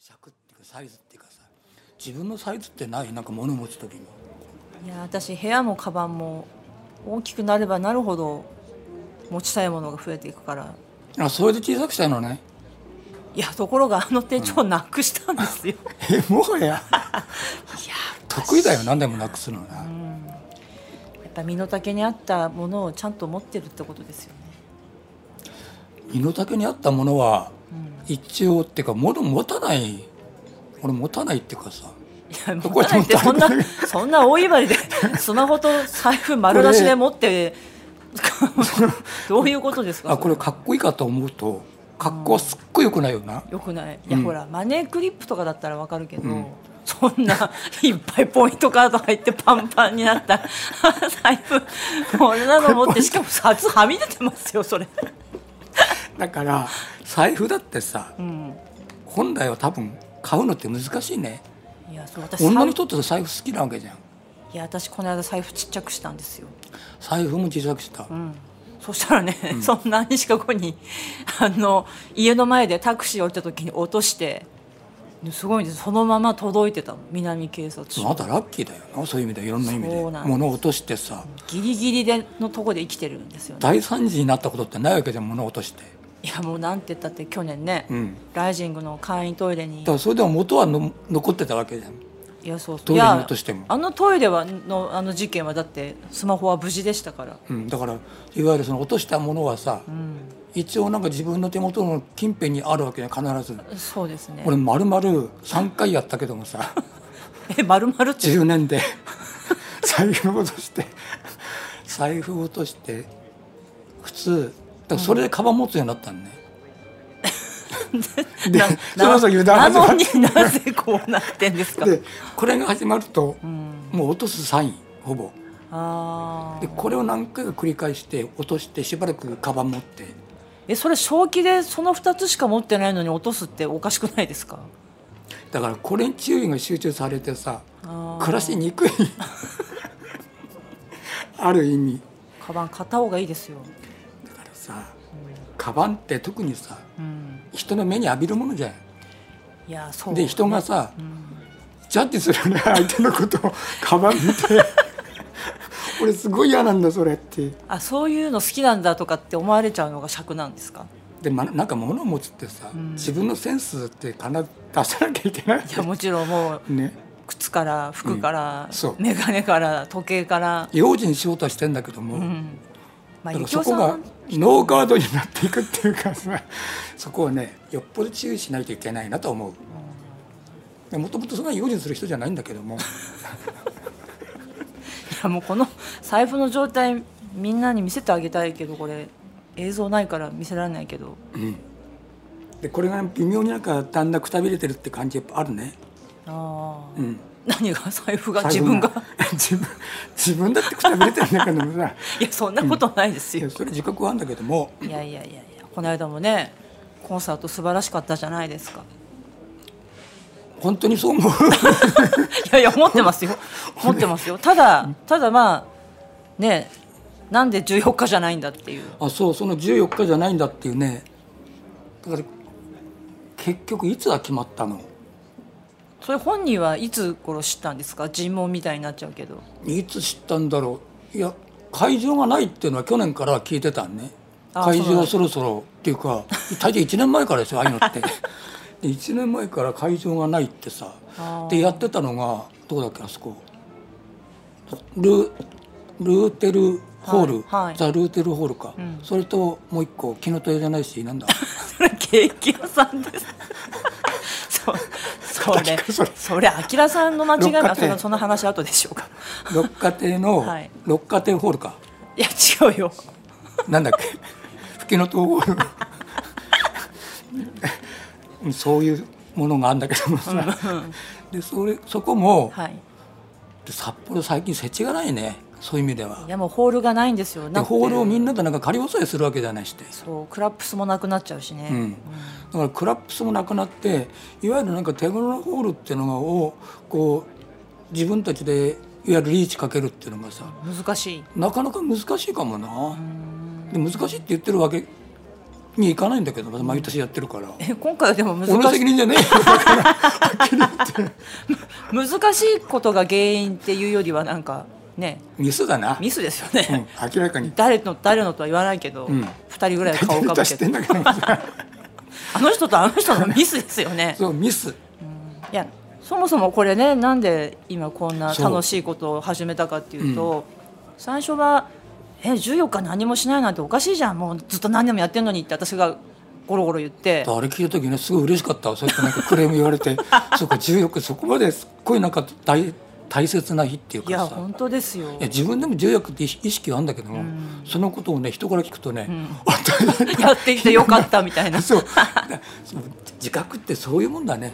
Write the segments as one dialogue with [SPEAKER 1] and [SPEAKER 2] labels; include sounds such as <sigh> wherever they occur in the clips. [SPEAKER 1] 尺っていうかサイズっていうかさ自分のサイズってないなんか物持つ時に
[SPEAKER 2] いや私部屋もカバンも大きくなればなるほど持ちたいものが増えていくから
[SPEAKER 1] あそれで小さくしたのね <laughs>
[SPEAKER 2] いやところがあの手帳なくしたんです <laughs> よ、
[SPEAKER 1] えもはや
[SPEAKER 2] いや
[SPEAKER 1] 得意だよ何でもなくすのな、
[SPEAKER 2] やっぱ身の丈に合ったものをちゃんと持ってるってことですよね
[SPEAKER 1] 身の丈に合ったものは一応っていうか物持たない俺持たないっていうかさ
[SPEAKER 2] いや
[SPEAKER 1] こ
[SPEAKER 2] 持たないってそんなそんな大威張りでスマホと財布丸出しで持って <laughs> どういうことですか
[SPEAKER 1] あこれかっこいいかと思うと格好はすっごい良くないよな、
[SPEAKER 2] よくないいや、
[SPEAKER 1] うん
[SPEAKER 2] ほらマネークリップとかだったらわかるけど、
[SPEAKER 1] ん
[SPEAKER 2] そんな <laughs> いっぱいポイントカード入ってパンパンになった <laughs> 財布こんなの持ってしかも札はみ出てますよそれ、
[SPEAKER 1] だから財布だってさ
[SPEAKER 2] うん、
[SPEAKER 1] 本来は多分買うのって難しいね
[SPEAKER 2] いやそう私
[SPEAKER 1] 女の
[SPEAKER 2] 財布
[SPEAKER 1] 人って財布好きなわけじゃん
[SPEAKER 2] いや私この間財布ちっちゃくしたんですよ、
[SPEAKER 1] 財布も小さくした、
[SPEAKER 2] うん、そしたらね、そんな何日か後にあの家の前でタクシー降りた時に落としてすごいんですそのまま届いてたの南警察署
[SPEAKER 1] まだラッキーだよなそういう意味ではいろんな意味で
[SPEAKER 2] そうなんです
[SPEAKER 1] 物を落としてさ
[SPEAKER 2] ギリギリでのとこで生きてるんですよね
[SPEAKER 1] 大惨事になったことってないわけじゃん物を落として
[SPEAKER 2] いやもうなんて言ったって去年ね、
[SPEAKER 1] うん
[SPEAKER 2] ライジングの会員トイレに
[SPEAKER 1] だからそれでも元はの残ってたわけじゃん
[SPEAKER 2] いやそう
[SPEAKER 1] ト
[SPEAKER 2] そう
[SPEAKER 1] イ
[SPEAKER 2] い
[SPEAKER 1] レに
[SPEAKER 2] や
[SPEAKER 1] 落としても
[SPEAKER 2] あのトイレはのあの事件はだってスマホは無事でしたから、
[SPEAKER 1] うん、だからいわゆるその落としたものはさ、一応なんか自分の手元の近辺にあるわけね必ず、
[SPEAKER 2] そうですね
[SPEAKER 1] 俺丸々3回やったけどもさ <laughs>
[SPEAKER 2] え丸々って
[SPEAKER 1] 10年で <laughs> 財布を落として財布を落として普通だからそれでカバン持つようになったんね、で
[SPEAKER 2] な
[SPEAKER 1] そろそろ油断始
[SPEAKER 2] な
[SPEAKER 1] ま
[SPEAKER 2] の
[SPEAKER 1] る
[SPEAKER 2] になぜこうなってんですか
[SPEAKER 1] でこれが始まると、
[SPEAKER 2] ん
[SPEAKER 1] もう落とすサインほぼ
[SPEAKER 2] あ
[SPEAKER 1] で
[SPEAKER 2] あ
[SPEAKER 1] これを何回か繰り返して落としてしばらくカバン持って
[SPEAKER 2] えそれ正気でその2つしか持ってないのに落とすっておかしくないですか
[SPEAKER 1] だからこれに注意が集中されてさ
[SPEAKER 2] あー
[SPEAKER 1] 暮らしにくい <laughs> ある意味
[SPEAKER 2] カバン買った方がいいですよ、
[SPEAKER 1] だからさカバンって特にさ
[SPEAKER 2] うん、
[SPEAKER 1] 人の目に浴びるものじゃん
[SPEAKER 2] いやそう
[SPEAKER 1] で人がさ、ジャッジするよね <laughs> 相手のことをカバン見て <laughs> 俺すごい嫌なんだそれって
[SPEAKER 2] あそういうの好きなんだとかって思われちゃうのが尺なんですか
[SPEAKER 1] で、ま、なんか物を持つってさ、自分のセンスって必ず出さなきゃいけない
[SPEAKER 2] いやもちろんもう
[SPEAKER 1] ね
[SPEAKER 2] 靴から服から、
[SPEAKER 1] うんそう
[SPEAKER 2] 眼鏡から時計から、
[SPEAKER 1] 用心しようとはしてんだけども、
[SPEAKER 2] うん、まあ
[SPEAKER 1] だか
[SPEAKER 2] ゆ
[SPEAKER 1] ら
[SPEAKER 2] きお
[SPEAKER 1] そ
[SPEAKER 2] さ
[SPEAKER 1] こ
[SPEAKER 2] ん
[SPEAKER 1] が
[SPEAKER 2] は
[SPEAKER 1] ノーガードになっていくっていうか <laughs> さそこはねよっぽど注意しないといけないなと思うもともとそんなに用心する人じゃないんだけども
[SPEAKER 2] いやもうこの財布の状態みんなに見せてあげたいけどこれ映像ないから見せられないけど
[SPEAKER 1] でこれが微妙になんかだんだんくたびれてるって感じやっぱあるね
[SPEAKER 2] ああ、
[SPEAKER 1] うん
[SPEAKER 2] 何が財布が自分が
[SPEAKER 1] <laughs> 自分自分だってくたびれてるんだけどもさ
[SPEAKER 2] いやそんなことないです
[SPEAKER 1] いや
[SPEAKER 2] よ、
[SPEAKER 1] それ自覚はあるんだけども
[SPEAKER 2] いやいやいやいやこの間もねコンサート素晴らしかったじゃないですか
[SPEAKER 1] 本当にそう
[SPEAKER 2] <laughs>
[SPEAKER 1] 思う
[SPEAKER 2] いやいや思ってますよ思ってますよただただまあねなんで14日じゃないんだっていう
[SPEAKER 1] あそうその14日じゃないんだっていうねだから結局いつは決まったの
[SPEAKER 2] それ本人はいつ頃知ったんですか尋問みたいになっちゃうけど
[SPEAKER 1] いつ知ったんだろういや会場がないっていうのは去年から聞いてたんね
[SPEAKER 2] あ
[SPEAKER 1] 会
[SPEAKER 2] そうなん
[SPEAKER 1] 場
[SPEAKER 2] だ
[SPEAKER 1] そろそろっていうか大体1年前からです
[SPEAKER 2] <laughs>
[SPEAKER 1] よああいうのってで1年前から会場がないってさ
[SPEAKER 2] あー
[SPEAKER 1] でやってたのがどこだっけあそこルルーテルホール、
[SPEAKER 2] はいはい
[SPEAKER 1] ザ・ルーテルホールか、それともう一個キノト屋じゃないしなん
[SPEAKER 2] <laughs>
[SPEAKER 1] だ
[SPEAKER 2] それケーキ屋さんです <laughs> そそれ
[SPEAKER 1] 確かそれ
[SPEAKER 2] それあきらさんの間違
[SPEAKER 1] 六
[SPEAKER 2] いな
[SPEAKER 1] 花
[SPEAKER 2] そ
[SPEAKER 1] 亭
[SPEAKER 2] のその話後でしょうか <laughs>
[SPEAKER 1] 六花亭の、
[SPEAKER 2] はい
[SPEAKER 1] 六花亭ホールか
[SPEAKER 2] いや違うよ
[SPEAKER 1] なんだっけ吹きの塔ホールうんそういうものがあるんだけどもさ、でそれそこも、
[SPEAKER 2] はい
[SPEAKER 1] で札幌最近設置がないねそういう意味ではい
[SPEAKER 2] やもうホールがないんですよ
[SPEAKER 1] で
[SPEAKER 2] なくて
[SPEAKER 1] ホールをみんなでなんか仮押さえするわけじゃないして、
[SPEAKER 2] そうクラップスもなくなっちゃうしね、
[SPEAKER 1] うん、だからクラップスもなくなっていわゆるなんか手頃のホールっていうのをこう自分たちでいわゆるリーチかけるっていうのがさ
[SPEAKER 2] 難しい
[SPEAKER 1] なかなか難しいかもな、で難しいって言ってるわけに行かないんだけど毎年やってるから。
[SPEAKER 2] え今回はでも難
[SPEAKER 1] 俺の
[SPEAKER 2] し
[SPEAKER 1] 責
[SPEAKER 2] い
[SPEAKER 1] 任じゃねえ
[SPEAKER 2] <laughs>
[SPEAKER 1] よだからはっきり言って
[SPEAKER 2] 難しいことが原因っていうよりはなんかね
[SPEAKER 1] ミスだな、
[SPEAKER 2] ミスですよ
[SPEAKER 1] うん
[SPEAKER 2] ね、
[SPEAKER 1] 明らかに
[SPEAKER 2] 誰の誰のとは言わないけど、
[SPEAKER 1] ん
[SPEAKER 2] 2人ぐらい
[SPEAKER 1] 大
[SPEAKER 2] 顔
[SPEAKER 1] 体の人
[SPEAKER 2] をかぶ
[SPEAKER 1] は
[SPEAKER 2] せ
[SPEAKER 1] 知っててんだけど
[SPEAKER 2] あの人とあの人のミスですよね
[SPEAKER 1] そうミス
[SPEAKER 2] いやそもそもこれねなんで今こんな
[SPEAKER 1] そう
[SPEAKER 2] 楽しいことを始めたかっていうと最初は「え14日何もしないなんておかしいじゃんもうずっと何でもやってんのに」って私がゴロゴロ言って
[SPEAKER 1] あれ聞いた時ねすごい嬉しかったそうやってなんかクレーム言われ
[SPEAKER 2] <laughs>
[SPEAKER 1] てそうか重欲そこまですっごいなんか大大切な日っていう
[SPEAKER 2] い
[SPEAKER 1] か
[SPEAKER 2] や
[SPEAKER 1] さ
[SPEAKER 2] 本当ですよ
[SPEAKER 1] いや自分でも重欲って意識意識はあるんだけども、そのことをね人から聞くとね、
[SPEAKER 2] <laughs> やってきてよかったみ
[SPEAKER 1] <laughs>
[SPEAKER 2] たいな
[SPEAKER 1] そうだそう自覚ってそういうもんだね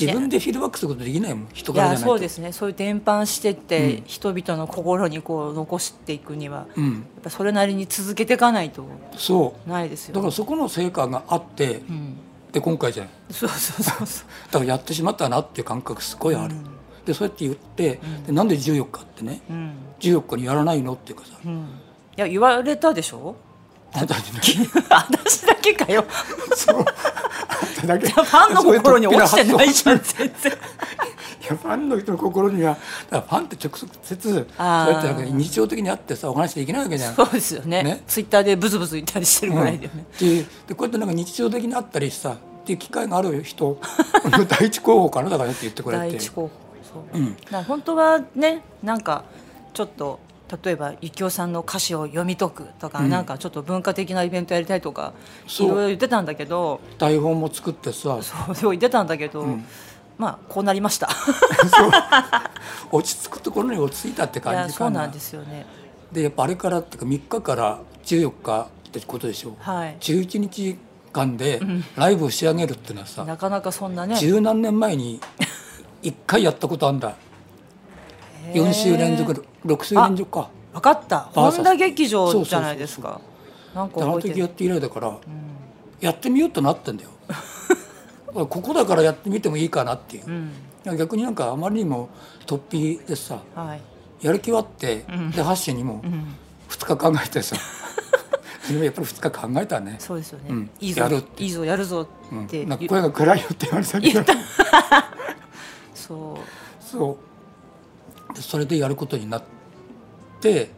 [SPEAKER 1] 自分でフィードバックすることできないもん人
[SPEAKER 2] い
[SPEAKER 1] からじゃな
[SPEAKER 2] や
[SPEAKER 1] いと
[SPEAKER 2] そうですねそういう伝播してって、人々の心にこう残していくには、
[SPEAKER 1] う
[SPEAKER 2] や
[SPEAKER 1] ん
[SPEAKER 2] っぱそれなりに続けていかないと
[SPEAKER 1] そ
[SPEAKER 2] ないです
[SPEAKER 1] う
[SPEAKER 2] よ
[SPEAKER 1] だからそこの成果があって、で今回じゃない
[SPEAKER 2] そうそうそうそう
[SPEAKER 1] だからやってしまったなっていう感覚すごいある、でそうやって言って、でなんで14日ってね、14日にやらないのっていうかさ、
[SPEAKER 2] いや言われたでしょ
[SPEAKER 1] あんたにね
[SPEAKER 2] <laughs> 私だけかよ
[SPEAKER 1] そうあんただけ
[SPEAKER 2] ファンの心に落ちてないじゃん全然
[SPEAKER 1] いやファンの人の心にはだからファンって直接そう
[SPEAKER 2] あー
[SPEAKER 1] やってなんか日常的に会ってさお話できないわけじゃん
[SPEAKER 2] <laughs> そうですよね
[SPEAKER 1] ね
[SPEAKER 2] ツイッターでブツブツ言ったりしてるぐらいだよね、
[SPEAKER 1] うんででこうやってなんか日常的に会ったりさっていう機会がある人 <laughs> 第一候補かなだからって言ってくれて
[SPEAKER 2] 第一候補そう、だから本当はねなんかちょっと例えばゆきおさんの歌詞を読み解くとか、なんかちょっと文化的なイベントやりたいとかい
[SPEAKER 1] そう
[SPEAKER 2] ろいろ言ってたんだけど
[SPEAKER 1] 台本も作ってさ
[SPEAKER 2] そうそう言ってたんだけど、まあこうなりました
[SPEAKER 1] 落ち着くところに落ち着いたって
[SPEAKER 2] い
[SPEAKER 1] 感
[SPEAKER 2] や
[SPEAKER 1] じ
[SPEAKER 2] そう
[SPEAKER 1] か
[SPEAKER 2] な
[SPEAKER 1] なん
[SPEAKER 2] ですよね
[SPEAKER 1] でやっぱあれからっていうか3日から14日ってことでしょ、
[SPEAKER 2] はい
[SPEAKER 1] 11日間でライブを仕上げるっていうのはさ、
[SPEAKER 2] なかなかそんなね
[SPEAKER 1] 十何年前に一回やったことあんだ
[SPEAKER 2] へー
[SPEAKER 1] 4週連続6週連続か
[SPEAKER 2] 分かった
[SPEAKER 1] バー
[SPEAKER 2] 本
[SPEAKER 1] サス
[SPEAKER 2] 田劇場じゃないですかなんか
[SPEAKER 1] であの
[SPEAKER 2] 覚え
[SPEAKER 1] 時
[SPEAKER 2] て
[SPEAKER 1] やっ
[SPEAKER 2] る
[SPEAKER 1] て以来だから、やってみようとな
[SPEAKER 2] <laughs>
[SPEAKER 1] ったんだよここだからやってみてもいいかなっていう、逆になんかあまりにも突飛でさ
[SPEAKER 2] はい
[SPEAKER 1] やる気はあって、でハッシュにも2日考えてさ <laughs> でもやっぱり2日考えたね、
[SPEAKER 2] そうですよね、
[SPEAKER 1] うん
[SPEAKER 2] いいぞ
[SPEAKER 1] やるって
[SPEAKER 2] いいぞやるぞ
[SPEAKER 1] うん
[SPEAKER 2] って、
[SPEAKER 1] なんか声が暗いよって言われたけど
[SPEAKER 2] そう
[SPEAKER 1] そうでそれでやることになって、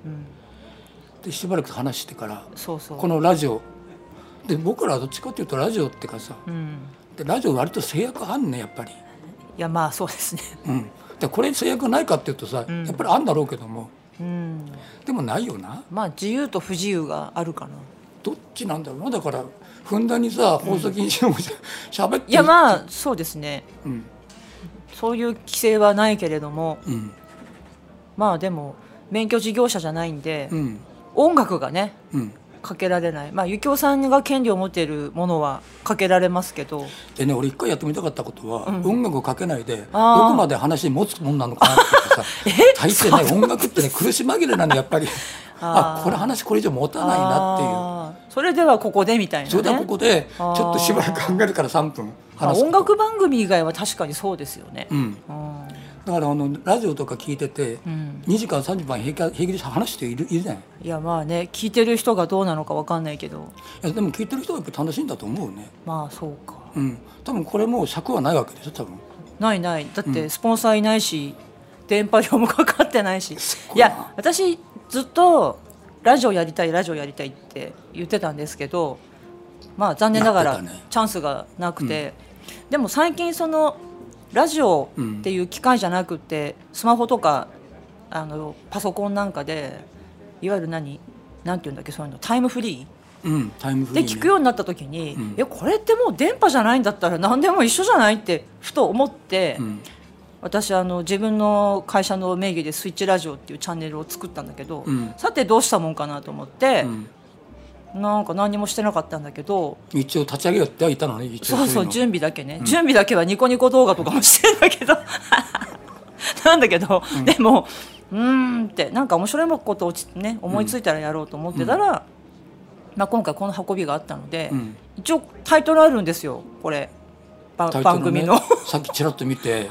[SPEAKER 1] でしばらく話してから
[SPEAKER 2] そうそう
[SPEAKER 1] このラジオで僕らはどっちかっていうとラジオってかさ、
[SPEAKER 2] うん、
[SPEAKER 1] でラジオ割と制約あんねやっぱり、
[SPEAKER 2] いやまあそうですね、 <laughs>
[SPEAKER 1] うん、でこれ制約ないかっていうとさ、やっぱりあんだろうけども
[SPEAKER 2] うん、
[SPEAKER 1] でもないよな
[SPEAKER 2] まあ自由と不自由があるかな
[SPEAKER 1] どっちなんだろうなだからふんだんにさ放送禁止でもしゃべって
[SPEAKER 2] いやまあそうですね
[SPEAKER 1] うん
[SPEAKER 2] そういう規制はないけれども
[SPEAKER 1] うん
[SPEAKER 2] まあでも免許事業者じゃないんで、
[SPEAKER 1] うん
[SPEAKER 2] 音楽がね
[SPEAKER 1] うん
[SPEAKER 2] かけられないまあゆきおさんが権利を持っているものはかけられますけど
[SPEAKER 1] でね俺一回やってみたかったことは、音楽をかけないでど
[SPEAKER 2] あー
[SPEAKER 1] こまで話持つもんなのかなってさ
[SPEAKER 2] <laughs>
[SPEAKER 1] 大抵ね音楽ってね苦し紛れなんでやっぱりあこれ話これ以上持たないなっていう
[SPEAKER 2] あーそれではここでみたいな、ね、
[SPEAKER 1] それではここでち
[SPEAKER 2] あ
[SPEAKER 1] ょ
[SPEAKER 2] ー
[SPEAKER 1] っとしばらく考えるから3分
[SPEAKER 2] まあ
[SPEAKER 1] 話す
[SPEAKER 2] 音楽番組以外は確かにそうですよね、
[SPEAKER 1] うん
[SPEAKER 2] うん
[SPEAKER 1] だからあのラジオとか聞いてて、2時間3時間平気平気で話しているいるじゃない
[SPEAKER 2] いやまあね聞いてる人がどうなのかわかんないけど
[SPEAKER 1] いやでも聞いてる人がやっぱ楽しいんだと思うね
[SPEAKER 2] まあそうか
[SPEAKER 1] うん多分これもう尺はないわけでしょ多分
[SPEAKER 2] ないないだってスポンサーいないし、電波料もかかってないし
[SPEAKER 1] すご
[SPEAKER 2] い
[SPEAKER 1] いな
[SPEAKER 2] や私ずっとラジオやりたいラジオやりたいって言ってたんですけどまあ残念なが
[SPEAKER 1] や
[SPEAKER 2] ら
[SPEAKER 1] ってたね
[SPEAKER 2] チャンスがなくて、でも最近そのラジオっていう機械じゃなくて、スマホとかあのパソコンなんかでいわゆる何なんていうんだっけそういうのタイムフリー
[SPEAKER 1] うんタイムフリーに
[SPEAKER 2] で聞くようになった時に、えこれってもう電波じゃないんだったら何でも一緒じゃないってふと思って、
[SPEAKER 1] ん
[SPEAKER 2] 私あの自分の会社の名義で「スイッチラジオ」っていうチャンネルを作ったんだけど、
[SPEAKER 1] ん
[SPEAKER 2] さてどうしたもんかなと思って
[SPEAKER 1] う、ん
[SPEAKER 2] なんか何にもしてなかったんだけど
[SPEAKER 1] 一応立ち上げようってはいたのね一応
[SPEAKER 2] そうそう
[SPEAKER 1] いの
[SPEAKER 2] 準備だけね、準備だけはニコニコ動画とかもしてんだけど <laughs> なんだけど、でもうーんってなんか面白いことをち、ね、思いついたらやろうと思ってたら、まあ、今回この運びがあったので、
[SPEAKER 1] うん
[SPEAKER 2] 一応タイトルあるんですよこれば
[SPEAKER 1] タイト
[SPEAKER 2] 番
[SPEAKER 1] ルね
[SPEAKER 2] 組の
[SPEAKER 1] さっきちらっと見て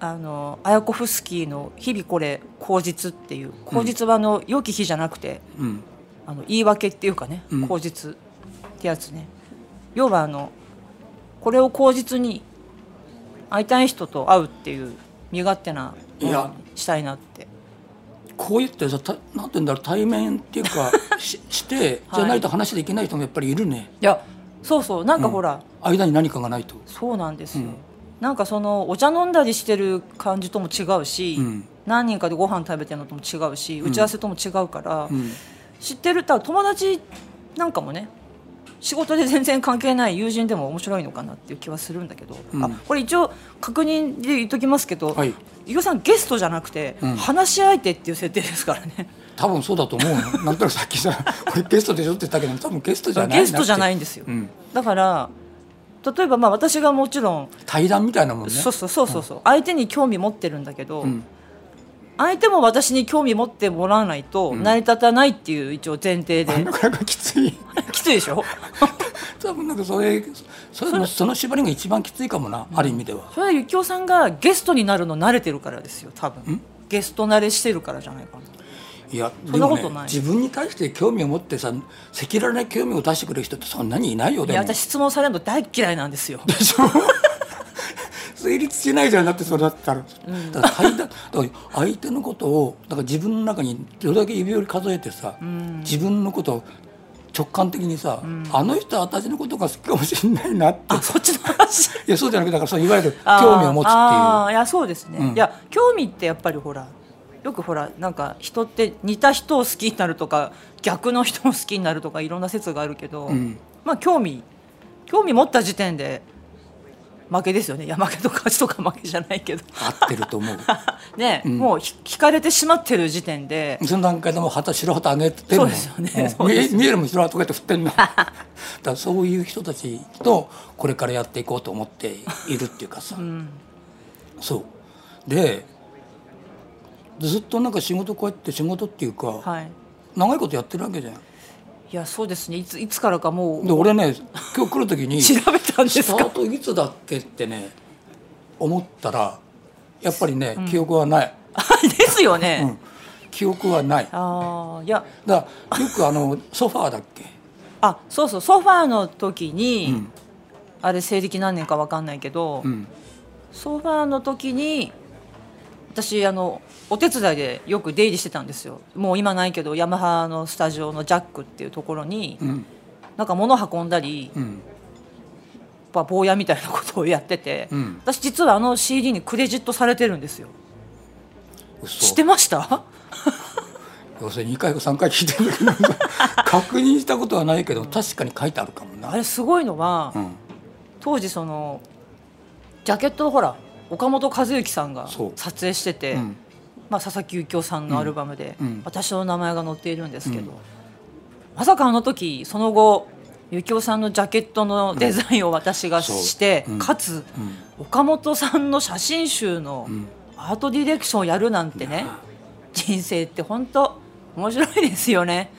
[SPEAKER 2] あのアヤコフスキーの「日々これ口実」っていう口実はあの良き日じゃなくて、
[SPEAKER 1] うん
[SPEAKER 2] あの言い訳っていうかね
[SPEAKER 1] うん
[SPEAKER 2] 口実ってやつね要はあのこれを口実に会いたい人と会うっていう身勝手な
[SPEAKER 1] い
[SPEAKER 2] もの
[SPEAKER 1] や
[SPEAKER 2] にしたいなって
[SPEAKER 1] こう言ってさたなんて言うんだろう対面っていうかし <laughs> してじゃないと話できない人もやっぱりいるね、
[SPEAKER 2] いやそうそうなんかほら、
[SPEAKER 1] 間に何かがないと
[SPEAKER 2] そうなんですよ、
[SPEAKER 1] うん
[SPEAKER 2] なんかそのお茶飲んだりしてる感じとも違うし、
[SPEAKER 1] うん
[SPEAKER 2] 何人かでご飯食べてるのとも違うし打ち合わせとも違うから、
[SPEAKER 1] うん
[SPEAKER 2] 知ってるただ友達なんかもね仕事で全然関係ない友人でも面白いのかなっていう気はするんだけど、
[SPEAKER 1] うん
[SPEAKER 2] あこれ一応確認で言っときますけど、
[SPEAKER 1] はい
[SPEAKER 2] 伊予さんゲストじゃなくて、
[SPEAKER 1] うん
[SPEAKER 2] 話し相手っていう設定ですから
[SPEAKER 1] <laughs>
[SPEAKER 2] ね
[SPEAKER 1] 多分そうだと思う
[SPEAKER 2] <laughs>
[SPEAKER 1] よなんとなくさっきさ「これゲストでしょ」って言ったけど多分ゲストじゃない、
[SPEAKER 2] ゲストじゃないいんですよ、
[SPEAKER 1] うん、
[SPEAKER 2] だから例えばまあ私がもちろん、
[SPEAKER 1] 対談みたいなもんね
[SPEAKER 2] そうそうそうそうそう相手に興味持ってるんだけど、
[SPEAKER 1] うん
[SPEAKER 2] 相手も私に興味持ってもらわないと成り立たないっていう一応前提で、
[SPEAKER 1] なかなかきつい
[SPEAKER 2] きついでしょ
[SPEAKER 1] 多分なんかそれそれのその縛りが一番きついかもな、ある意味では
[SPEAKER 2] それはゆきおさんがゲストになるの慣れてるからですよ多分ゲスト慣れしてるからじゃないかない
[SPEAKER 1] や
[SPEAKER 2] そんなことない
[SPEAKER 1] 自分に対して興味を持ってさ赤裸々な興味を出してくれる人ってそんなにいないよ
[SPEAKER 2] い
[SPEAKER 1] で
[SPEAKER 2] や
[SPEAKER 1] も
[SPEAKER 2] 私質問されるの大っ嫌いなんですよ
[SPEAKER 1] でしょ <laughs> 成立しないじゃんだってそれだったら,、だから対談だから相手のことをだから自分の中にどれだけ指折り数えてさ、自分のことを直感的にさ、あの人は私のことが好きかもしれないなって
[SPEAKER 2] あそっちの話
[SPEAKER 1] いやそうじゃなくてだからそのいわゆる
[SPEAKER 2] あ
[SPEAKER 1] <laughs>
[SPEAKER 2] ー
[SPEAKER 1] 興味を持つっていう。
[SPEAKER 2] あーいやそうですね、
[SPEAKER 1] うん
[SPEAKER 2] いや興味ってやっぱりほらよくほらなんか人って似た人を好きになるとか逆の人を好きになるとかいろんな説があるけど、
[SPEAKER 1] ん
[SPEAKER 2] まあ興味興味持った時点で負けですよねいや負けとか勝ちとか負けじゃないけど <laughs>
[SPEAKER 1] 合ってると思う
[SPEAKER 2] ね、もうひ引かれてしまってる時点で
[SPEAKER 1] その段階でもう旗白旗上げてるもん
[SPEAKER 2] そうですよね
[SPEAKER 1] うん
[SPEAKER 2] そうですよ
[SPEAKER 1] 見え見えるもん白旗こうやって振ってんの <laughs> だからそういう人たちとこれからやっていこうと思っているっていうかさ、そうでずっとなんか仕事こうやって仕事っていうか、
[SPEAKER 2] はい
[SPEAKER 1] 長いことやってるわけじゃん
[SPEAKER 2] いやそうですねいついつからかもう
[SPEAKER 1] で俺ね今日来る時
[SPEAKER 2] <laughs>
[SPEAKER 1] に
[SPEAKER 2] 調べたんです
[SPEAKER 1] スタ
[SPEAKER 2] か
[SPEAKER 1] ートいつだっけってね思ったらやっぱりね記憶はない、
[SPEAKER 2] <laughs> ですよね、
[SPEAKER 1] うん記憶はない
[SPEAKER 2] ああいや
[SPEAKER 1] だからよくあのソファーだっけ
[SPEAKER 2] あそうそうソファーの時に、あれ西暦何年か分かんないけど、
[SPEAKER 1] うん
[SPEAKER 2] ソファーの時に私あのお手伝いでよく出入りしてたんですよもう今ないけどヤマハのスタジオのジャックっていうところに、
[SPEAKER 1] うん
[SPEAKER 2] なんか物運んだり、
[SPEAKER 1] うん
[SPEAKER 2] まあ坊やみたいなことをやってて、
[SPEAKER 1] うん
[SPEAKER 2] 私実はあの CD にクレジットされてるんですよ知
[SPEAKER 1] 嘘
[SPEAKER 2] ってました <laughs>
[SPEAKER 1] 要するに2回か3回聞いてるんだけど確認したことはないけど確かに書いてあるかもな
[SPEAKER 2] あれすごいのは、
[SPEAKER 1] うん
[SPEAKER 2] 当時そのジャケットをほら岡本和之さんが
[SPEAKER 1] そう
[SPEAKER 2] 撮影してて、
[SPEAKER 1] うん
[SPEAKER 2] まあ、佐々木幸雄さんのアルバムで、
[SPEAKER 1] うんうん
[SPEAKER 2] 私の名前が載っているんですけど、
[SPEAKER 1] う
[SPEAKER 2] まさかあの時その後幸雄さんのジャケットのデザインを私がして、
[SPEAKER 1] そううん
[SPEAKER 2] かつ
[SPEAKER 1] うん
[SPEAKER 2] 岡本さんの写真集のアートディレクションをやるなんてね、人生って本当面白いですよね。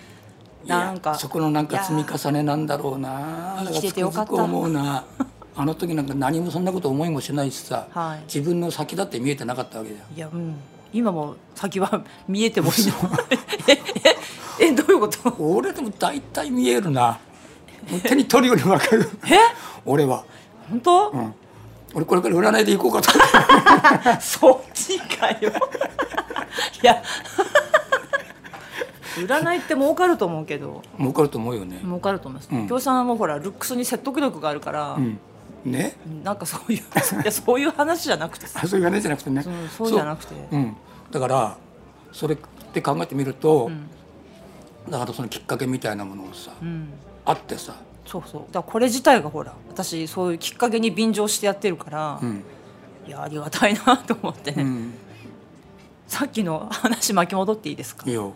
[SPEAKER 1] いや
[SPEAKER 2] なんか
[SPEAKER 1] そこのなん
[SPEAKER 2] い
[SPEAKER 1] か
[SPEAKER 2] や
[SPEAKER 1] 積み重ねなんだろうな
[SPEAKER 2] 生きててよかった
[SPEAKER 1] だらつくづく思うなあの時なんか何もそんなこと思いもしないしさ、
[SPEAKER 2] はい
[SPEAKER 1] 自分の先だって見えてなかったわけじゃん
[SPEAKER 2] いや、うん、今も先は <laughs> 見えてもいいの <laughs> えええどういうこと
[SPEAKER 1] 俺でも大体見えるな手に取るように分かる俺は、
[SPEAKER 2] 本当、
[SPEAKER 1] うん、俺これから占いで行こうかと
[SPEAKER 2] <laughs> そっちかよ <laughs> いや <laughs> 占いって儲かると思うけど
[SPEAKER 1] 儲かると思うよね、
[SPEAKER 2] 儲かると思います
[SPEAKER 1] うん
[SPEAKER 2] 京、さんはもうほらルックスに説得力があるから、
[SPEAKER 1] うん、ね
[SPEAKER 2] なんかそう <laughs> いういやそういう話じゃなくてさ
[SPEAKER 1] あそういう話じゃなくてね
[SPEAKER 2] そうそうじゃなくて
[SPEAKER 1] そううん、だからそれって考えてみると、だからそのきっかけみたいなものをさ、
[SPEAKER 2] うん
[SPEAKER 1] あってさ、
[SPEAKER 2] そうそうだからこれ自体がほら私そういうきっかけに便乗してやってるから、
[SPEAKER 1] うん
[SPEAKER 2] いやありがたいなと思ってね、
[SPEAKER 1] うん、
[SPEAKER 2] さっきの話巻き戻っていいですか
[SPEAKER 1] いいよ、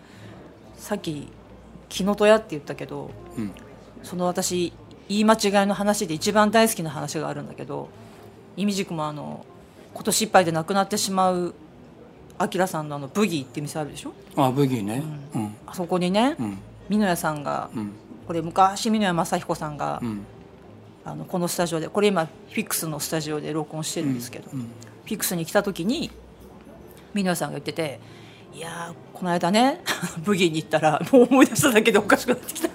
[SPEAKER 2] さっき「木の戸屋」って言ったけど
[SPEAKER 1] うん、
[SPEAKER 2] その私言い間違いの話で一番大好きな話があるんだけどいみじくもあの今年いっぱいで亡くなってしまうあきらさんのあのブギーって店あるでしょ
[SPEAKER 1] あブギーね、うん
[SPEAKER 2] あそこにね
[SPEAKER 1] うん
[SPEAKER 2] 美濃屋さんが
[SPEAKER 1] うん
[SPEAKER 2] これ昔美濃屋正彦さんが
[SPEAKER 1] うん
[SPEAKER 2] あのこのスタジオでこれ今フィックスのスタジオで録音してるんですけど、
[SPEAKER 1] うん
[SPEAKER 2] フィックスに来た時に美濃屋さんが言ってて「いやーこの間 <laughs> <laughs> ねブギーに行ったらもう思い出しただけでおかしくなってきた」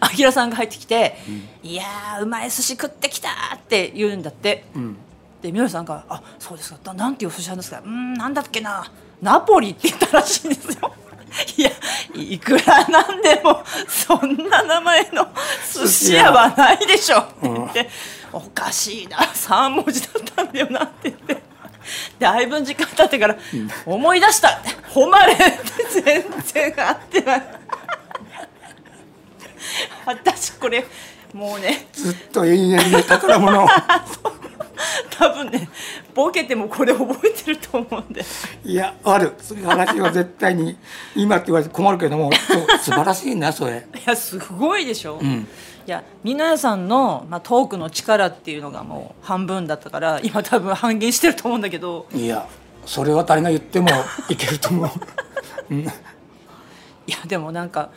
[SPEAKER 2] あ柳楽さんが入ってきて「いやーうまい寿司食ってきた!」って言うんだって、
[SPEAKER 1] ん
[SPEAKER 2] でみのりさんが「あそうですかだなんていうお寿司なんですかうーんなんだっけなナポリ」って言ったらしいんですよ。 <laughs> いやいくらなんでもそんな名前の寿司屋はないでしょって言って、おかしいな3文字だったんだよなって言ってだいぶ時間経ってから思い出したって「誉れ」って全然合ってない私これもうね
[SPEAKER 1] ずっと永遠に宝物
[SPEAKER 2] <laughs>
[SPEAKER 1] を
[SPEAKER 2] 多分ねボケてもこれ覚えてると思うんで
[SPEAKER 1] いやあるそういう話は絶対に今って言われて困るけどもそう素晴らしいなそれ
[SPEAKER 2] いやすごいでしょ、
[SPEAKER 1] ん
[SPEAKER 2] いやみなやさんの、まあ、トークの力っていうのがもう半分だったから今多分半減してると思うんだけど
[SPEAKER 1] いやそれは誰が言ってもいけると思ううん
[SPEAKER 2] いやでもなんか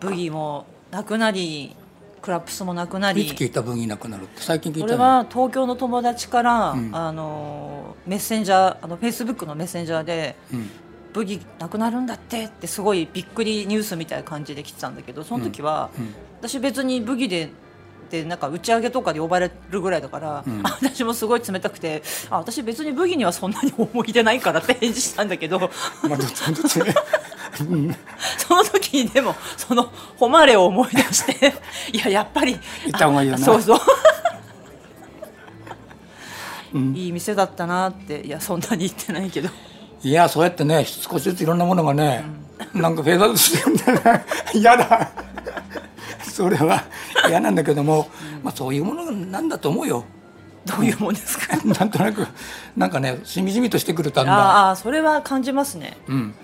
[SPEAKER 2] ブギもなくなりクラップスもな <laughs> くない
[SPEAKER 1] つ
[SPEAKER 2] り
[SPEAKER 1] 聞いた分いなくなるって最近聞い
[SPEAKER 2] こ
[SPEAKER 1] た
[SPEAKER 2] れ
[SPEAKER 1] の
[SPEAKER 2] は東京の友達から、
[SPEAKER 1] ん
[SPEAKER 2] あのメッセンジャーあのフェイスブックのメッセンジャーで
[SPEAKER 1] うん
[SPEAKER 2] 「ブギなくなるんだって」ってすごいびっくりニュースみたいな感じで来てたんだけどその時は、
[SPEAKER 1] うん
[SPEAKER 2] 私別にブギで。でなんか打ち上げとかで呼ばれるぐらいだから、
[SPEAKER 1] ん
[SPEAKER 2] <laughs> 私もすごい冷たくてあ私別にブギにはそんなに思い出ないからって返事したんだけど <laughs>
[SPEAKER 1] まあどっちもどっちもうん
[SPEAKER 2] その時にでもその誉れを思い出して <laughs> いややっぱり
[SPEAKER 1] 行った方がいいよな
[SPEAKER 2] あそ
[SPEAKER 1] <laughs>
[SPEAKER 2] うそう、
[SPEAKER 1] ん
[SPEAKER 2] いい店だったなっていやそんなに行ってないけど
[SPEAKER 1] いやそうやってね少しずついろんなものがね、なんかフェードアウトしてるんだな <laughs> 嫌だそれは嫌なんだけども、まあそういうものなんだと思うよ <laughs>
[SPEAKER 2] どういうもんですか
[SPEAKER 1] なんとなくなんかねしみじみとしてくるたんだ
[SPEAKER 2] ああそれは感じますね
[SPEAKER 1] うん、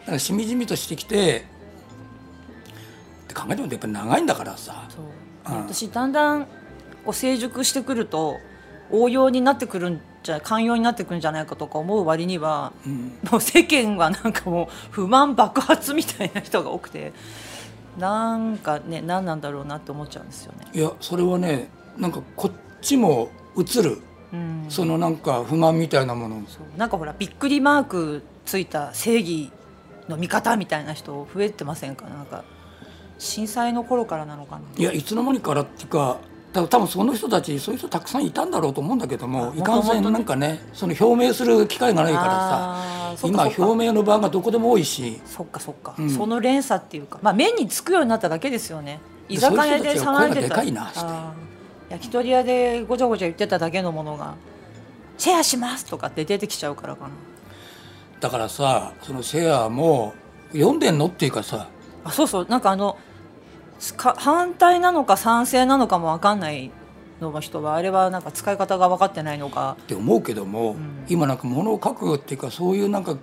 [SPEAKER 1] だからしみじみとしてきてって考えてもやっぱり長いんだからさ
[SPEAKER 2] そう
[SPEAKER 1] うん
[SPEAKER 2] 私だんだんこう成熟してくると応用になってくるんじゃ寛容になってくるんじゃないかとか思う割には、 <laughs> もう世間はなんかもう不満爆発みたいな人が多くてなんかね何なんだろうなって思っちゃうんですよね。
[SPEAKER 1] いやそれはねなんかこっちも映る、
[SPEAKER 2] うん、
[SPEAKER 1] そのなんか不満みたいなもの
[SPEAKER 2] そうなんかほらびっくりマークついた正義の味方みたいな人増えてませんかなんか震災の頃からなのかない
[SPEAKER 1] やいつの間にからっていうかた多分その人たちそういう人たくさんいたんだろうと思うんだけどもいかんせんなんかねその表明する機会がないからさ
[SPEAKER 2] あーそっ
[SPEAKER 1] 今
[SPEAKER 2] かそっ
[SPEAKER 1] 表明
[SPEAKER 2] か
[SPEAKER 1] の場がどこでも多いし
[SPEAKER 2] そっかそっか、
[SPEAKER 1] うん
[SPEAKER 2] その連鎖っていうかまあ目につくようになっただけですよね居
[SPEAKER 1] そう
[SPEAKER 2] 酒
[SPEAKER 1] いう人
[SPEAKER 2] 屋
[SPEAKER 1] た
[SPEAKER 2] で
[SPEAKER 1] ちは
[SPEAKER 2] 騒
[SPEAKER 1] 声
[SPEAKER 2] い
[SPEAKER 1] が
[SPEAKER 2] で
[SPEAKER 1] で
[SPEAKER 2] た
[SPEAKER 1] かいなして
[SPEAKER 2] あー焼き鳥屋でごちゃごちゃ言ってただけのものが「シェアします」とかって出てきちゃうからかな
[SPEAKER 1] だからさそのシェアも読んでんのっていうかさ
[SPEAKER 2] あそうそうなんかあのすか反対なのか賛成なのかも分かんないのの人はあれはなんか使い方が分かってないのか
[SPEAKER 1] って思うけども、今なんか物を書くっていうかそういうなんか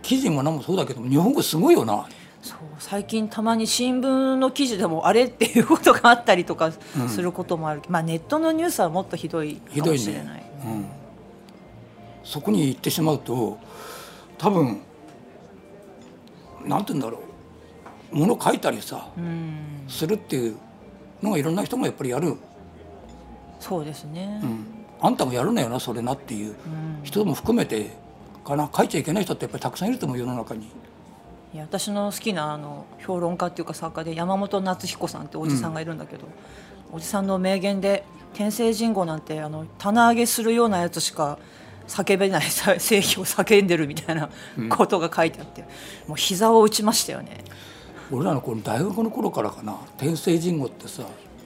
[SPEAKER 1] 記事も何もそうだけども日本語すごいよな
[SPEAKER 2] そう最近たまに新聞の記事でもあれっていうことがあったりとかすることもある、まあネットのニュースはもっとひどい
[SPEAKER 1] ひ
[SPEAKER 2] か
[SPEAKER 1] ど
[SPEAKER 2] も
[SPEAKER 1] い
[SPEAKER 2] しれな
[SPEAKER 1] ね
[SPEAKER 2] い。
[SPEAKER 1] うん、そこに行ってしまうと多分なんて言うんだろう物書いたりさ
[SPEAKER 2] うん
[SPEAKER 1] するっていうのがいろんな人がやっぱりやる、
[SPEAKER 2] そうですね、
[SPEAKER 1] うん、あんたもやるなよなそれなっていう
[SPEAKER 2] うん
[SPEAKER 1] 人も含めてかな書いちゃいけない人ってやっぱりたくさんいると思う世の中に。
[SPEAKER 2] いや私の好きなあの評論家っていうか作家で山本夏彦さんっておじさんがいるんだけど、おじさんの名言で「天聖人語なんてあの棚上げするようなやつしか叫べない <laughs> さ正義を叫んでる」みたいなことが書いてあって、もう膝を打ちましたよね。
[SPEAKER 1] 俺らのこの大学の頃からかな天聖人語ってさ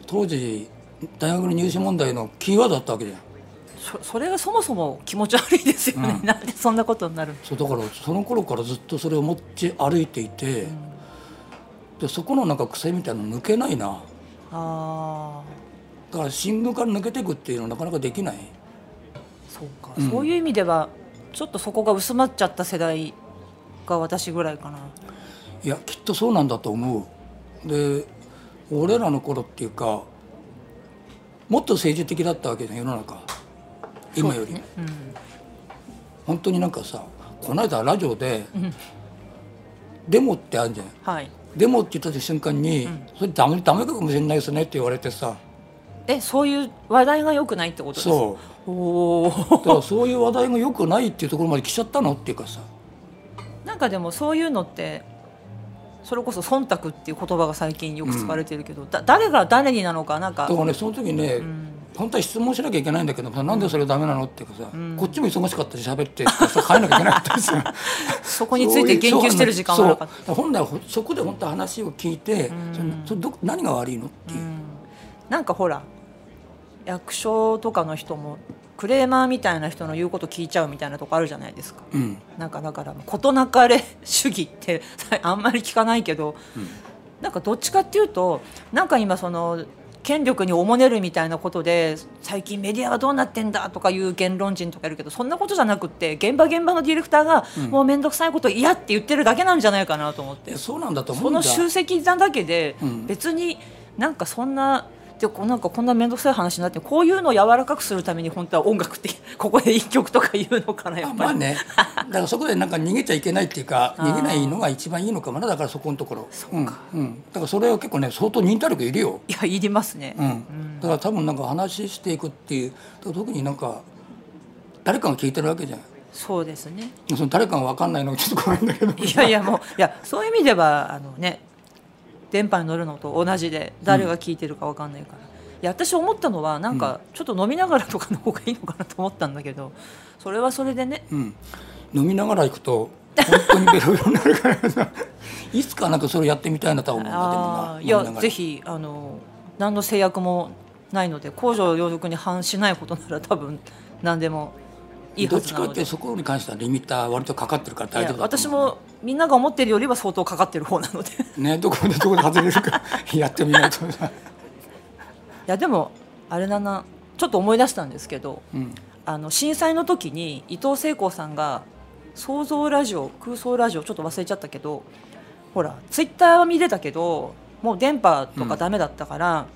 [SPEAKER 1] 当時大学の入試問題のキーワードだったわけじゃん
[SPEAKER 2] そそれがそもそも気持ち悪いですよね、
[SPEAKER 1] うん
[SPEAKER 2] なんでそんなことになるの
[SPEAKER 1] そうだからその頃からずっとそれを持ち歩いていて、でそこのなんか癖みたいなの抜けないな
[SPEAKER 2] あ
[SPEAKER 1] だから新聞から抜けていくっていうのはなかなかできない
[SPEAKER 2] あそうか、
[SPEAKER 1] うん
[SPEAKER 2] そういう意味ではちょっとそこが薄まっちゃった世代が私ぐらいかない
[SPEAKER 1] やきっとそうなんだと思うで俺らの頃っていうかもっと政治的だったわけじゃん世の中今より、本当になんかさこの間ラジオで、デモってあるじゃん
[SPEAKER 2] はい
[SPEAKER 1] デモって言った瞬間に、それダメダメかもしれないですねって言われてさ
[SPEAKER 2] えそういう話題が良くないってことですか
[SPEAKER 1] そ
[SPEAKER 2] お
[SPEAKER 1] う
[SPEAKER 2] ー
[SPEAKER 1] だ
[SPEAKER 2] <laughs>
[SPEAKER 1] からそういう話題が良くないっていうところまで来ちゃったのっていうかさ
[SPEAKER 2] なんかでもそういうのってそれこそ忖度っていう言葉が最近よく使われてるけど、だ誰が誰になのかなんか
[SPEAKER 1] だからねその時ね、本当は質問しなきゃいけないんだけどさなんでそれダメなのっていうかさ、こっちも忙しかったし喋ってさ帰らなきゃいけなかったりさ
[SPEAKER 2] そこについて言及してる時間はなかった
[SPEAKER 1] そうそう本来はほそこで本当は話を聞いて、それそれど何が悪いのっていう、
[SPEAKER 2] なんかほら役所とかの人もクレーマーみたいな人の言うこと聞いちゃうみたいなとこあるじゃないですか、
[SPEAKER 1] うん
[SPEAKER 2] なんかだから事なかれ主義って <laughs> あんまり聞かないけど、なんかどっちかっていうとなんか今その権力におもねるみたいなことで最近メディアはどうなってんだとかいう言論人とかいるけどそんなことじゃなくって現場現場のディレクターがもう面倒くさいこと嫌って言ってるだけなんじゃないかなと思って
[SPEAKER 1] いやそうなんだと思
[SPEAKER 2] こ
[SPEAKER 1] うんだ
[SPEAKER 2] の集積なだけで
[SPEAKER 1] うん
[SPEAKER 2] 別になんかそんな。でこうなんかこんな面倒くさい話になってこういうのを柔らかくするために本当は音楽ってここで一曲とか言うのかなや
[SPEAKER 1] あ
[SPEAKER 2] っ
[SPEAKER 1] ま
[SPEAKER 2] ぱ
[SPEAKER 1] あ
[SPEAKER 2] り、
[SPEAKER 1] ねだからそこでなんか逃げちゃいけないっていう
[SPEAKER 2] <laughs>
[SPEAKER 1] か逃げないのが一番いいのかもなだからそこのところうんうん、だからそれは結構ね相当忍耐力いるよ、
[SPEAKER 2] いやいりますね、
[SPEAKER 1] うん、だから多分なんか話していくっていうだから特になんか誰かが聞いてるわけじゃない
[SPEAKER 2] そうですね
[SPEAKER 1] その誰かが分かんないのがちょっと怖いんだけど
[SPEAKER 2] いやいやもういやそういう意味ではあのね電波に乗るのと同じで誰が聞いてるかわかんないから、いや私思ったのはなんかちょっと飲みながらとかの方がいいのかなと思ったんだけどそれはそれでね
[SPEAKER 1] うん、飲みながら行くと本当にベロベロになる <laughs> からさいつかなんかそれやってみたいなとは思うんだ
[SPEAKER 2] あーい
[SPEAKER 1] でもな飲みな
[SPEAKER 2] や
[SPEAKER 1] がら
[SPEAKER 2] ぜひあの何の制約もないので公序良俗に反しないことなら多分何でもいい
[SPEAKER 1] ど
[SPEAKER 2] は
[SPEAKER 1] っ
[SPEAKER 2] ず
[SPEAKER 1] ち
[SPEAKER 2] な
[SPEAKER 1] か
[SPEAKER 2] の
[SPEAKER 1] って
[SPEAKER 2] で。
[SPEAKER 1] そこに関してはリミッター割とかかってるから
[SPEAKER 2] い
[SPEAKER 1] 大
[SPEAKER 2] や
[SPEAKER 1] 丈夫だと
[SPEAKER 2] 私
[SPEAKER 1] 思う
[SPEAKER 2] もみんなが思ってるよりは相当かかってる方なのでい
[SPEAKER 1] ねどこでどこで外れるか <laughs> やってみないとさ、
[SPEAKER 2] やでもあれだなちょっと思い出したんですけど
[SPEAKER 1] うん、
[SPEAKER 2] あの震災の時に伊藤聖子さんが想像ラジオ空想ラジオちょっと忘れちゃったけどほらツイッターは見てたけどもう電波とかダメだったから、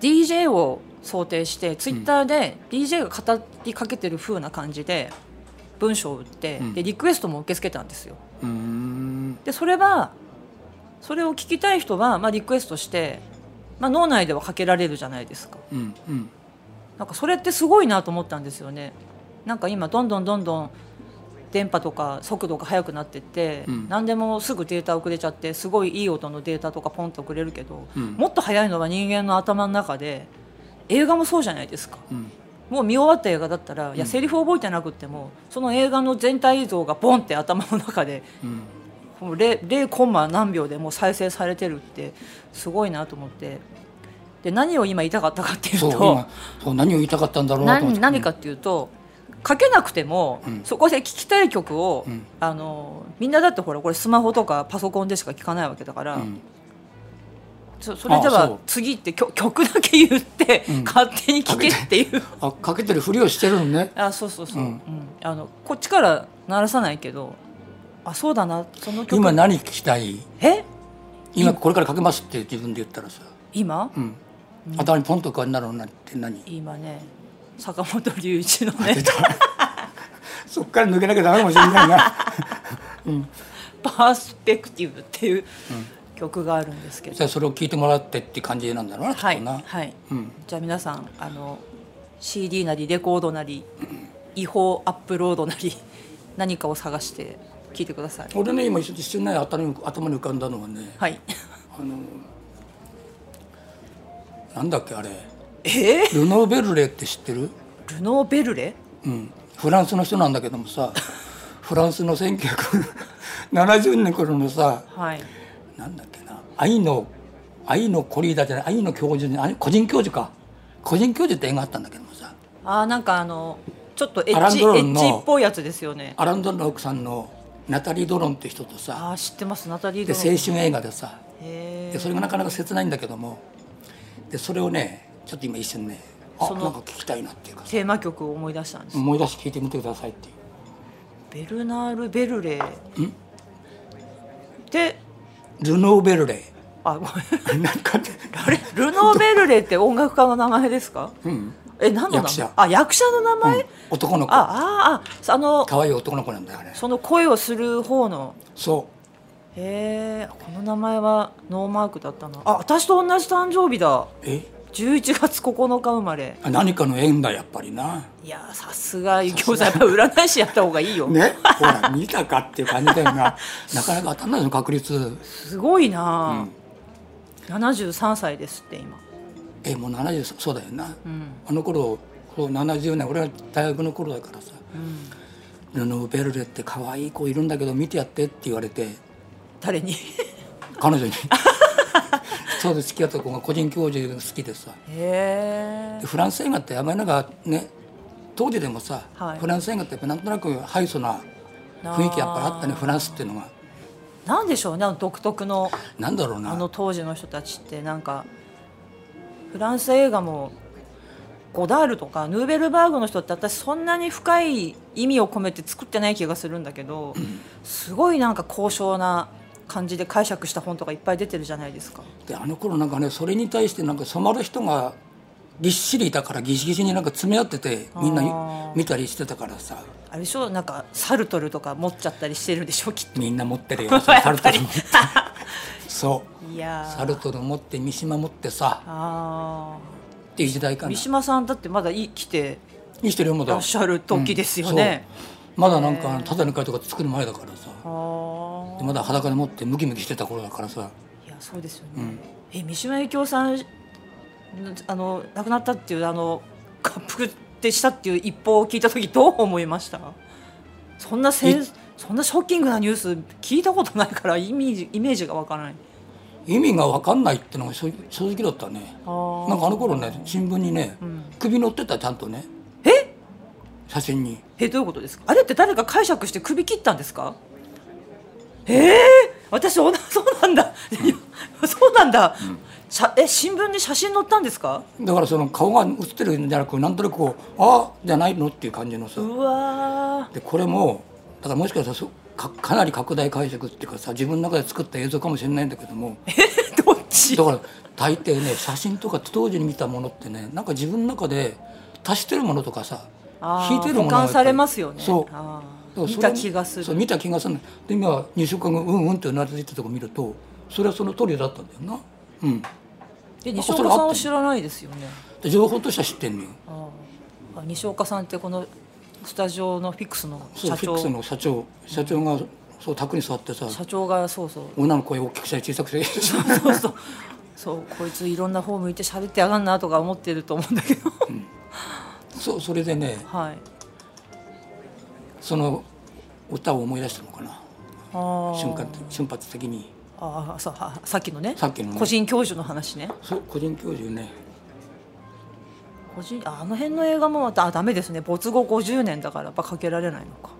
[SPEAKER 2] DJ を想定してツイッターで DJ が語りかけてる風な感じで文章を打って、
[SPEAKER 1] うん
[SPEAKER 2] でリクエストも受け付けたんですよ。
[SPEAKER 1] うーん
[SPEAKER 2] でそれはそれを聞きたい人は、まあ、リクエストして、まあ、脳内ではかけられるじゃないですか。
[SPEAKER 1] うんうん
[SPEAKER 2] なんかそれってすごいなと思ったんですよね。なんか今どんどんどんどん電波とか速度が速くなってって、
[SPEAKER 1] うん
[SPEAKER 2] 何でもすぐデータ送れちゃってすごいいい音のデータとかポンと送れるけど、
[SPEAKER 1] うん
[SPEAKER 2] もっと速いのは人間の頭の中で映画もそうじゃないですか。
[SPEAKER 1] うん
[SPEAKER 2] もう見終わった映画だったら、いやセリフ覚えてなくってもその映画の全体像がボンって頭の中で
[SPEAKER 1] うん
[SPEAKER 2] もう 0, 0コンマ何秒でもう再生されてるってすごいなと思ってで何を今言いたかったかっていう
[SPEAKER 1] そう
[SPEAKER 2] と
[SPEAKER 1] 今そう何を言いたかったんだろうなと思っ
[SPEAKER 2] 何
[SPEAKER 1] て
[SPEAKER 2] 何かっていうとかけなくても、
[SPEAKER 1] うん
[SPEAKER 2] そこで聴きたい曲を、
[SPEAKER 1] うん
[SPEAKER 2] あのみんなだってほらこれスマホとかパソコンでしか聴かないわけだから、
[SPEAKER 1] うん
[SPEAKER 2] そそれで
[SPEAKER 1] あそ
[SPEAKER 2] は
[SPEAKER 1] う
[SPEAKER 2] 次って曲曲だけ言って、
[SPEAKER 1] うん
[SPEAKER 2] 勝手に聴けっていう
[SPEAKER 1] あかけてるふりをしてるのね
[SPEAKER 2] あそうそうそう、
[SPEAKER 1] う
[SPEAKER 2] うんんあのこっちから鳴らさないけどあそうだなその曲
[SPEAKER 1] 今何聞きたい
[SPEAKER 2] え
[SPEAKER 1] 今これからかけますって自分で言ったらさ、
[SPEAKER 2] 今、
[SPEAKER 1] うん、頭にポンと浮かんだろうなって何
[SPEAKER 2] 今ね坂本龍一のね
[SPEAKER 1] そっから抜けなきゃダメかもしれないな
[SPEAKER 2] 「 <laughs> パースペクティブ」っていう曲があるんですけ
[SPEAKER 1] <laughs>
[SPEAKER 2] ど
[SPEAKER 1] じゃあそれを聞いてもらってって感じなんだろうなき
[SPEAKER 2] は
[SPEAKER 1] っと
[SPEAKER 2] い、
[SPEAKER 1] な、
[SPEAKER 2] はい
[SPEAKER 1] うん
[SPEAKER 2] じゃあ皆さんあの CD なりレコードなり違法アップロードなり <laughs> 何かを探して聞いてください。
[SPEAKER 1] 俺ね今一一瞬ね頭に頭に浮かんだのはね
[SPEAKER 2] はい、
[SPEAKER 1] <laughs> あのなんだっけあれ
[SPEAKER 2] え
[SPEAKER 1] ルノーベルレって知ってる、
[SPEAKER 2] ー、ルノーベルレ
[SPEAKER 1] うん、フランスの人なんだけども <laughs> さフランスの1970年頃のさ
[SPEAKER 2] はい
[SPEAKER 1] なんだっけな愛の愛のコリーダーじゃない愛の教授にあれ個人教授か個人教授って映画あったんだけどもさ
[SPEAKER 2] あーなんかあのちょっとエ
[SPEAKER 1] アラ
[SPEAKER 2] ッ
[SPEAKER 1] ン
[SPEAKER 2] ジエ
[SPEAKER 1] ドロン
[SPEAKER 2] ッ
[SPEAKER 1] の
[SPEAKER 2] ジっぽいやつですよね。
[SPEAKER 1] アランドロンの奥さんのナタリー・ドロンって人とさ
[SPEAKER 2] あー知ってますナタリー・
[SPEAKER 1] で
[SPEAKER 2] ド
[SPEAKER 1] 青
[SPEAKER 2] ロン。
[SPEAKER 1] 春映画でさ
[SPEAKER 2] へ
[SPEAKER 1] でそれがなかなか切ないんだけどもでそれをねちょっと今一瞬ねあ
[SPEAKER 2] その
[SPEAKER 1] なんか聞きたいなっていうか
[SPEAKER 2] ーテーマ曲を思い出したんです。
[SPEAKER 1] 思い出して聞いてみてくださいっていう
[SPEAKER 2] ベルナール・ベルレで
[SPEAKER 1] ルノーベルレ
[SPEAKER 2] あごめん
[SPEAKER 1] ー <laughs> なんかね
[SPEAKER 2] あれルノーベルレって音楽家の名前ですか
[SPEAKER 1] うん
[SPEAKER 2] え何の名前
[SPEAKER 1] 役者
[SPEAKER 2] あ役者の名前、
[SPEAKER 1] 男の子
[SPEAKER 2] ああああの
[SPEAKER 1] 可愛い男の子なんだよね
[SPEAKER 2] その声をする方の
[SPEAKER 1] そう
[SPEAKER 2] へえこの名前はノーマークだったなあ私と同じ誕生日だ
[SPEAKER 1] え
[SPEAKER 2] 11月9日生まれ
[SPEAKER 1] あ何かの縁だやっぱりない
[SPEAKER 2] やーさすがゆきおさんやっぱ占い師やった方がいいよ、
[SPEAKER 1] ねほら
[SPEAKER 2] <laughs>
[SPEAKER 1] 見たかっていう感じだよななかなか当たんないの確率
[SPEAKER 2] すごいな、あ。73歳ですって今
[SPEAKER 1] えもう70そうだよな、あの頃こう70年俺は大学の頃だからさ「ルノーベルレって可愛い子いるんだけど見てやって」って言われて
[SPEAKER 2] 誰に <laughs>
[SPEAKER 1] 彼女にそうで好きだった子が個人教授が好きでさ
[SPEAKER 2] へえ
[SPEAKER 1] でフランス映画ってあまりなんかね当時でもさ、
[SPEAKER 2] はい
[SPEAKER 1] フランス映画ってやっぱなんとなく敗訴な雰囲気やっぱりあったねフランスっていうのが
[SPEAKER 2] なんでしょうねあの独特の
[SPEAKER 1] なんだろうな
[SPEAKER 2] あの当時の人たちってなんかフランス映画もゴダールとかヌーベルバーグの人って私そんなに深い意味を込めて作ってない気がするんだけど、すごいなんか高尚な感じで解釈した本とかいっぱい出てるじゃないですか。
[SPEAKER 1] であの頃なんかねそれに対してなんか染まる人がぎっしりいたからギシギシになんか詰め合っててみん
[SPEAKER 2] あ
[SPEAKER 1] な
[SPEAKER 2] ー
[SPEAKER 1] 見たりしてたからさ
[SPEAKER 2] あれでしょなんかサルトルとか持っちゃったりしてるんでしょきっ
[SPEAKER 1] みんな持ってるよ
[SPEAKER 2] と。 <laughs> やっぱり
[SPEAKER 1] ル持って。そう
[SPEAKER 2] いやー
[SPEAKER 1] サルトル持って三島持ってさ
[SPEAKER 2] あ
[SPEAKER 1] っていう時代
[SPEAKER 2] ー
[SPEAKER 1] かな
[SPEAKER 2] 三島さんだってまだ生きて
[SPEAKER 1] 見してるよま
[SPEAKER 2] ら
[SPEAKER 1] だ
[SPEAKER 2] っしゃる時ですよね。
[SPEAKER 1] そうまだなんかただの会とか作る前だからさ
[SPEAKER 2] あ
[SPEAKER 1] で
[SPEAKER 2] ー
[SPEAKER 1] まだ裸で持ってムキムキしてた頃だからさ
[SPEAKER 2] いやそうですよね、
[SPEAKER 1] うん
[SPEAKER 2] え三島由紀夫さんあの亡くなったっていうあの滑覆でしたっていう一報を聞いた時どう思いましたそんなせん
[SPEAKER 1] い
[SPEAKER 2] そんなショッキングなニュース聞いたことないからイメージイメージがわからない
[SPEAKER 1] 意味が分かんないってのが正正直だったね
[SPEAKER 2] あー
[SPEAKER 1] なんかあの頃ね新聞にね、首載ってたちゃんとね
[SPEAKER 2] え
[SPEAKER 1] 写真に
[SPEAKER 2] えどういうことですかあれって誰か解釈して首切ったんですかえー、私おな <laughs> そうなんだ、いや <laughs> そうなんだ、さえ新聞に写真載ったんですか
[SPEAKER 1] だからその顔が映ってるんじゃなくなんとなくこう「ああ」じゃないのっていう感じのさ
[SPEAKER 2] うわー
[SPEAKER 1] でこれもだからもしかしたらそかかなり拡大解釈っていうかさ自分の中で作った映像かもしれないんだけども
[SPEAKER 2] え <laughs> どっち
[SPEAKER 1] <laughs> だから大抵ね写真とか当時に見たものってねなんか自分の中で足してるものとかさ
[SPEAKER 2] あー
[SPEAKER 1] 引いてるもの
[SPEAKER 2] 保
[SPEAKER 1] がやっぱり
[SPEAKER 2] 管されますよね
[SPEAKER 1] そう
[SPEAKER 2] あ
[SPEAKER 1] だか
[SPEAKER 2] ー
[SPEAKER 1] ら
[SPEAKER 2] 見
[SPEAKER 1] それ
[SPEAKER 2] た気がす
[SPEAKER 1] そ
[SPEAKER 2] る
[SPEAKER 1] う見た気がするので今2週間後うんうんってうなずいてたとこ見るとそれはその通りだったんだよなうん
[SPEAKER 2] で
[SPEAKER 1] あ
[SPEAKER 2] 西
[SPEAKER 1] それ
[SPEAKER 2] 岡
[SPEAKER 1] あった
[SPEAKER 2] さん
[SPEAKER 1] の
[SPEAKER 2] を知らないですよね
[SPEAKER 1] で情報としては知ってんのよ
[SPEAKER 2] あーあ西岡さんってこのスタジオのフィックスの
[SPEAKER 1] そう
[SPEAKER 2] 社
[SPEAKER 1] フィックス
[SPEAKER 2] 長
[SPEAKER 1] の社長社長がそう卓に座ってさ
[SPEAKER 2] 社長がそうそう
[SPEAKER 1] 女の声大きくしたり小さくしたり
[SPEAKER 2] そうそうそうこいついろんな方向いて喋ってやがんなとか思ってると思うんだけ
[SPEAKER 1] <laughs>
[SPEAKER 2] ど
[SPEAKER 1] そうそれでね
[SPEAKER 2] はい
[SPEAKER 1] その歌を思い出したのかな
[SPEAKER 2] あー
[SPEAKER 1] 瞬間瞬発的に
[SPEAKER 2] あーそうはさっきのね
[SPEAKER 1] さっきのね
[SPEAKER 2] 個人教授の話ね
[SPEAKER 1] そう個人教授ね
[SPEAKER 2] 個人ああの辺の映画もまたあダメですね没後50年だからやっぱかけられないのか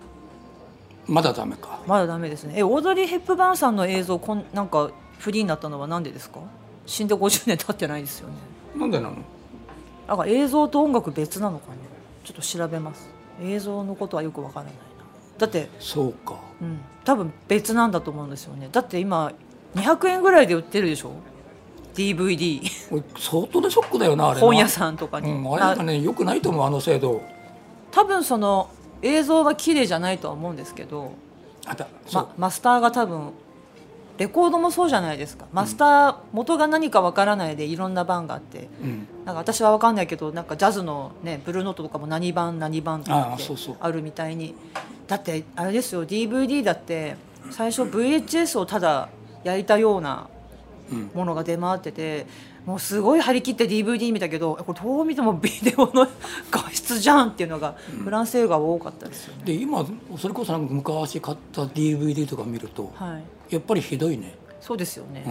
[SPEAKER 1] まだダメか
[SPEAKER 2] まだダメですね。え、オードリー・ヘップバーンさんの映像、こん、なんかフリーになったのはなんでですか。死んで50年経ってないですよね。
[SPEAKER 1] なんでなの
[SPEAKER 2] なんか映像と音楽別なのかな。ちょっと調べます。映像のことはよくわからないな。だって、
[SPEAKER 1] そうか
[SPEAKER 2] うん、多分別なんだと思うんですよね。だって今、200円ぐらいで売ってるでしょ DVD
[SPEAKER 1] 俺相当でショックだよなあれな
[SPEAKER 2] 本屋さんとか
[SPEAKER 1] う
[SPEAKER 2] に、
[SPEAKER 1] ん、あれなんか
[SPEAKER 2] あ
[SPEAKER 1] ねよくないと思うあの制度
[SPEAKER 2] 多分その映像は綺麗じゃないとは思うんですけど
[SPEAKER 1] あたそう、
[SPEAKER 2] ま、マスターが多分レコードもそうじゃないですかマスター元が何かわからないでいろんな版があって
[SPEAKER 1] うん、
[SPEAKER 2] なんか私はわかんないけどなんかジャズの、ね、ブルーノートとかも何版何版とか
[SPEAKER 1] あ
[SPEAKER 2] っ
[SPEAKER 1] あ
[SPEAKER 2] て
[SPEAKER 1] そうそう
[SPEAKER 2] あるみたいにだってあれですよ DVD だって最初 VHS をただ焼いたような
[SPEAKER 1] うん
[SPEAKER 2] ものが出回っててもうすごい張り切って DVD 見たけどこれどう見てもビデオの <laughs> 画質じゃんっていうのがフランス映画は多かったですよね。
[SPEAKER 1] で今それこそなんか昔買った DVD とか見ると
[SPEAKER 2] はい、
[SPEAKER 1] やっぱりひどいね、
[SPEAKER 2] そうですよね、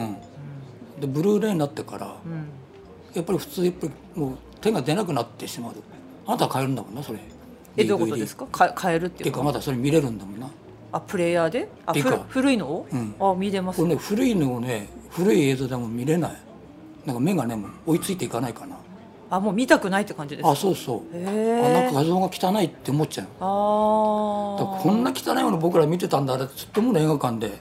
[SPEAKER 1] うん、でブルーレイになってから
[SPEAKER 2] うん
[SPEAKER 1] やっぱり普通やっぱりもう手が出なくなってしまうあなたは買えるんだもんなそれ
[SPEAKER 2] えどういうことです
[SPEAKER 1] か
[SPEAKER 2] かか変えるっ
[SPEAKER 1] ってて
[SPEAKER 2] い
[SPEAKER 1] いうう
[SPEAKER 2] か
[SPEAKER 1] かまだそれ見れるんだもんな
[SPEAKER 2] あプレイヤーであ
[SPEAKER 1] っていう
[SPEAKER 2] ふ
[SPEAKER 1] か
[SPEAKER 2] 古いのを、
[SPEAKER 1] うん
[SPEAKER 2] あ見れます
[SPEAKER 1] これね古いのをね古い映像でも見れないなんか目がねもう追いついていかないかな
[SPEAKER 2] あもう見たくないって感じですか
[SPEAKER 1] あそうそう、
[SPEAKER 2] へ
[SPEAKER 1] あなん
[SPEAKER 2] え
[SPEAKER 1] か画像が汚いって思っちゃう
[SPEAKER 2] あ
[SPEAKER 1] だから
[SPEAKER 2] ー
[SPEAKER 1] こんな汚いもの僕ら見てたんだあれずっともの映画館で、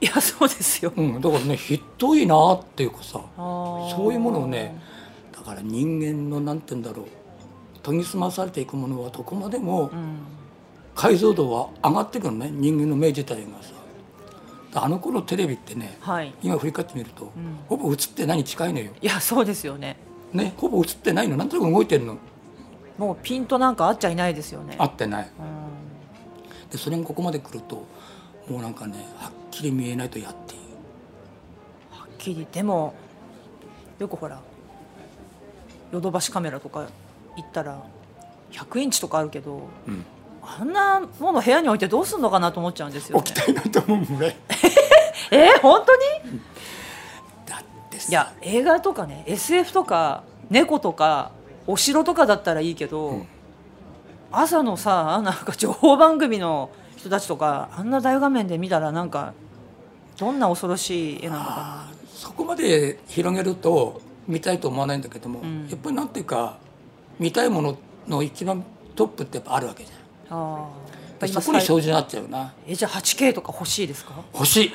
[SPEAKER 2] いやそうですよ
[SPEAKER 1] うん、だからねひっどいなっていうかさ
[SPEAKER 2] そ
[SPEAKER 1] <laughs> そういうものをねだから人間のなんて言うんだろう研ぎ澄まされていくものはどこまでも
[SPEAKER 2] うん
[SPEAKER 1] 解像度は上がってくるね人間の目自体がさだからあの頃テレビってね
[SPEAKER 2] はい
[SPEAKER 1] 今振り返ってみると、
[SPEAKER 2] ん
[SPEAKER 1] ほぼ映ってないに近いのよ
[SPEAKER 2] いやそうですよね
[SPEAKER 1] ねほぼ映ってないのなんとなく動いてるの
[SPEAKER 2] もうピンとなんか合っちゃいないですよね
[SPEAKER 1] 合ってない
[SPEAKER 2] うん
[SPEAKER 1] でそれがここまで来るともうなんかねはっきり見えないとやっていう
[SPEAKER 2] はっきりでもよくほらヨドバシカメラとか行ったら100インチとかあるけど
[SPEAKER 1] うん
[SPEAKER 2] あんなもの部屋に置いてどうすんのかなと思っちゃうんですよ、ね
[SPEAKER 1] 置き、たいなと思う俺
[SPEAKER 2] <laughs> えー本当に
[SPEAKER 1] だってさ
[SPEAKER 2] いや映画とかね SF とか猫とかお城とかだったらいいけど、
[SPEAKER 1] うん
[SPEAKER 2] 朝のさなんか情報番組の人たちとかあんな大画面で見たらなんかどんな恐ろしい絵なのか
[SPEAKER 1] あーそこまで広げると見たいと思わないんだけども、
[SPEAKER 2] うん
[SPEAKER 1] やっぱりなんていうか見たいものの一番トップってやっぱあるわけじゃ
[SPEAKER 2] なあ
[SPEAKER 1] ん
[SPEAKER 2] ー
[SPEAKER 1] そ
[SPEAKER 2] 今
[SPEAKER 1] こに
[SPEAKER 2] さい
[SPEAKER 1] 照準あっちゃうな
[SPEAKER 2] えじゃあ 8K とか欲しいですか
[SPEAKER 1] 欲しい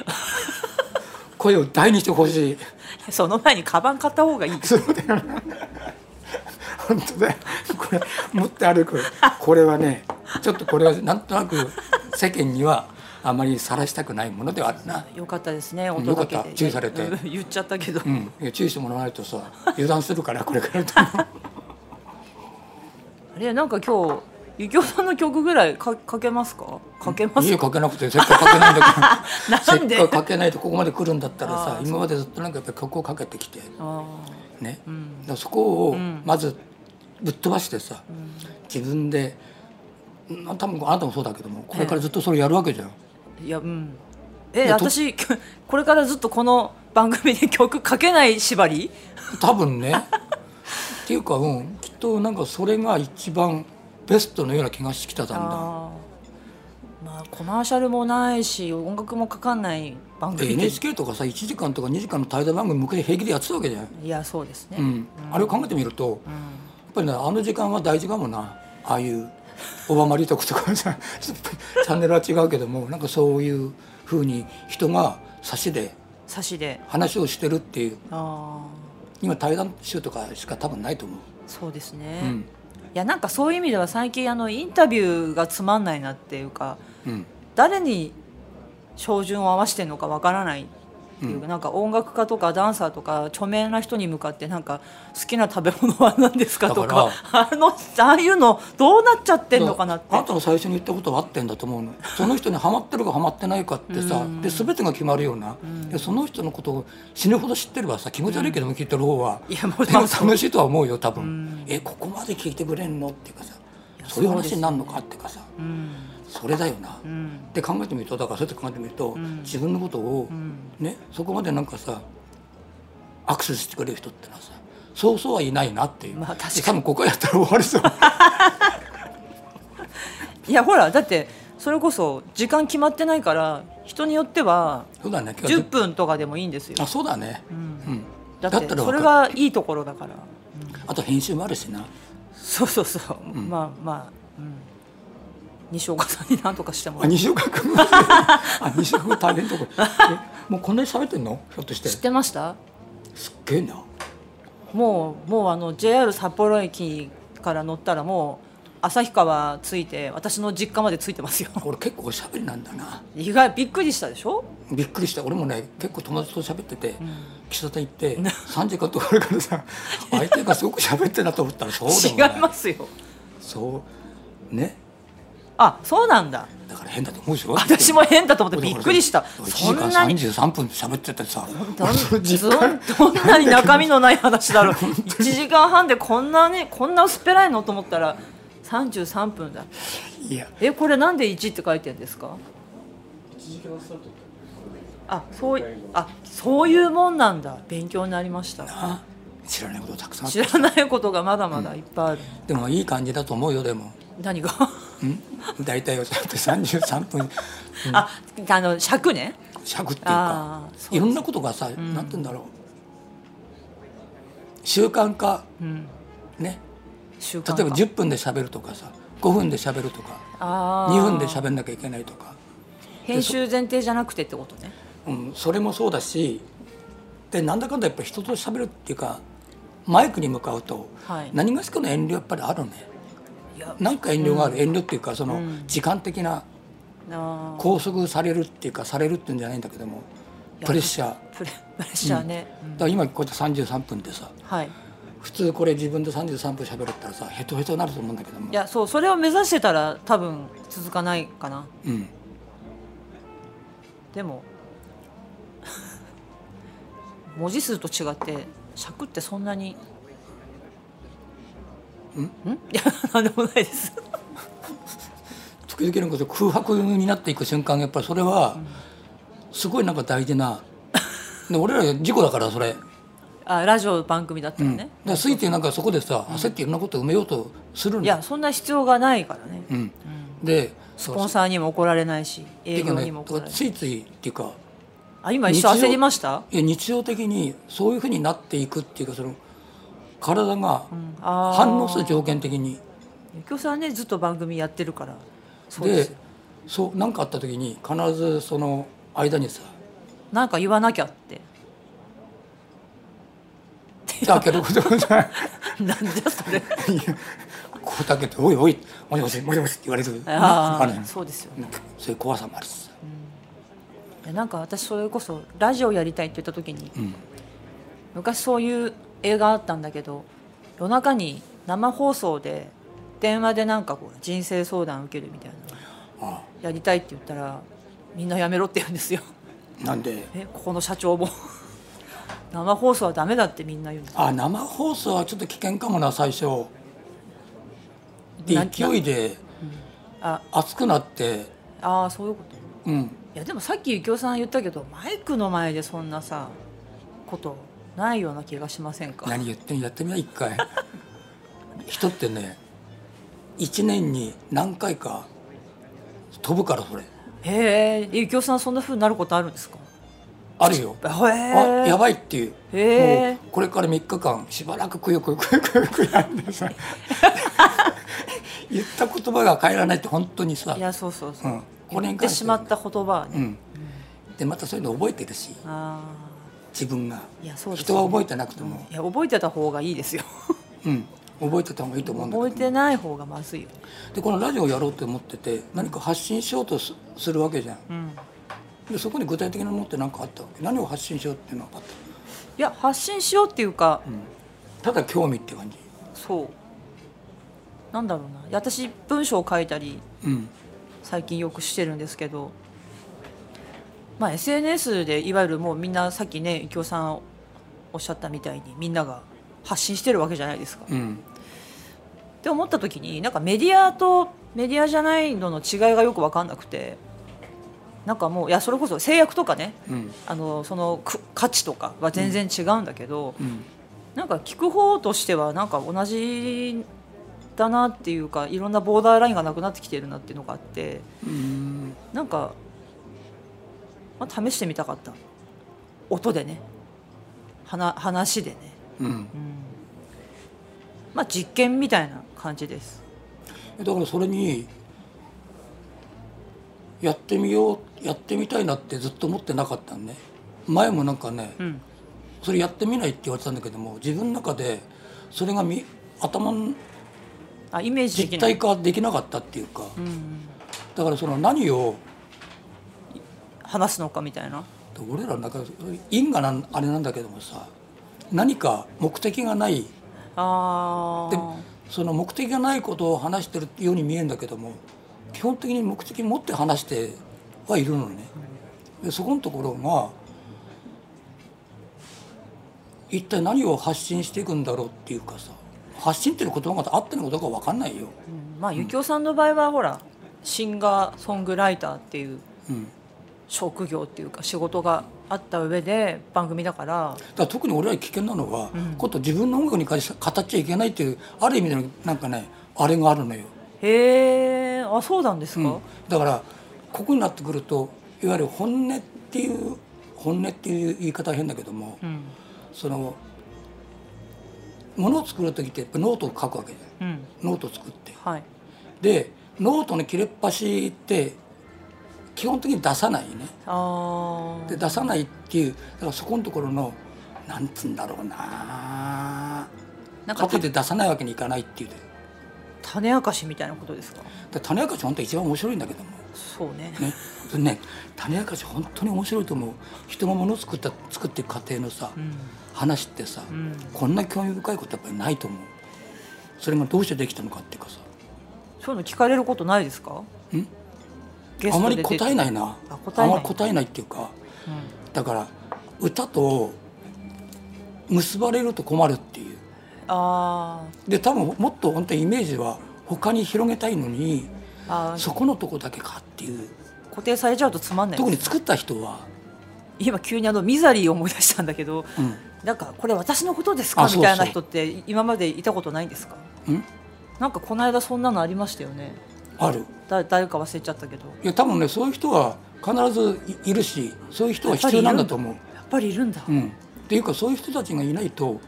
[SPEAKER 1] 声を大にして欲しい
[SPEAKER 2] <laughs> その前にカバン買った方がいいです
[SPEAKER 1] そうだよな本当だよこれ持って歩くこれはねちょっとこれはなんとなく世間にはあまり晒したくないものではあるな
[SPEAKER 2] よかったですね
[SPEAKER 1] ん
[SPEAKER 2] 音だけ
[SPEAKER 1] よか
[SPEAKER 2] で
[SPEAKER 1] った注意されて
[SPEAKER 2] うん言っちゃったけど、
[SPEAKER 1] うんいや注意してもらわないとさ油断するからこれからと思う
[SPEAKER 2] あれなんか今日ゆきおさんの曲ぐらいかかけますかかけます
[SPEAKER 1] 家かけなくてせっかくかけないんだから
[SPEAKER 2] <laughs> な
[SPEAKER 1] せ
[SPEAKER 2] んで
[SPEAKER 1] っかくかけないとここまで来るんだったらさ
[SPEAKER 2] あー
[SPEAKER 1] 今までずっとなんかやっぱり曲をかけてきて
[SPEAKER 2] あ
[SPEAKER 1] ね、
[SPEAKER 2] ー、うん
[SPEAKER 1] だからそこを
[SPEAKER 2] ん
[SPEAKER 1] まずぶっ飛ばしてさ、
[SPEAKER 2] うん
[SPEAKER 1] 自分でうん多分あなたもそうだけどもこれからずっとそれやるわけじゃん、
[SPEAKER 2] いやうんえ
[SPEAKER 1] いやと
[SPEAKER 2] 私きょこれからずっとこの番組で曲かけない縛り
[SPEAKER 1] 多分ね <laughs> っていうかうんきっとなんかそれが一番ベストのような気がしてきただんだん
[SPEAKER 2] あーまあコマーシャルもないし音楽もかかんない番
[SPEAKER 1] で
[SPEAKER 2] 組で
[SPEAKER 1] NHK とかさ1時間とか2時間の対談番組向けて平気でやってたわけじゃん、
[SPEAKER 2] いやそうですね、
[SPEAKER 1] うんあれを考えてみるとや
[SPEAKER 2] うん
[SPEAKER 1] っぱりねあの時間は大事かもなああいうオバマリトクとかさ <laughs> ちょっとチャンネルは違うけどもなんかそういうふうに人が差しで
[SPEAKER 2] 差しで
[SPEAKER 1] 話をしてるっていう
[SPEAKER 2] あ
[SPEAKER 1] 今対談集とかしか多分ないと思う、
[SPEAKER 2] あそうですね、
[SPEAKER 1] う
[SPEAKER 2] い
[SPEAKER 1] ん
[SPEAKER 2] やなんかそういう意味では最近あのインタビューがつまんないなっていうか
[SPEAKER 1] うん、
[SPEAKER 2] 誰に照準を合わせてるのかわからないっていうか、なんか音楽家とかダンサーとか著名な人に向かってなんか好きな食べ物は何ですかとか
[SPEAKER 1] だ
[SPEAKER 2] あのああいうのどうなっちゃってんのかなっ
[SPEAKER 1] あな
[SPEAKER 2] て
[SPEAKER 1] たの最初に言ったことは合ってんだと思うのその人にはまってるかはまってないかってさで全てが決まるようなでその人のことを死ぬほど知ってればさ気持ち悪いけども聞いてる方は、
[SPEAKER 2] いやもう
[SPEAKER 1] でも
[SPEAKER 2] まあそう
[SPEAKER 1] 楽しいとは思うよ多分、えここまで聞いてくれんのっていうかさ
[SPEAKER 2] や
[SPEAKER 1] そういう
[SPEAKER 2] そうで
[SPEAKER 1] 話
[SPEAKER 2] す
[SPEAKER 1] になるのかっていうかさ
[SPEAKER 2] うん
[SPEAKER 1] それだよな、
[SPEAKER 2] う
[SPEAKER 1] っ
[SPEAKER 2] ん
[SPEAKER 1] て考えてみるとだからそうやって考えてみると、
[SPEAKER 2] ん
[SPEAKER 1] 自分のことを、
[SPEAKER 2] うん
[SPEAKER 1] ね、そこまでなんかさアクセスしてくれる人ってのはさそうそうはいないなっていう、
[SPEAKER 2] まあ確かに
[SPEAKER 1] 多分ここやったら終わり
[SPEAKER 2] <laughs>
[SPEAKER 1] そう
[SPEAKER 2] いやほらだってそれこそ時間決まってないから人によっては
[SPEAKER 1] そうだね今日は
[SPEAKER 2] 10分とかでもいいんですよ
[SPEAKER 1] あそうだね、うん
[SPEAKER 2] だ
[SPEAKER 1] だっ
[SPEAKER 2] っ
[SPEAKER 1] てたら
[SPEAKER 2] そ
[SPEAKER 1] 分
[SPEAKER 2] れ
[SPEAKER 1] かる
[SPEAKER 2] がいいところだから
[SPEAKER 1] あと編集もあるしな
[SPEAKER 2] そうそうそう、まあまあ、うん、西岡さんに何とかしても
[SPEAKER 1] あ
[SPEAKER 2] らう
[SPEAKER 1] 西岡君
[SPEAKER 2] <laughs>
[SPEAKER 1] あ西岡君大変とこえもうこんなに喋ってんのひょっとして
[SPEAKER 2] 知っ
[SPEAKER 1] す
[SPEAKER 2] てました
[SPEAKER 1] っげえな
[SPEAKER 2] もうもうあの JR 札幌駅から乗ったらもう旭川ついて私の実家までついてますよ <laughs>
[SPEAKER 1] 俺結構おしゃべりなんだな
[SPEAKER 2] 意外びっくりしたでしょ
[SPEAKER 1] びっくりした俺もね結構友達と喋ってて、喫茶店行って3時間とかあるから
[SPEAKER 2] <laughs>
[SPEAKER 1] さ相手がすごく喋ってるなと思ったらそうでもない
[SPEAKER 2] 違いますよ
[SPEAKER 1] そうね
[SPEAKER 2] あそうなんだ
[SPEAKER 1] だから変だと思うでしょ
[SPEAKER 2] 私も変だと思ってびっくりした
[SPEAKER 1] 1
[SPEAKER 2] そ
[SPEAKER 1] 時
[SPEAKER 2] ん
[SPEAKER 1] 間
[SPEAKER 2] なに
[SPEAKER 1] 33分喋っててさ
[SPEAKER 2] どん
[SPEAKER 1] 俺それ実感
[SPEAKER 2] どんどんなに中身のない話
[SPEAKER 1] <laughs>
[SPEAKER 2] だろう1時間半でこんなにこんな薄っぺらいのと思ったら33分だ
[SPEAKER 1] いや
[SPEAKER 2] えこれなんで1って書いてるんですかあそういあそういうもんなんだ勉強になりました
[SPEAKER 1] あ知らないことたくさんあっ
[SPEAKER 2] 知
[SPEAKER 1] た
[SPEAKER 2] らないことがまだまだいっぱいある、
[SPEAKER 1] でもいい感じだと思うよでも
[SPEAKER 2] 何が
[SPEAKER 1] うん大体はそうやって33分
[SPEAKER 2] ああの尺ね
[SPEAKER 1] 尺っていう
[SPEAKER 2] あ
[SPEAKER 1] か
[SPEAKER 2] ーそう
[SPEAKER 1] いろんなことがさ、なんて言うんだろう習慣化、ね
[SPEAKER 2] 習慣
[SPEAKER 1] 例
[SPEAKER 2] 化
[SPEAKER 1] えば10分で喋るとかさ5分で喋るとか
[SPEAKER 2] あー
[SPEAKER 1] 2分で喋んなきゃいけないとか、
[SPEAKER 2] 編集前提じゃなくてってことね
[SPEAKER 1] うん、それもそうだしでなんだかんだやっぱ人と喋るっていうかマイクに向かうと、
[SPEAKER 2] はい
[SPEAKER 1] 何がしかの遠慮やっぱりあるね
[SPEAKER 2] いや
[SPEAKER 1] なんか遠慮がある、遠慮っていうかその時間的な
[SPEAKER 2] あー
[SPEAKER 1] 拘束されるっていうかされるっていうんじゃないんだけども
[SPEAKER 2] いや
[SPEAKER 1] プレッシャー
[SPEAKER 2] プレプレッシャーね、
[SPEAKER 1] だから今こうやって33分でさ
[SPEAKER 2] はい
[SPEAKER 1] 普普通これ自分で33分喋るったらさヘトヘトになると思うんだけども
[SPEAKER 2] いやそうそれを目指してたら多分続かないかな
[SPEAKER 1] うん
[SPEAKER 2] でも文字数と違って尺ってそんなに
[SPEAKER 1] ん
[SPEAKER 2] いやなん <laughs> でもないです
[SPEAKER 1] 時々のこと空白になっていく瞬間やっぱりそれはすごいなんか大事なで俺ら事故だからそれ、
[SPEAKER 2] あラジオ番組だった
[SPEAKER 1] う
[SPEAKER 2] ら
[SPEAKER 1] ん、だ
[SPEAKER 2] ね
[SPEAKER 1] か、らついてなんかそこでさ焦っていろんなこと埋めようとするん
[SPEAKER 2] い
[SPEAKER 1] だ
[SPEAKER 2] やそんな必要がないからね、
[SPEAKER 1] うん、で
[SPEAKER 2] スポンサーにも怒られないし営業にも
[SPEAKER 1] ってい
[SPEAKER 2] 怒
[SPEAKER 1] うかね
[SPEAKER 2] られない、
[SPEAKER 1] ついついっていうか
[SPEAKER 2] あ今一瞬
[SPEAKER 1] 日常
[SPEAKER 2] 焦りました、
[SPEAKER 1] いや日常的にそういうふうになっていくっていうかその体が
[SPEAKER 2] うん、あー
[SPEAKER 1] 反応する条件的に、
[SPEAKER 2] ゆきおさんねずっと番組やってるからそうで
[SPEAKER 1] ですそう何かあった時に必ずその間にさ
[SPEAKER 2] なんか言わなき
[SPEAKER 1] <laughs>
[SPEAKER 2] ゃって
[SPEAKER 1] 「だけ
[SPEAKER 2] <laughs>
[SPEAKER 1] ど」ことじゃない
[SPEAKER 2] なんじゃそれ
[SPEAKER 1] こうだけど「おいおいもしもしもしもし」って言われる
[SPEAKER 2] あ
[SPEAKER 1] る
[SPEAKER 2] あそうですよね
[SPEAKER 1] なんかそういう怖さもあるしさ、
[SPEAKER 2] いやなんか私それこそラジオやりたいって言った時に
[SPEAKER 1] うん
[SPEAKER 2] 昔そういう映画あったんだけど夜中に生放送で電話でなんかこう人生相談受けるみたいな
[SPEAKER 1] あ
[SPEAKER 2] やりたいって言ったらみんなやめろって言うんですよ <laughs>
[SPEAKER 1] あなんで
[SPEAKER 2] えここの社長も <laughs> 生放送はダメだってみんな言うんです
[SPEAKER 1] あ生放送はちょっと危険かもな最初で
[SPEAKER 2] な
[SPEAKER 1] 勢いで
[SPEAKER 2] あ
[SPEAKER 1] 熱くなって
[SPEAKER 2] あーそういうこと
[SPEAKER 1] うん
[SPEAKER 2] いやでもさっきゆきおさん言ったけどマイクの前でそんなさことないような気がしませんか
[SPEAKER 1] 何言ってんやってみな一回 <laughs> 人ってね一年に何回か飛ぶからそれ
[SPEAKER 2] へえゆきおさんそんなふうになることあるんですか
[SPEAKER 1] あるよ
[SPEAKER 2] へ
[SPEAKER 1] あ
[SPEAKER 2] え
[SPEAKER 1] やばいっていう
[SPEAKER 2] へ
[SPEAKER 1] もう
[SPEAKER 2] ー
[SPEAKER 1] これから3日間しばらくくよくよくよくよくよやんでさ <laughs> 言った言葉が変えられないって本当にさ
[SPEAKER 2] い、やそうそうそうう、
[SPEAKER 1] ん、これに
[SPEAKER 2] 言って
[SPEAKER 1] 関し
[SPEAKER 2] してま
[SPEAKER 1] は
[SPEAKER 2] っ
[SPEAKER 1] ね
[SPEAKER 2] た言葉はね、
[SPEAKER 1] うん、でまたそういうの覚えてるし
[SPEAKER 2] あ
[SPEAKER 1] 自分が
[SPEAKER 2] あいやそうです、ね、
[SPEAKER 1] 人は覚えてなくても、
[SPEAKER 2] いや覚えてた方がいいですよ
[SPEAKER 1] うん、覚えてた方がいいと思うんだけど
[SPEAKER 2] 覚えてない方がまずいよね、
[SPEAKER 1] でこのラジオをやろうと思ってて何か発信しようとすするわけじゃん
[SPEAKER 2] うん、
[SPEAKER 1] でそこに具体的なものって何かあったわけ何を発信しようっていうのはあっ
[SPEAKER 2] いや発信しようっていうか、
[SPEAKER 1] たただ興味って感じ
[SPEAKER 2] そうなんだろうないや私文章を書いたり
[SPEAKER 1] うん
[SPEAKER 2] 最近よくしてるんですけど、まあ、SNS でいわゆるもうみんなさっきね幸男さんおっしゃったみたいにみんなが発信してるわけじゃないですか。
[SPEAKER 1] うん
[SPEAKER 2] って思った時になんかメディアとメディアじゃないのの違いがよく分かんなくてなんかもういやそれこそ制約とかね
[SPEAKER 1] うん
[SPEAKER 2] あのそのく価値とかは全然違うんだけど、
[SPEAKER 1] うん
[SPEAKER 2] なんか聞く方としてはなんか同じだなっていうかいろんなボーダーラインがなくなってきてるなっていうのがあって
[SPEAKER 1] うん
[SPEAKER 2] なんか、まあ、試してみたかった音でねはな話でね、
[SPEAKER 1] うん
[SPEAKER 2] うん、まあ実験みたいな感じです。
[SPEAKER 1] だからそれにやってみようやってみたいなってずっと思ってなかったんね前もなんかね、
[SPEAKER 2] うん
[SPEAKER 1] それやってみないって言われてたんだけども自分の中でそれがみ頭の
[SPEAKER 2] あイメージでき
[SPEAKER 1] 実
[SPEAKER 2] ない
[SPEAKER 1] 体化できなかったっていうか
[SPEAKER 2] うんうん、
[SPEAKER 1] だからその何を
[SPEAKER 2] 話すのかみたいな
[SPEAKER 1] 俺らの中で因果なんあれなんだけどもさ何か目的がない
[SPEAKER 2] あ
[SPEAKER 1] で
[SPEAKER 2] ー
[SPEAKER 1] その目的がないことを話してるように見えるんだけども基本的に目的持って話してはいるのね。でそこのところが一体何を発信していくんだろうっていうかさ発信っていう言葉があってのことか分かんないよ。
[SPEAKER 2] うんまあゆきおさんの場合はほらシンガーソングライターっていう
[SPEAKER 1] うん
[SPEAKER 2] 職業っていうか仕事があった上で番組だから
[SPEAKER 1] だから特に俺らに危険なのは、こと自分の音楽に関して語っちゃいけないっていうある意味でのなんかねあれがあるのよ、
[SPEAKER 2] へえあそうなんです
[SPEAKER 1] う
[SPEAKER 2] か、
[SPEAKER 1] ん、だからここになってくるといわゆる本音っていう本音っていう言い方は変だけども、
[SPEAKER 2] うん
[SPEAKER 1] そのものを作る時ってやっぱノートを書くわけじゃ
[SPEAKER 2] うん
[SPEAKER 1] んノートを作って
[SPEAKER 2] はい
[SPEAKER 1] でノートの切れっ端って基本的に出さないね
[SPEAKER 2] あ
[SPEAKER 1] で出さないっていうだからそこのところのなんつうんだろうな
[SPEAKER 2] あん
[SPEAKER 1] 過
[SPEAKER 2] か
[SPEAKER 1] 去で出さないわけにいかないっていうで
[SPEAKER 2] 種明かしみたいなことですか
[SPEAKER 1] で種明かし本当一番面白いんだけども
[SPEAKER 2] そうね
[SPEAKER 1] ねそれね種明かし本当に面白いと思う人がものを作った作っていく過程のさ、
[SPEAKER 2] うん
[SPEAKER 1] 話ってさ、
[SPEAKER 2] ん
[SPEAKER 1] こんな興味深いことやっぱりないと思うそれがどうしてできたのかっていうかさ
[SPEAKER 2] そういうの聞かれることないですか
[SPEAKER 1] ん
[SPEAKER 2] ゲ
[SPEAKER 1] あ
[SPEAKER 2] ス
[SPEAKER 1] ま
[SPEAKER 2] ト
[SPEAKER 1] り
[SPEAKER 2] で出て
[SPEAKER 1] 答えないな
[SPEAKER 2] あ答えない
[SPEAKER 1] あまり答えないっていうか
[SPEAKER 2] うん
[SPEAKER 1] だから歌と結ばれると困るっていう
[SPEAKER 2] あ
[SPEAKER 1] で多分もっと本当にイメージは他に広げたいのに
[SPEAKER 2] ーあー
[SPEAKER 1] そこのとこだけかっていう
[SPEAKER 2] 固定されちゃうとつまんない
[SPEAKER 1] 特に作った人は、
[SPEAKER 2] 今急にあのミザリーを思い出したんだけど
[SPEAKER 1] うん
[SPEAKER 2] なんかこれ私のことですか
[SPEAKER 1] あそうそう
[SPEAKER 2] みたいな人って今までいたことないんですか
[SPEAKER 1] うん、
[SPEAKER 2] なんかこの間そんなのありましたよね
[SPEAKER 1] ある
[SPEAKER 2] だ誰か忘れちゃったけど
[SPEAKER 1] いや多分ねそういう人は必ずいいるしそういう人は必要なんだと思う。
[SPEAKER 2] やっぱりいるんだ、
[SPEAKER 1] うん、っていうかそういう人たちがいないと、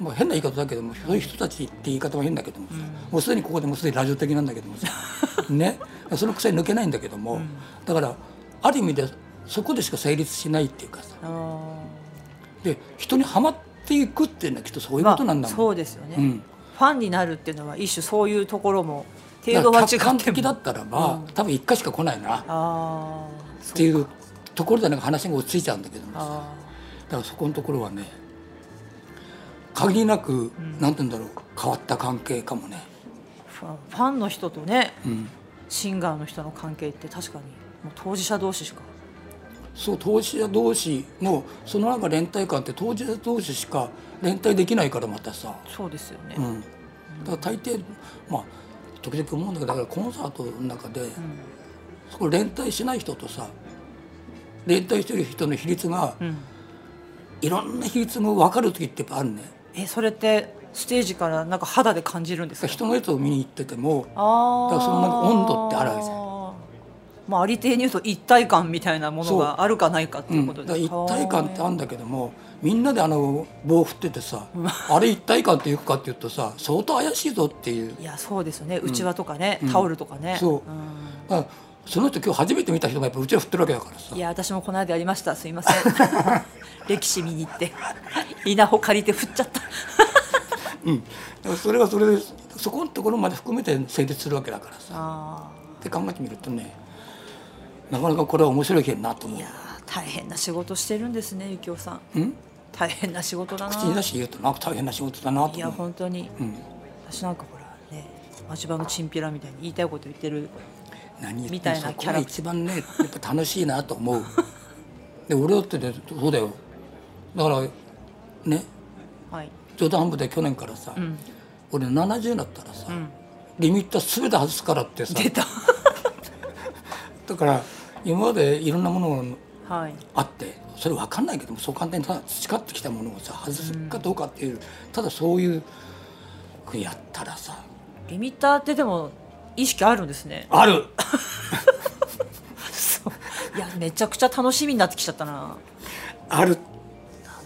[SPEAKER 1] まあ、変な言い方だけどもそういう人たちって言い方は変だけどもさ、もうすでにここでもうすでにラジオ的なんだけども
[SPEAKER 2] <laughs>
[SPEAKER 1] さ、ね、その癖抜けないんだけども、だからある意味でそこでしか成立しないっていうかさ
[SPEAKER 2] あの
[SPEAKER 1] で人にはまっていくっていうのはきっとそうい
[SPEAKER 2] ー
[SPEAKER 1] うことなんだ
[SPEAKER 2] まあ
[SPEAKER 1] もん。
[SPEAKER 2] そうですよね、
[SPEAKER 1] うん
[SPEAKER 2] ファンになるっていうのは一種そういうところも程
[SPEAKER 1] だ
[SPEAKER 2] 度
[SPEAKER 1] か
[SPEAKER 2] は違
[SPEAKER 1] ら
[SPEAKER 2] って
[SPEAKER 1] 客
[SPEAKER 2] も
[SPEAKER 1] 観的だったらば、多分一回しか来ないなっ
[SPEAKER 2] あーそう
[SPEAKER 1] ていうところでなんか話が落ち着いちゃうんだけどもさ
[SPEAKER 2] あ
[SPEAKER 1] だからそこのところはね限りなく、なんて言うんだろう変わった関係かもね。
[SPEAKER 2] ーファンファンの人とね
[SPEAKER 1] うん
[SPEAKER 2] シンガーの人の関係って確かにもう当事者同士しか
[SPEAKER 1] そう当事者同士のそのなんか連帯感って当事者同士しか連帯できないからまたさ、
[SPEAKER 2] そうですよね、
[SPEAKER 1] うん、だから大抵まあ時々思うんだけどだからコンサートの中で、そこ連帯しない人とさ連帯してる人の比率が、
[SPEAKER 2] ん
[SPEAKER 1] いろんな比率が分かる時ってやっぱあるね。
[SPEAKER 2] えそれってステージからなんか肌で感じるんですか
[SPEAKER 1] 人のやつを見に行ってても
[SPEAKER 2] ああ
[SPEAKER 1] だからそのなんか温度ってあるわけじゃ、
[SPEAKER 2] まあ、ありていに言うと一体感みたいなものがあるかないかっていううんこ
[SPEAKER 1] だ
[SPEAKER 2] と
[SPEAKER 1] か
[SPEAKER 2] で
[SPEAKER 1] ら
[SPEAKER 2] す
[SPEAKER 1] 一
[SPEAKER 2] か、
[SPEAKER 1] 体感ってあるんだけどもみんなであの棒振ってて
[SPEAKER 2] <laughs>
[SPEAKER 1] さあれ一体感っていくかっていうとさ相当怪しいぞっていう
[SPEAKER 2] いやそうですよねうちわとかね、タオルとかね
[SPEAKER 1] そうんだからその人今日初めて見た人がやっぱうちは振ってるわけだからさ
[SPEAKER 2] いや私もこの間やりましたすいません <laughs> 歴史見に行って稲穂借りて振っち
[SPEAKER 1] <laughs>
[SPEAKER 2] ゃった
[SPEAKER 1] うん、だからそれはそれでそこのところまで含めて成立するわけだからさ
[SPEAKER 2] あ
[SPEAKER 1] って考えてみるとねなかなかこれは面白いけんなと
[SPEAKER 2] ー
[SPEAKER 1] 思
[SPEAKER 2] いやー大変な仕事してるんですねゆきおさん
[SPEAKER 1] う、うん、
[SPEAKER 2] 大変な仕事だな
[SPEAKER 1] 口に出して言うとなんか大変な仕事だなと
[SPEAKER 2] いや
[SPEAKER 1] 思う
[SPEAKER 2] 本当に、
[SPEAKER 1] うん
[SPEAKER 2] 私なんかほらね町場のチンピラみたいに言いたいこと言ってる
[SPEAKER 1] 何言
[SPEAKER 2] み
[SPEAKER 1] って
[SPEAKER 2] た
[SPEAKER 1] も
[SPEAKER 2] いな
[SPEAKER 1] そこ
[SPEAKER 2] キャ
[SPEAKER 1] が
[SPEAKER 2] ラ
[SPEAKER 1] 一番ねやっぱ楽しいなと
[SPEAKER 2] <laughs>
[SPEAKER 1] 思うで俺だってねそうだよだからね
[SPEAKER 2] はい
[SPEAKER 1] 冗談半分で去年からさ、俺70になったらさ、リミッター全て外すからってさ
[SPEAKER 2] 出た
[SPEAKER 1] だから今までいろんなものが
[SPEAKER 2] はい
[SPEAKER 1] あってそれ分かんないけどもそう簡単にただ培ってきたものをさ外すかどうかっていう、ただそういうやったらさ
[SPEAKER 2] リミッターってでも意識あるんですね
[SPEAKER 1] ある
[SPEAKER 2] いやめちゃくちゃ楽しみになってきちゃったな
[SPEAKER 1] ある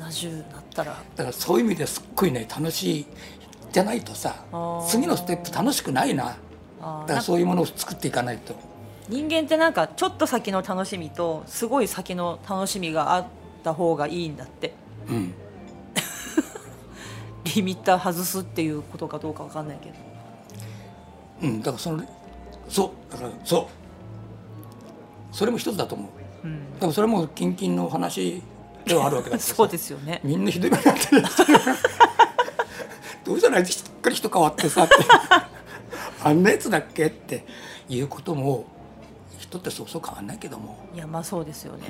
[SPEAKER 2] 70なったら
[SPEAKER 1] だからそういう意味ですっごいね楽しいじゃないとさ
[SPEAKER 2] あー
[SPEAKER 1] 次のステップ楽しくないな
[SPEAKER 2] あ
[SPEAKER 1] だか
[SPEAKER 2] ーな
[SPEAKER 1] ら
[SPEAKER 2] んか
[SPEAKER 1] そういうものを作っていかないと
[SPEAKER 2] 人間ってなんかちょっと先の楽しみとすごい先の楽しみがあった方がいいんだって
[SPEAKER 1] うん
[SPEAKER 2] リミッター外すっていうことかどうかわかんないけど
[SPEAKER 1] うんだからそのそうだからそうそれも一つだと思う、だからそれもキンキンの話ではあるわけだから
[SPEAKER 2] <laughs> そうですよね
[SPEAKER 1] みんなひどい目になってるどうしたらあいつしっかり人変わってさって <laughs> あんなやつだっけっていうことも人ってそうそう変わんないけども
[SPEAKER 2] いやまあそうですよね、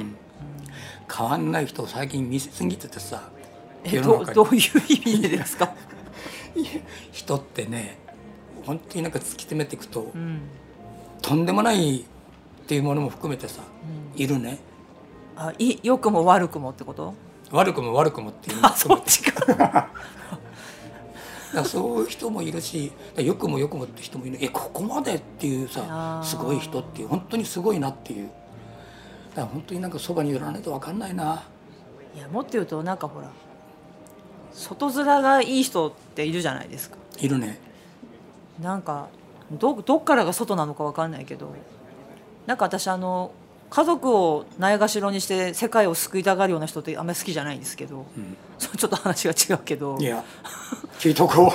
[SPEAKER 1] 変わんない人を最近見すぎててさ
[SPEAKER 2] え
[SPEAKER 1] 世の
[SPEAKER 2] ど
[SPEAKER 1] 中に
[SPEAKER 2] どういう意味でですか
[SPEAKER 1] 人ってね本当になんか突き詰めていくと、
[SPEAKER 2] うん
[SPEAKER 1] とんでもないっていうものも含めてさ、いるね
[SPEAKER 2] あい良くも悪くもってこと
[SPEAKER 1] 悪くも悪くもっていうのも
[SPEAKER 2] あ
[SPEAKER 1] 含め
[SPEAKER 2] そってちか
[SPEAKER 1] だからそういう人もいるしだから良くも良くもって人もいるえここまでっていうさ
[SPEAKER 2] あー
[SPEAKER 1] すごい人っていう本当にすごいなっていうだから本当になんかそばに寄らないと分かんないない
[SPEAKER 2] やもっと言うとなんかほら外面がいい人っているじゃないですか
[SPEAKER 1] いるね
[SPEAKER 2] なんかどどっからが外なのかわかんないけどなんか私あの家族をないがしろにして世界を救いたがるような人ってあんまり好きじゃないんですけど、そうちょっと話が違うけど
[SPEAKER 1] い
[SPEAKER 2] <laughs>
[SPEAKER 1] や聞いとこ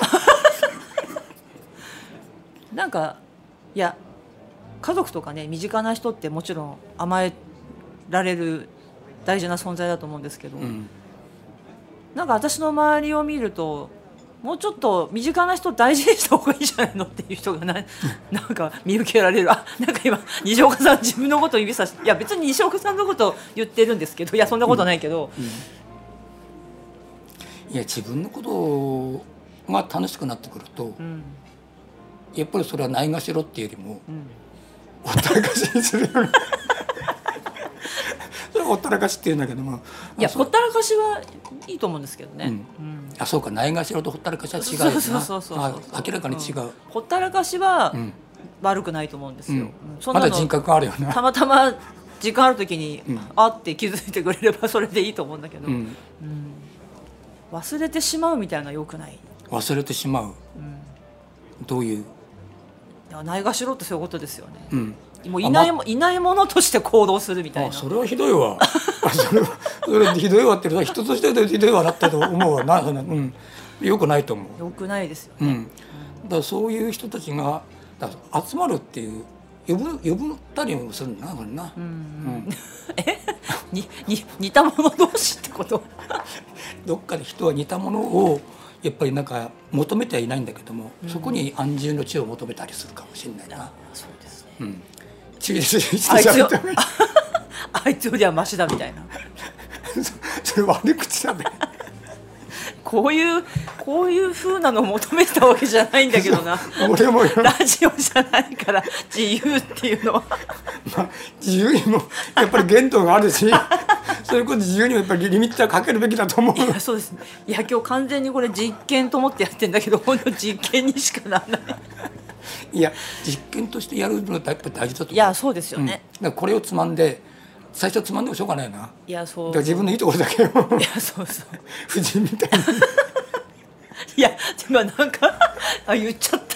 [SPEAKER 2] なんかいや家族とかね身近な人ってもちろん甘えられる大事な存在だと思うんですけど、
[SPEAKER 1] う、うん、
[SPEAKER 2] なんか私の周りを見るともうちょっと身近な人大事にした方がいいじゃないのっていう人
[SPEAKER 1] <laughs>
[SPEAKER 2] がななんか見受けられるあなんか今西岡さん自分のこと指さしていや別に西岡さんのこと言ってるんですけどいやそんなことないけど、
[SPEAKER 1] いや自分のことが楽しくなってくると、
[SPEAKER 2] うん
[SPEAKER 1] やっぱりそれはないがしろっていうよりも
[SPEAKER 2] うん
[SPEAKER 1] ほったらかしにするようなそれはほったらかしっていうんだけども
[SPEAKER 2] いや
[SPEAKER 1] あそ
[SPEAKER 2] ほ
[SPEAKER 1] う
[SPEAKER 2] ったらかしはいいと思うんですけどね。
[SPEAKER 1] う
[SPEAKER 2] うん
[SPEAKER 1] あそうかないがしろとほったらかしは違うよ
[SPEAKER 2] そうそうそうそう
[SPEAKER 1] なあ明らかに違う、
[SPEAKER 2] んほったらかしは
[SPEAKER 1] ん
[SPEAKER 2] 悪くないと思うんです
[SPEAKER 1] うん
[SPEAKER 2] よ、うんそん
[SPEAKER 1] ま
[SPEAKER 2] なの
[SPEAKER 1] だ人格があるよな
[SPEAKER 2] たまたま時間ある時に、
[SPEAKER 1] うん
[SPEAKER 2] あって気づいてくれればそれでいいと思うんだけど、
[SPEAKER 1] うん、
[SPEAKER 2] 忘れてしまうみたいなのは良くない
[SPEAKER 1] 忘れてしまう、どういう、
[SPEAKER 2] いやないがしろってそういうことですよね、
[SPEAKER 1] うん、
[SPEAKER 2] もういない
[SPEAKER 1] あ
[SPEAKER 2] もいないものとして行動するみたい
[SPEAKER 1] あ
[SPEAKER 2] な
[SPEAKER 1] それはひどいわあそれはそれひどいわって人としてひどいわだったと思うわな、うん、よくないと思う
[SPEAKER 2] 良くないですよ
[SPEAKER 1] う
[SPEAKER 2] ね、 <laughs>
[SPEAKER 1] ん、だからそういう人たちがだから集まるっていう呼ぶ呼ぶったりもするんだなこれな、うん
[SPEAKER 2] にに似た者同士ってこと
[SPEAKER 1] どっかで人は似たものをやっぱりなんか求めてはいないんだけども、そこに安住の地を求めたりするかもしれないな。
[SPEAKER 2] そうですね
[SPEAKER 1] うん地理的に
[SPEAKER 2] あ
[SPEAKER 1] して
[SPEAKER 2] いつ
[SPEAKER 1] しゃ
[SPEAKER 2] よ
[SPEAKER 1] べってもいい
[SPEAKER 2] あ <laughs> いつよりはマシだみたいな
[SPEAKER 1] <laughs> それ悪口だね。
[SPEAKER 2] こういうこういう風なのを求めてたわけじゃないんだけど
[SPEAKER 1] <laughs>
[SPEAKER 2] な
[SPEAKER 1] 俺も、
[SPEAKER 2] ラジオじゃないから自由っていうのは
[SPEAKER 1] まあ、自由にもやっぱり限度がある <laughs> しそういうこと自由にもやっぱりリミッターかけるべきだと思う。
[SPEAKER 2] いやそうですねいや今日完全にこれ実験と思ってやってんだけどほんの実験にしかならない
[SPEAKER 1] いや実験としてやるのはやっぱり大事だと思う。
[SPEAKER 2] いやそうですよ
[SPEAKER 1] うん、だ
[SPEAKER 2] ね
[SPEAKER 1] か、らこれをつまんで最初はつまんでもしょうがないなだか
[SPEAKER 2] いやそう
[SPEAKER 1] ら自分のいいところだけを <laughs>
[SPEAKER 2] いやそうそう
[SPEAKER 1] 夫人みたいに
[SPEAKER 2] いや今なんか <laughs> あ言っちゃった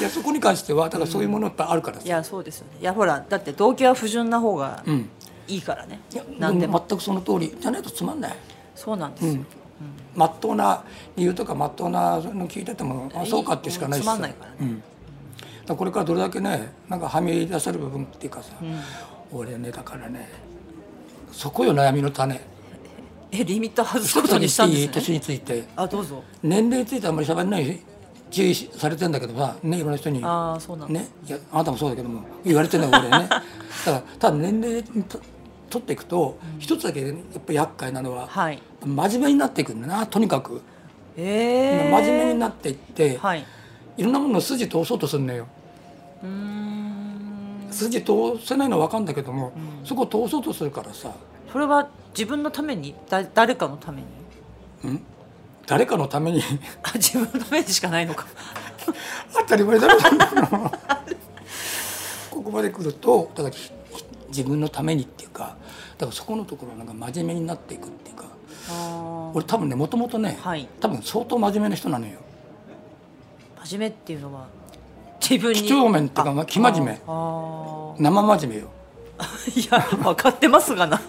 [SPEAKER 1] いやそこに関してはだからそういうものってあるから
[SPEAKER 2] い
[SPEAKER 1] さ、
[SPEAKER 2] やそうですよねいやほらだって動機は不純な方が
[SPEAKER 1] ん
[SPEAKER 2] いいからね、
[SPEAKER 1] いや
[SPEAKER 2] なんで
[SPEAKER 1] でも
[SPEAKER 2] も
[SPEAKER 1] 全くその通りじゃないとつまんない
[SPEAKER 2] そうなんですよ、
[SPEAKER 1] まっとうな理由とかまっとうなの聞いててもあそうかってしかないし
[SPEAKER 2] つ
[SPEAKER 1] さ
[SPEAKER 2] まんないからね、
[SPEAKER 1] だからこれからどれだけねなんかはみ出せる部分っていうかさ、俺ねだからねそこよ悩みの種
[SPEAKER 2] えリミッター外すことにしたん
[SPEAKER 1] いい
[SPEAKER 2] です
[SPEAKER 1] 年
[SPEAKER 2] ね
[SPEAKER 1] について
[SPEAKER 2] あどうぞ
[SPEAKER 1] 年齢についてあんまり喋らないし注意しされてんだけどさねいろんな人に。
[SPEAKER 2] ああそうなんだ、
[SPEAKER 1] ね、いやあなたもそうだけども言われてるのは俺
[SPEAKER 2] <laughs>
[SPEAKER 1] ねだからただ年齢にと取っていくと、一つだけやっぱ厄介なのは、
[SPEAKER 2] はい
[SPEAKER 1] 真面目になっていくんだなとにかく、
[SPEAKER 2] えー、
[SPEAKER 1] 真面目になっていって、
[SPEAKER 2] はい
[SPEAKER 1] い、ろんなものを筋通そうとするのよ
[SPEAKER 2] うーん
[SPEAKER 1] 筋通せないのは分かるんだけども、そこを通そうとするからさ、
[SPEAKER 2] それは自分のためにだ誰かのために
[SPEAKER 1] うん、誰かのために <laughs>
[SPEAKER 2] あ自分のためでしかないのか
[SPEAKER 1] 当たり前だろそんな
[SPEAKER 2] <laughs>
[SPEAKER 1] のここまで来るとだからひひ自分のためにっていうかだからそこのところなんか真面目になっていくっていうか。
[SPEAKER 2] あー
[SPEAKER 1] 俺多分ねもともとね、
[SPEAKER 2] はい
[SPEAKER 1] 多分相当真面目な人なのよ
[SPEAKER 2] 真面目っていうのは自分に
[SPEAKER 1] 几帳面っていうかまあ生真面目
[SPEAKER 2] ああ
[SPEAKER 1] 生真面目よ
[SPEAKER 2] ーいや分かってますが
[SPEAKER 1] <laughs>
[SPEAKER 2] な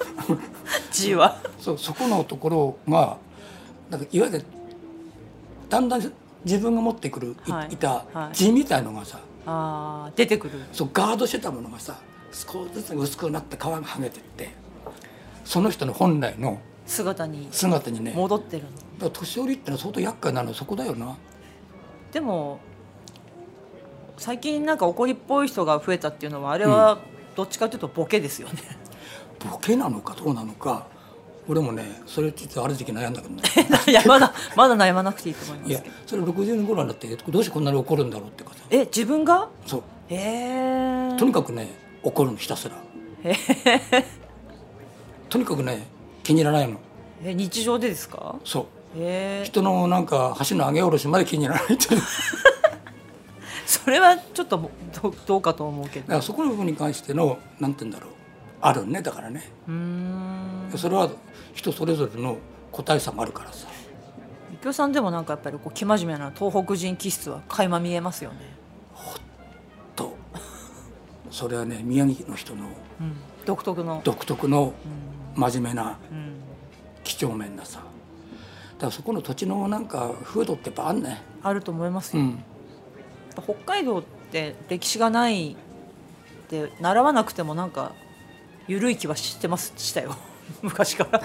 [SPEAKER 2] G は
[SPEAKER 1] そうそこのところがなんかいわゆるだんだん自分が持ってくるい,、
[SPEAKER 2] はい
[SPEAKER 1] た
[SPEAKER 2] はい
[SPEAKER 1] 字みたいのがさ
[SPEAKER 2] あー出てくる
[SPEAKER 1] そうガードしてたものがさ少しずつ薄くなって皮が剥げてってその人の本来の
[SPEAKER 2] 姿に
[SPEAKER 1] 姿にねだか
[SPEAKER 2] 戻ってるの
[SPEAKER 1] ら年寄りってのは相当厄介なのはそこだよな
[SPEAKER 2] でも最近なんか怒りっぽい人が増えたっていうのはあれはどっちかというとボケですよね、 <laughs>
[SPEAKER 1] ボケなのかどうなのか俺もねそれ実はある時期悩んだ
[SPEAKER 2] <laughs>
[SPEAKER 1] けどね
[SPEAKER 2] いやまだまだ悩まなくていいと思います
[SPEAKER 1] い
[SPEAKER 2] け
[SPEAKER 1] や
[SPEAKER 2] ど
[SPEAKER 1] それ60年頃になってどうしてこんなに怒るんだろうっていうかさ
[SPEAKER 2] え自分が
[SPEAKER 1] そう
[SPEAKER 2] へえ
[SPEAKER 1] とにかくね怒るのひたすらとにかくね気に入らないの
[SPEAKER 2] え日常でですか
[SPEAKER 1] そ
[SPEAKER 2] へ
[SPEAKER 1] う
[SPEAKER 2] え
[SPEAKER 1] 人のなんか橋の上げ下ろしまで気に入らないっていうだか
[SPEAKER 2] それはちょっともどどうかと思うけど
[SPEAKER 1] らそこの部分に関してのなんて言うんだろうあるねだからね
[SPEAKER 2] うーん
[SPEAKER 1] それは人それぞれの個体差もあるからさ
[SPEAKER 2] ゆきおさんでもなんかやっぱりこう生真面目な東北人気質は垣間見えますよね、
[SPEAKER 1] とそれはね宮城の人の
[SPEAKER 2] うん、独特の
[SPEAKER 1] 独特の真面目な
[SPEAKER 2] うん、
[SPEAKER 1] 几帳面なさだからそこの土地のなんか風土ってやっぱあんね
[SPEAKER 2] あると思います
[SPEAKER 1] う
[SPEAKER 2] よ、
[SPEAKER 1] ん
[SPEAKER 2] やっぱ北海道って歴史がないって習わなくてもなん <laughs> か緩い気はしてますしたよ昔から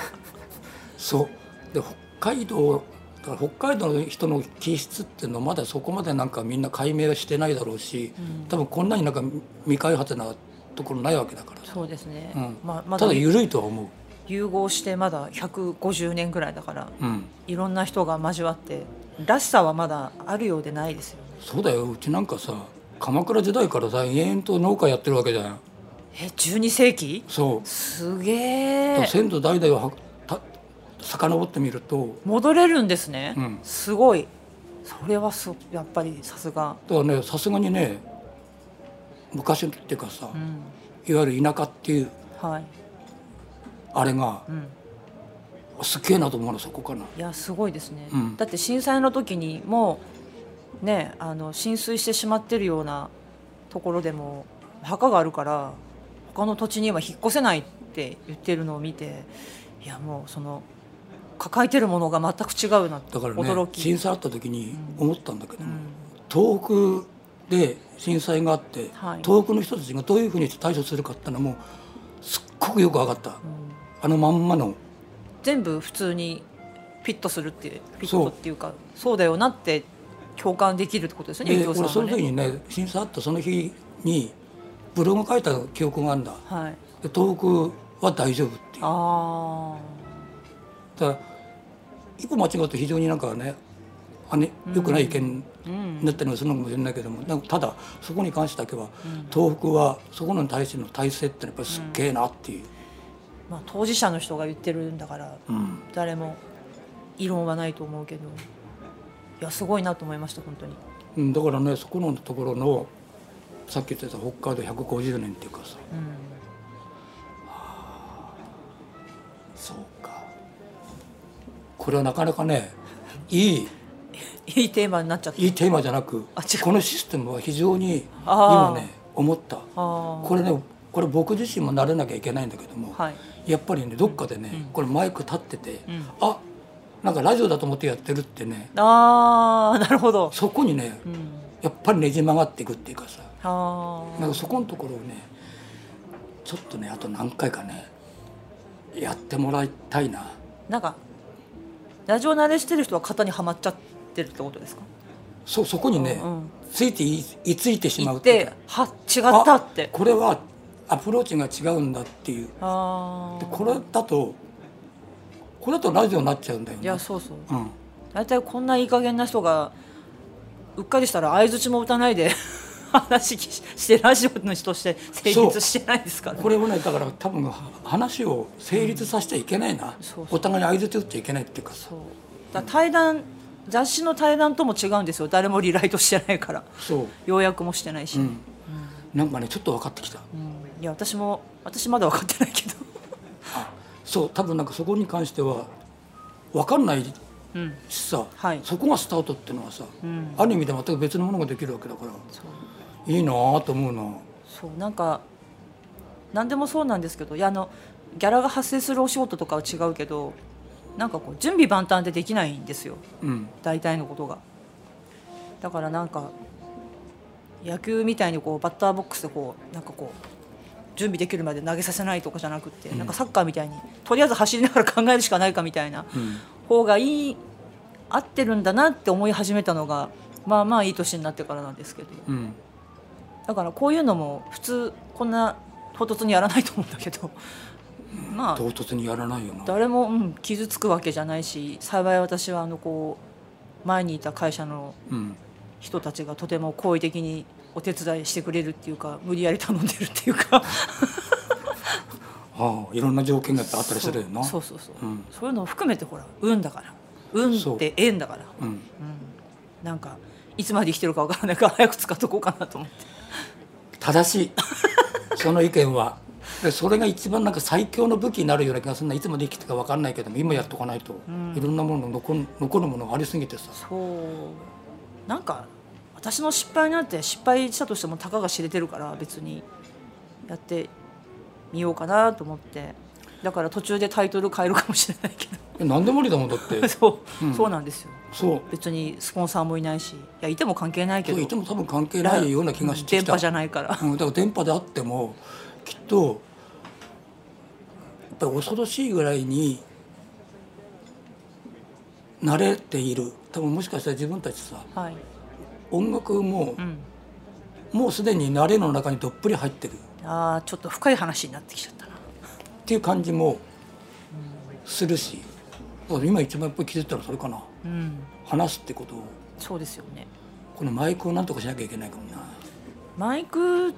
[SPEAKER 1] そうで北海道だから北海道の人の気質っていうのはまだそこまでなんかみんな解明はしてないだろうし、多分こんなになんか未開発なところないわけだから、
[SPEAKER 2] そうですね、
[SPEAKER 1] うん
[SPEAKER 2] まあま
[SPEAKER 1] た
[SPEAKER 2] だ
[SPEAKER 1] だ緩いとは思う、
[SPEAKER 2] 融合してまだ150年ぐらいだから
[SPEAKER 1] うん、
[SPEAKER 2] いろんな人が交わってらしさはまだあるようでないですよね
[SPEAKER 1] そうだようちなんかさ鎌倉時代からさ延々と農家やってるわけじゃん
[SPEAKER 2] え12世紀
[SPEAKER 1] そう、
[SPEAKER 2] すげえ
[SPEAKER 1] 先祖代々はた遡ってみると
[SPEAKER 2] 戻れるんですね、
[SPEAKER 1] うん
[SPEAKER 2] すごいそれはすやっぱりさすが、
[SPEAKER 1] だからねさすがにね昔っていうかさ、
[SPEAKER 2] うん、
[SPEAKER 1] いわゆる田舎っていう
[SPEAKER 2] はい、
[SPEAKER 1] あれが
[SPEAKER 2] うん、
[SPEAKER 1] すげえなと思うのそこかない
[SPEAKER 2] やすごいですね、
[SPEAKER 1] うん
[SPEAKER 2] だって震災の時にもうねあの浸水してしまってるようなところでも墓があるから他の土地には引っ越せないって言ってるのを見ていやもうその抱えてるものが全く違うなって
[SPEAKER 1] だから
[SPEAKER 2] 驚
[SPEAKER 1] ね
[SPEAKER 2] き、
[SPEAKER 1] 震災あった時に思ったんだけど、
[SPEAKER 2] うん
[SPEAKER 1] 東北で震災があって、
[SPEAKER 2] はい
[SPEAKER 1] 東北の人たちがどういうふうに対処するかってのもすっごくよく分かった、あのまんまの
[SPEAKER 2] 全部普通にピッとするってピッ
[SPEAKER 1] そう
[SPEAKER 2] とっていうかそうだよなって共感できるってことですよね伊
[SPEAKER 1] で
[SPEAKER 2] 藤さ
[SPEAKER 1] 俺そ
[SPEAKER 2] ん
[SPEAKER 1] の
[SPEAKER 2] は
[SPEAKER 1] 時
[SPEAKER 2] ね。
[SPEAKER 1] にね震災あったその日にブログ書いた記憶があるんだ
[SPEAKER 2] はい、
[SPEAKER 1] で東北は大丈夫っていう
[SPEAKER 2] あ
[SPEAKER 1] ただ一歩間違うと非常になんかねあね良くない意見
[SPEAKER 2] ーうん
[SPEAKER 1] になったりもするのかもしれないけどもなんかただそこに関してだけは東北はそこのに対しての体制ってのはやっぱりすっげえなっていう、
[SPEAKER 2] まあ、当事者の人が言ってるんだから
[SPEAKER 1] うん
[SPEAKER 2] 誰も異論はないと思うけどいやすごいなと思いました本当に
[SPEAKER 1] うんだからねそこのところのさっき言ってた北海道150年っていうかさ
[SPEAKER 2] うん
[SPEAKER 1] そうかこれはなかなかねいい
[SPEAKER 2] いいテーマになっちゃった
[SPEAKER 1] いいテーマじゃなく
[SPEAKER 2] あ違う
[SPEAKER 1] このシステムは非常に今
[SPEAKER 2] あー
[SPEAKER 1] ね思った
[SPEAKER 2] あ
[SPEAKER 1] これねこれ僕自身も慣れなきゃいけないんだけども、
[SPEAKER 2] あはい
[SPEAKER 1] やっぱりねどっかでね、これマイク立ってて、
[SPEAKER 2] ん
[SPEAKER 1] あなんかラジオだと思ってやってるってね
[SPEAKER 2] ああなるほど、
[SPEAKER 1] そこにね
[SPEAKER 2] うん、
[SPEAKER 1] やっぱりねじ曲がっていくっていうかさ
[SPEAKER 2] あ
[SPEAKER 1] なんかそこのところをねちょっとねあと何回かねやってもらいたいな
[SPEAKER 2] あんかラジオ慣れしてる人は型にはまっちゃってるってことですか
[SPEAKER 1] そうそこにね、
[SPEAKER 2] うんうん
[SPEAKER 1] ついてい居ついてしまう
[SPEAKER 2] 行
[SPEAKER 1] っ
[SPEAKER 2] って
[SPEAKER 1] いう
[SPEAKER 2] て
[SPEAKER 1] か
[SPEAKER 2] は違ったって
[SPEAKER 1] これはアプローチが違うんだっていう
[SPEAKER 2] あ
[SPEAKER 1] で
[SPEAKER 2] あ
[SPEAKER 1] これだとこれだとラジオになっちゃうんだよ
[SPEAKER 2] い
[SPEAKER 1] ね
[SPEAKER 2] やそうそう
[SPEAKER 1] うん、
[SPEAKER 2] 大体こんないい加減な人がうっかりしたら相槌も打たないで <laughs> 話ししてラジオの人として成立してないですからね
[SPEAKER 1] これをねだから多分は話を成立させちゃいけないな、
[SPEAKER 2] そうそう
[SPEAKER 1] お互いに相づち打っちゃいけないっていうかさ
[SPEAKER 2] そうだから対談雑誌の対談とも違うんですよ誰もリライトしてないから
[SPEAKER 1] そう、
[SPEAKER 2] 要約もしてないし、
[SPEAKER 1] うんなんかねちょっと分かってきた、
[SPEAKER 2] うんいや私も私まだ分かってないけど
[SPEAKER 1] そう多分なんかそこに関しては分かんないし
[SPEAKER 2] うん
[SPEAKER 1] さ、
[SPEAKER 2] はい
[SPEAKER 1] そこがスタートっていうのはさ、
[SPEAKER 2] うん
[SPEAKER 1] ある意味で全く別のものができるわけだから
[SPEAKER 2] そう
[SPEAKER 1] いいなぁと思うな
[SPEAKER 2] そうなんか何でもそうなんですけどいやあのギャラが発生するお仕事とかは違うけどなんかこう準備万端でできないんですよ
[SPEAKER 1] うん
[SPEAKER 2] 大体のことがだからなんか野球みたいにこうバッターボックスでこうなんかこう準備できるまで投げさせないとかじゃなくって、なんかサッカーみたいにとりあえず走りながら考えるしかないかみたいな
[SPEAKER 1] うん
[SPEAKER 2] 方がいい合ってるんだなって思い始めたのがまあまあいい年になってからなんですけど
[SPEAKER 1] うん
[SPEAKER 2] だからこういうのも普通こんな唐突にやらないと思うんだ
[SPEAKER 1] <laughs>
[SPEAKER 2] けどまあ
[SPEAKER 1] 唐突にやらないよな
[SPEAKER 2] 誰も、うん、傷つくわけじゃないし幸い私はあのこう前にいた会社の
[SPEAKER 1] うん
[SPEAKER 2] 人たちがとても好意的にお手伝いしてくれるっていうか無理やり頼んでるっていう
[SPEAKER 1] <laughs> あ
[SPEAKER 2] か
[SPEAKER 1] あいろんな条件があったりするよな
[SPEAKER 2] そうそうそうそう、
[SPEAKER 1] うん
[SPEAKER 2] そういうのを含めてほら運だから運
[SPEAKER 1] そう
[SPEAKER 2] って縁だから、
[SPEAKER 1] うん
[SPEAKER 2] うん、なんかいつまで生きてるかわからないから早く使っとこうかなと思って
[SPEAKER 1] 正しいその意見はでそれが一番なんか最強の武器になるような気がするないつまで生きてたか分かんないけども今やっとかないと、いろんなもの残る残るものがありすぎてさ
[SPEAKER 2] そうなんか私の失敗なんて失敗したとしてもたかが知れてるから別にやってみようかなと思ってだから途中でタイトル変えるかもしれないけ
[SPEAKER 1] え何でもありだもんだ
[SPEAKER 2] <laughs>
[SPEAKER 1] って
[SPEAKER 2] どそう、そうなんですよ
[SPEAKER 1] そう
[SPEAKER 2] 別にスポンサーもいないしいやいても関係ないけ
[SPEAKER 1] そう
[SPEAKER 2] ど
[SPEAKER 1] いても多分関係ないような気がして
[SPEAKER 2] 電
[SPEAKER 1] きた
[SPEAKER 2] 波じゃないから
[SPEAKER 1] うん、だから電波であってもきっとやっぱり恐ろしいぐらいに慣れている多分もしかしたら自分たちさ
[SPEAKER 2] はい
[SPEAKER 1] 音楽も、
[SPEAKER 2] ん
[SPEAKER 1] もうすでに慣れの中にどっぷり入ってるっ
[SPEAKER 2] ああちょっと深い話になってきちゃったな
[SPEAKER 1] ていう感じもするし、今一番やっぱり気づいたのはそれかな
[SPEAKER 2] うん
[SPEAKER 1] 話すってことを
[SPEAKER 2] そうですよね
[SPEAKER 1] このマイクをなんとかしなきゃいけないかもな
[SPEAKER 2] マイク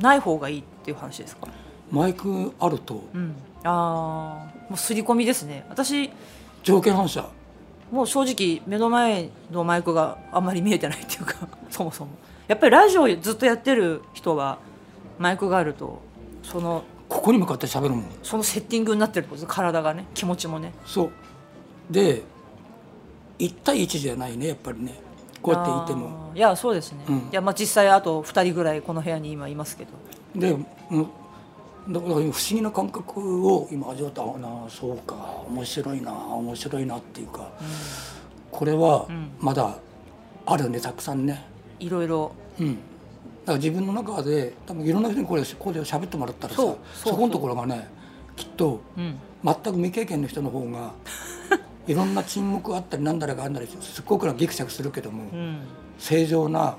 [SPEAKER 2] ない方がいいっていう話ですか
[SPEAKER 1] マイクあると
[SPEAKER 2] うんああもう刷り込みですね私
[SPEAKER 1] 条件反射
[SPEAKER 2] もう正直目の前のマイクがあんまり見えてないっていうか <laughs> そもそもやっぱりラジオずっとやってる人はマイクがあるとその
[SPEAKER 1] ここに向かって喋るもん
[SPEAKER 2] そのセッティングになってるってことです体がね気持ちもね
[SPEAKER 1] そうで1対1じゃないねやっぱりねこうやっていても
[SPEAKER 2] あーいやそうですね、
[SPEAKER 1] うん
[SPEAKER 2] いやまあ実際あと2人ぐらいこの部屋に今いますけど
[SPEAKER 1] で、うん、だから不思議な感覚を今味わったあなそうか面白いな面白いなっていうか、これはまだあるねたくさんね
[SPEAKER 2] いろいろ
[SPEAKER 1] うんだから自分の中で多分いろんな人にこれこれを喋ってもらったらさ
[SPEAKER 2] そう
[SPEAKER 1] そ
[SPEAKER 2] そう
[SPEAKER 1] このところがねきっと
[SPEAKER 2] うん
[SPEAKER 1] 全く未経験の人の方
[SPEAKER 2] <laughs>
[SPEAKER 1] がいろんな沈黙があったりなんだらがあんだりすっごくなんかギクシャクするけども、
[SPEAKER 2] うん
[SPEAKER 1] 正常な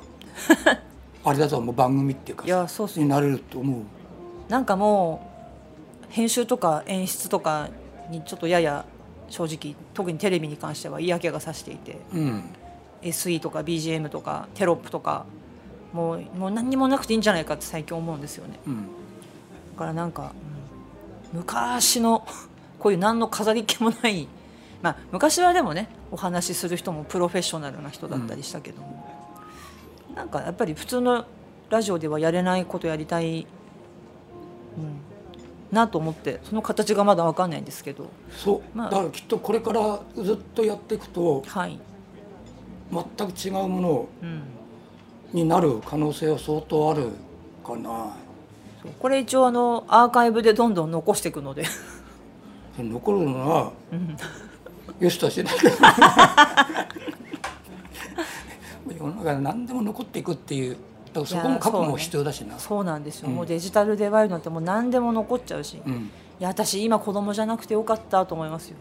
[SPEAKER 1] あれだと思う番組っていうか
[SPEAKER 2] いやそうそう
[SPEAKER 1] になれると思う
[SPEAKER 2] なんかもう編集とか演出とかにちょっとやや正直特にテレビに関しては嫌気がさしていて
[SPEAKER 1] うん、
[SPEAKER 2] SE とか BGM とかテロップとかもうもう何にもなくていいんじゃないかって最近思うんですよね
[SPEAKER 1] うん、
[SPEAKER 2] だからなんか、うん昔の <laughs> こういう何の飾り気もない、 <laughs> まあ、昔はでもねお話しする人もプロフェッショナルな人だったりしたけども、なんかやっぱり普通のラジオではやれないことやりたい、うん、なと思ってその形がまだ分かんないんですけど
[SPEAKER 1] そう、
[SPEAKER 2] まあ
[SPEAKER 1] だからきっとこれからずっとやっていくと
[SPEAKER 2] はい、
[SPEAKER 1] 全く違うもの
[SPEAKER 2] うん、
[SPEAKER 1] になる可能性は相当あるかな
[SPEAKER 2] そうこれ一応あのアーカイブでどんどん残していく
[SPEAKER 1] <laughs>
[SPEAKER 2] ので、
[SPEAKER 1] 残るのは
[SPEAKER 2] うん
[SPEAKER 1] よしとはして
[SPEAKER 2] <laughs>
[SPEAKER 1] ないけど世の中で何でも残っていくっていうだからそこも覚
[SPEAKER 2] いやそう
[SPEAKER 1] 悟
[SPEAKER 2] ね
[SPEAKER 1] 必要だしな
[SPEAKER 2] そうなんですよ、
[SPEAKER 1] うん
[SPEAKER 2] もうデジタルデバイスなんてもう何でも残っちゃうし、
[SPEAKER 1] う
[SPEAKER 2] い
[SPEAKER 1] ん
[SPEAKER 2] や私今子供じゃなくてよかったと思いますよ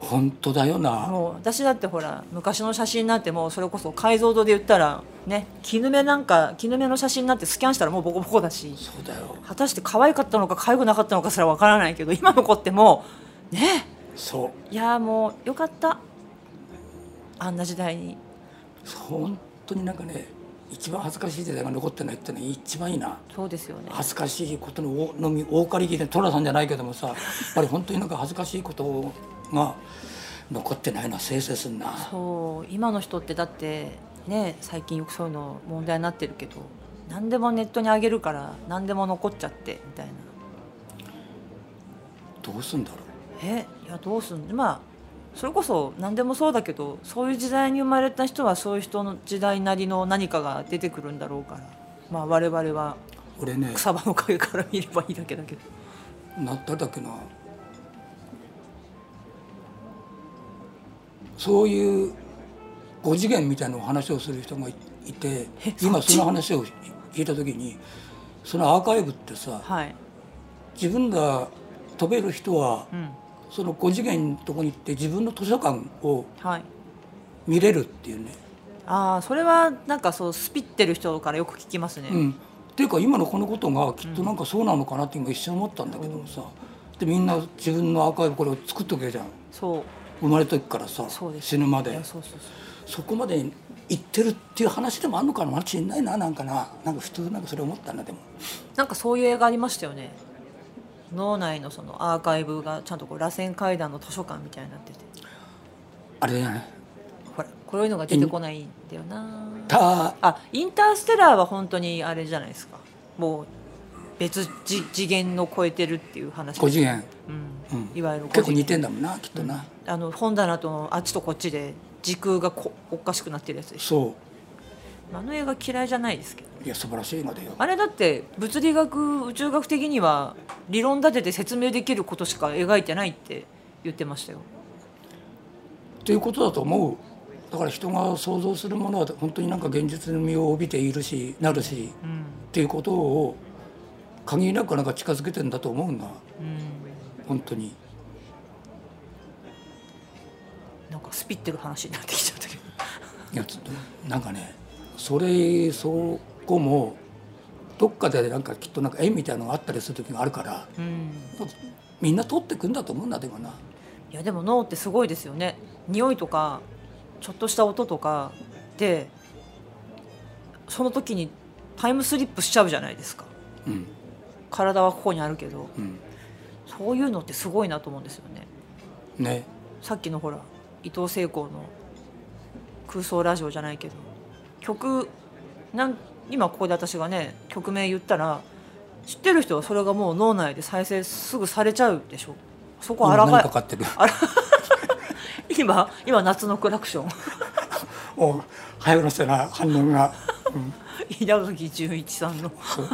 [SPEAKER 1] 本当だよな
[SPEAKER 2] もう私だってほら昔の写真なんてもうそれこそ解像度で言ったらね絹目なんか絹目の写真なんてスキャンしたらもうボコボコだし
[SPEAKER 1] そうだよ
[SPEAKER 2] 果たして可愛かったのか可愛くなかったのかすらわからないけど今の子ってもうね
[SPEAKER 1] そう
[SPEAKER 2] いやもうよかったあんな時代に
[SPEAKER 1] 本当になんかね一番恥ずかしい時代が残ってないってのは一番いいな
[SPEAKER 2] そうですよね
[SPEAKER 1] 恥ずかしいことのおのみ大借り切れ寅さんじゃないけどもさやっぱり本当になんか恥ずかしいことが残ってないなせいせいすんな
[SPEAKER 2] そう今の人ってだってね最近よくそういうの問題になってるけど何でもネットに上げるから何でも残っちゃってみたいな
[SPEAKER 1] どうすんだろ
[SPEAKER 2] えいやどうすんのまあそれこそ何でもそうだけどそういう時代に生まれた人はそういう人の時代なりの何かが出てくるんだろうから、まあ、我々は
[SPEAKER 1] う俺ね
[SPEAKER 2] 草場の陰から見ればいいだけだけど
[SPEAKER 1] な誰だっけなそういう5次元みたいなお話をする人がいいて
[SPEAKER 2] え
[SPEAKER 1] 今
[SPEAKER 2] そっち
[SPEAKER 1] その話を聞いた時にそのアーカイブってさ
[SPEAKER 2] はい、
[SPEAKER 1] 自分が飛べる人は
[SPEAKER 2] うん
[SPEAKER 1] その5次元のとこに行って自分の図書館を
[SPEAKER 2] はい、
[SPEAKER 1] 見れるっていうね、
[SPEAKER 2] ああそれはなんかそうスピってる人からよく聞きますね、
[SPEAKER 1] うん、っていうか今のこのことがきっとなんかそうなのかなって今一瞬思ったんだけどもさ、でみんな自分のアーカイブこれを作っとけじゃん
[SPEAKER 2] そう
[SPEAKER 1] 生まれた時からさ
[SPEAKER 2] そうです
[SPEAKER 1] 死ぬま
[SPEAKER 2] い
[SPEAKER 1] で
[SPEAKER 2] やそうそうそう
[SPEAKER 1] そこまで行ってるっていう話でもあるのかなしんないななんかななんか普通なんかそれ思ったなでも
[SPEAKER 2] なんかそういう映画ありましたよね脳内のそのアーカイブがちゃんとこう螺旋階段の図書館みたいになってて
[SPEAKER 1] あれだよね
[SPEAKER 2] ほらこういうのが出てこないんだよな
[SPEAKER 1] た
[SPEAKER 2] あインターステラーは本当にあれじゃないですかもう別次次元の超えてるっていう話
[SPEAKER 1] 5次元
[SPEAKER 2] うんいわゆる
[SPEAKER 1] 結構似
[SPEAKER 2] て
[SPEAKER 1] てんだもんなきっとな、
[SPEAKER 2] あの本棚とあっちとこっちで時空がこおかしくなってるやつでし
[SPEAKER 1] そ
[SPEAKER 2] ょあの映画嫌いじゃないですけど
[SPEAKER 1] ういや素晴らしい映画だよ
[SPEAKER 2] あれだって物理学宇宙学的には理論立てて説明できることしか描いてないって言ってましたよ
[SPEAKER 1] っていうことだと思うだから人が想像するものは本当になんか現実の身を帯びているしなるし、
[SPEAKER 2] ん
[SPEAKER 1] っていうことを限りなくなんか近づけてんだと思うんだ
[SPEAKER 2] うん
[SPEAKER 1] 本当に
[SPEAKER 2] なんかスピってる話になってきちゃったけど
[SPEAKER 1] いやちょっとなんかねそれそこもどっかでなんかきっとなんか縁みたいなのがあったりする時があるから
[SPEAKER 2] うん
[SPEAKER 1] みんな取ってくんだと思うんだけどない
[SPEAKER 2] やでも脳ってすごいですよね匂いとかちょっとした音とかでその時にタイムスリップしちゃうじゃないですか
[SPEAKER 1] うん
[SPEAKER 2] 体はここにあるけど
[SPEAKER 1] うん
[SPEAKER 2] そういうのってすごいなと思うんですよね
[SPEAKER 1] ね
[SPEAKER 2] さっきのほら伊藤聖子の空想ラジオじゃないけど曲なん今ここで私がね曲名言ったら知ってる人はそれがもう脳内で再生すぐされちゃうでしょそこあら
[SPEAKER 1] 何
[SPEAKER 2] が
[SPEAKER 1] かかってる <laughs>
[SPEAKER 2] 今今夏のクラクション
[SPEAKER 1] お早うらせな反応が、うん
[SPEAKER 2] 稲垣潤一さんの
[SPEAKER 1] そう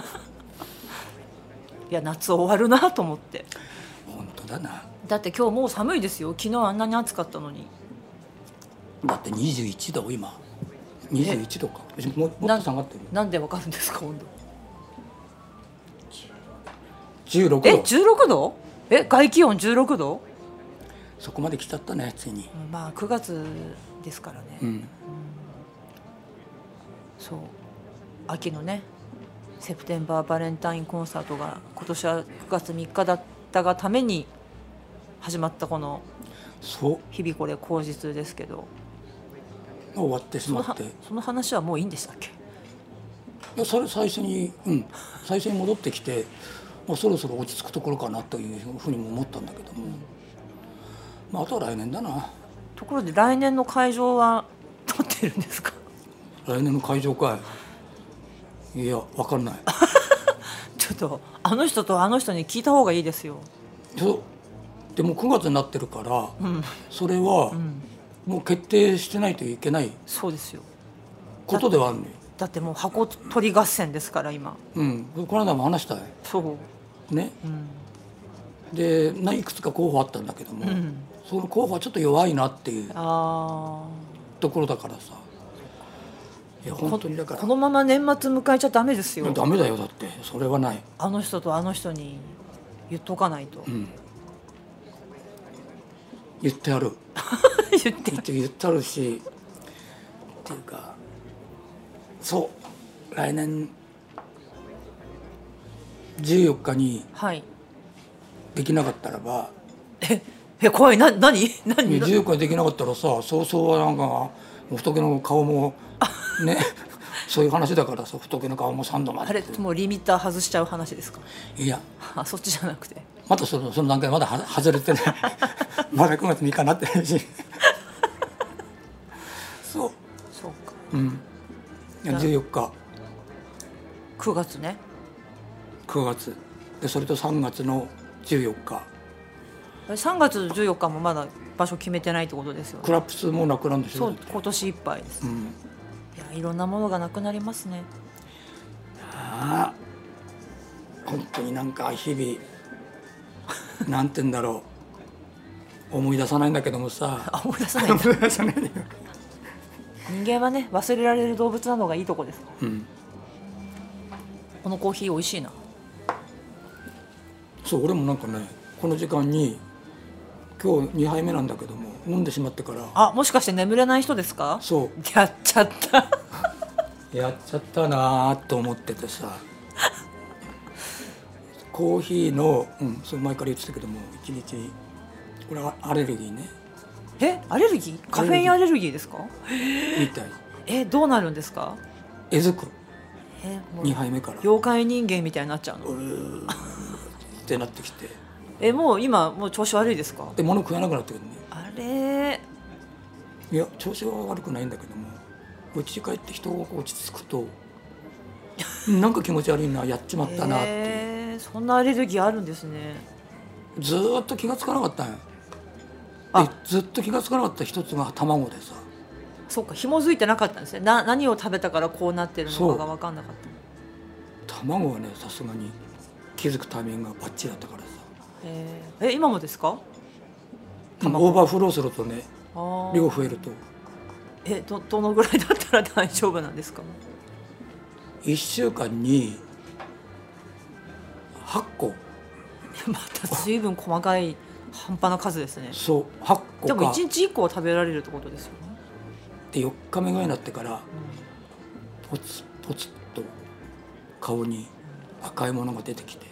[SPEAKER 2] いや夏終わるなと思って
[SPEAKER 1] 本当だな
[SPEAKER 2] だって今日もう寒いですよ昨日あんなに暑かったのに
[SPEAKER 1] だって21度今21度かもうもっと下がってる
[SPEAKER 2] なんでわかるんですか温度
[SPEAKER 1] 16
[SPEAKER 2] え
[SPEAKER 1] 度
[SPEAKER 2] 16度え外気温16度、
[SPEAKER 1] そこまで来ちゃったねついに
[SPEAKER 2] うんまあ9月ですからね、
[SPEAKER 1] うん
[SPEAKER 2] そう秋のねセプテンバーバレンタインコンサートが今年は9月3日だったがために始まったこの
[SPEAKER 1] そう
[SPEAKER 2] 「日々これ口実」ですけど
[SPEAKER 1] 終わってし
[SPEAKER 2] そ
[SPEAKER 1] ま
[SPEAKER 2] の
[SPEAKER 1] っ
[SPEAKER 2] は
[SPEAKER 1] てい
[SPEAKER 2] その話はもういいんでしたっけ
[SPEAKER 1] やそれ最初にうん最初に戻ってきてもうそろそろ落ち着くところかなというふうにも思ったんだけども、まあ、あとは来年だな
[SPEAKER 2] ところで来年の会場は撮ってるんですか <laughs>
[SPEAKER 1] 来年の会場かいいや分かんない <laughs>
[SPEAKER 2] ちょっとあの人とあの人に聞いた方がいいですよ
[SPEAKER 1] そうでも9月になってるから、
[SPEAKER 2] うん
[SPEAKER 1] それはもう決定してないといけない
[SPEAKER 2] そうですよ
[SPEAKER 1] ことではあるのよ、
[SPEAKER 2] だってもう箱取り合戦ですから今
[SPEAKER 1] うん、この間も話したい
[SPEAKER 2] そう
[SPEAKER 1] ね
[SPEAKER 2] うん
[SPEAKER 1] でないくつか候補あったんだけども、
[SPEAKER 2] うん
[SPEAKER 1] その候補はちょっと弱いなっていう
[SPEAKER 2] あ
[SPEAKER 1] ところだからさいや
[SPEAKER 2] あ
[SPEAKER 1] 本当にだから
[SPEAKER 2] このまま年末迎えちゃダメです
[SPEAKER 1] いや
[SPEAKER 2] よ
[SPEAKER 1] ダメだよだってそれはない、
[SPEAKER 2] あの人とあの人に言っとかないと
[SPEAKER 1] うん、言ってある
[SPEAKER 2] <laughs> 言って
[SPEAKER 1] 言って言ってあるしっていうかそう来年14日に
[SPEAKER 2] はい
[SPEAKER 1] できなかったらば
[SPEAKER 2] ええ怖いな何
[SPEAKER 1] い
[SPEAKER 2] 何
[SPEAKER 1] や14日にできなかったらさそうそうはなんか仏の顔も
[SPEAKER 2] <laughs>
[SPEAKER 1] ねそういう話だからさ仏の顔も3度ま
[SPEAKER 2] あ
[SPEAKER 1] で
[SPEAKER 2] れもうリミッター外しちゃう話ですか <laughs>
[SPEAKER 1] いや
[SPEAKER 2] あそっちじゃなくて
[SPEAKER 1] またそのその段階まだは外れてない <laughs> まだ9月3日になってない
[SPEAKER 2] <laughs>
[SPEAKER 1] しそ
[SPEAKER 2] そうか
[SPEAKER 1] ううんいや14日
[SPEAKER 2] 9月ね
[SPEAKER 1] 9月でそれと3月の14日
[SPEAKER 2] あれ3月14日もまだ場所決めてないってことですよ
[SPEAKER 1] ク
[SPEAKER 2] ね
[SPEAKER 1] ラップスもなくなるんでし
[SPEAKER 2] そ
[SPEAKER 1] ょ
[SPEAKER 2] う今年いっぱいです、
[SPEAKER 1] う
[SPEAKER 2] い
[SPEAKER 1] ん
[SPEAKER 2] やいろんなものがなくなりますね
[SPEAKER 1] ああ本当になんか日々 <laughs> なんて言うんだろう思い出さないんだけどもさ
[SPEAKER 2] あ思い出 <laughs> さないん
[SPEAKER 1] <laughs> 思
[SPEAKER 2] だ
[SPEAKER 1] い出さないよ、
[SPEAKER 2] 人間はね忘れられる動物なのがいいとこです
[SPEAKER 1] うん、
[SPEAKER 2] このコーヒー美味しいな
[SPEAKER 1] そう俺もなんかねこの時間に今日2杯目なんだけども飲んでしまってから
[SPEAKER 2] あもしかして眠れない人ですか
[SPEAKER 1] そ
[SPEAKER 2] やっちゃった
[SPEAKER 1] うやっちゃったなーと思っててさコーヒーの、うん、そう前から言ってたけども一日これはアレルギーね
[SPEAKER 2] えアレルギーカフェインアレルギーですか
[SPEAKER 1] みたい
[SPEAKER 2] えどうなるんですか
[SPEAKER 1] えずく
[SPEAKER 2] えもう
[SPEAKER 1] 2杯目から
[SPEAKER 2] 妖怪人間みたいになっちゃうの
[SPEAKER 1] ってなってきて
[SPEAKER 2] えもう今もう調子悪いですか
[SPEAKER 1] で物食えなくなってくるね
[SPEAKER 2] あれ
[SPEAKER 1] いや調子は悪くないんだけどもうち帰って人が落ち着くとなんか気持ち悪いなやっちまったなっていう、
[SPEAKER 2] えーそんなアレルギーあるんですね
[SPEAKER 1] ずーっと気がつかなかったんよ
[SPEAKER 2] あ
[SPEAKER 1] でずっと気がつかなかった一つが卵でさ
[SPEAKER 2] そっか紐づいてなかったんですねな何を食べたからこうなってるのかが分かんなかった
[SPEAKER 1] 卵はねさすがに気づくタイミングがバッチリだったからさ
[SPEAKER 2] えーえ今もですか
[SPEAKER 1] オーバーフローするとね
[SPEAKER 2] あー
[SPEAKER 1] 量増えると
[SPEAKER 2] えどどのぐらいだったら <laughs> 大丈夫なんですか
[SPEAKER 1] 1週間に8個
[SPEAKER 2] また随分細かい半端な数ですね
[SPEAKER 1] そう8個
[SPEAKER 2] でも
[SPEAKER 1] か
[SPEAKER 2] 1日1個は食べられるってことですよね
[SPEAKER 1] で4日目ぐらいになってからポツポツっと顔に赤いものが出てきて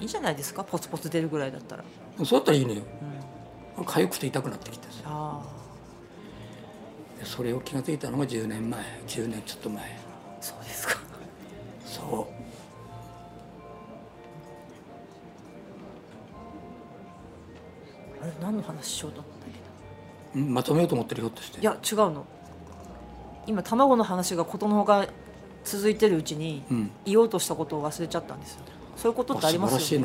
[SPEAKER 2] いいじゃないですかポツポツ出るぐらいだったら、
[SPEAKER 1] そうだったらいいのよ
[SPEAKER 2] うん、
[SPEAKER 1] かゆくて痛くなってきてさ
[SPEAKER 2] あ
[SPEAKER 1] でそれを気が付いたのが10年前10年ちょっと前
[SPEAKER 2] あそうですか
[SPEAKER 1] そう
[SPEAKER 2] あれ何の話しようと思ったんだけど
[SPEAKER 1] うんまとめようと思ってるひょっとして
[SPEAKER 2] いや違うの今卵の話がことのほか続いてるうちに、
[SPEAKER 1] うん
[SPEAKER 2] 言おうとしたことを忘れちゃったんですよそういうことってありますよ、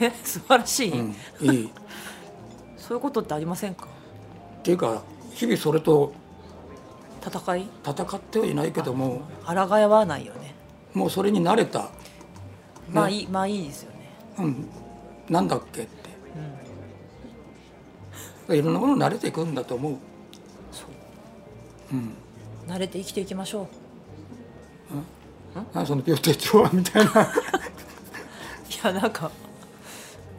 [SPEAKER 2] ね、
[SPEAKER 1] 素晴らしいな
[SPEAKER 2] え <laughs> 素晴らしい、
[SPEAKER 1] うん、いい
[SPEAKER 2] そういうことってありませんか
[SPEAKER 1] っていうか日々それと
[SPEAKER 2] 戦い
[SPEAKER 1] 戦ってはいないけども
[SPEAKER 2] 抗えはないよね
[SPEAKER 1] もうそれに慣れた、
[SPEAKER 2] まあいいまあいいですよね
[SPEAKER 1] うん、なんだっけって、いろんなものに慣れていくんだと思う
[SPEAKER 2] 慣れて生きていきましょう
[SPEAKER 1] なんかその病手帳はみたい <laughs> な
[SPEAKER 2] いやなんか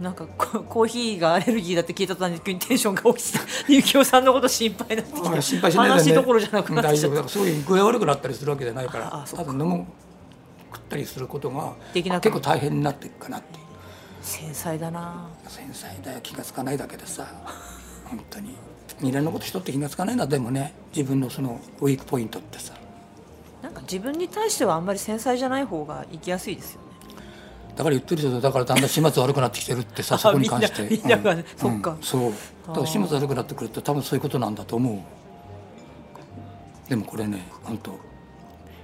[SPEAKER 2] なんかココーヒーがアレルギーだって聞いた途端に急にテンションが落ちて <laughs> ゆきおさんのこと心配になってき
[SPEAKER 1] あ
[SPEAKER 2] て
[SPEAKER 1] 心配しないでね
[SPEAKER 2] 話どころじゃなくなっ
[SPEAKER 1] うん大
[SPEAKER 2] てきち
[SPEAKER 1] 丈夫だか
[SPEAKER 2] ゃった
[SPEAKER 1] らそういう具合悪くなったりするわけじゃないから
[SPEAKER 2] ああそうか
[SPEAKER 1] 多分飲む食ったりすることが
[SPEAKER 2] できなくな
[SPEAKER 1] 結
[SPEAKER 2] る
[SPEAKER 1] 構大変になっていくかなっていう
[SPEAKER 2] 繊細だな
[SPEAKER 1] 繊細だよ気がつかないだけでさ本当にいろんなこと人って気がつかないんだでもね自分のそのウィークポイントってさ
[SPEAKER 2] なんか自分に対してはあんまり繊細じゃない方が生きやすいですよね
[SPEAKER 1] だから言ってる人だからだんだん始末悪くなってきてるって
[SPEAKER 2] <laughs>
[SPEAKER 1] さそこに関して
[SPEAKER 2] みんなみんながね
[SPEAKER 1] うん
[SPEAKER 2] そっか
[SPEAKER 1] うんそうだから始末悪くなってくるって多分そういうことなんだと思うでもこれね本当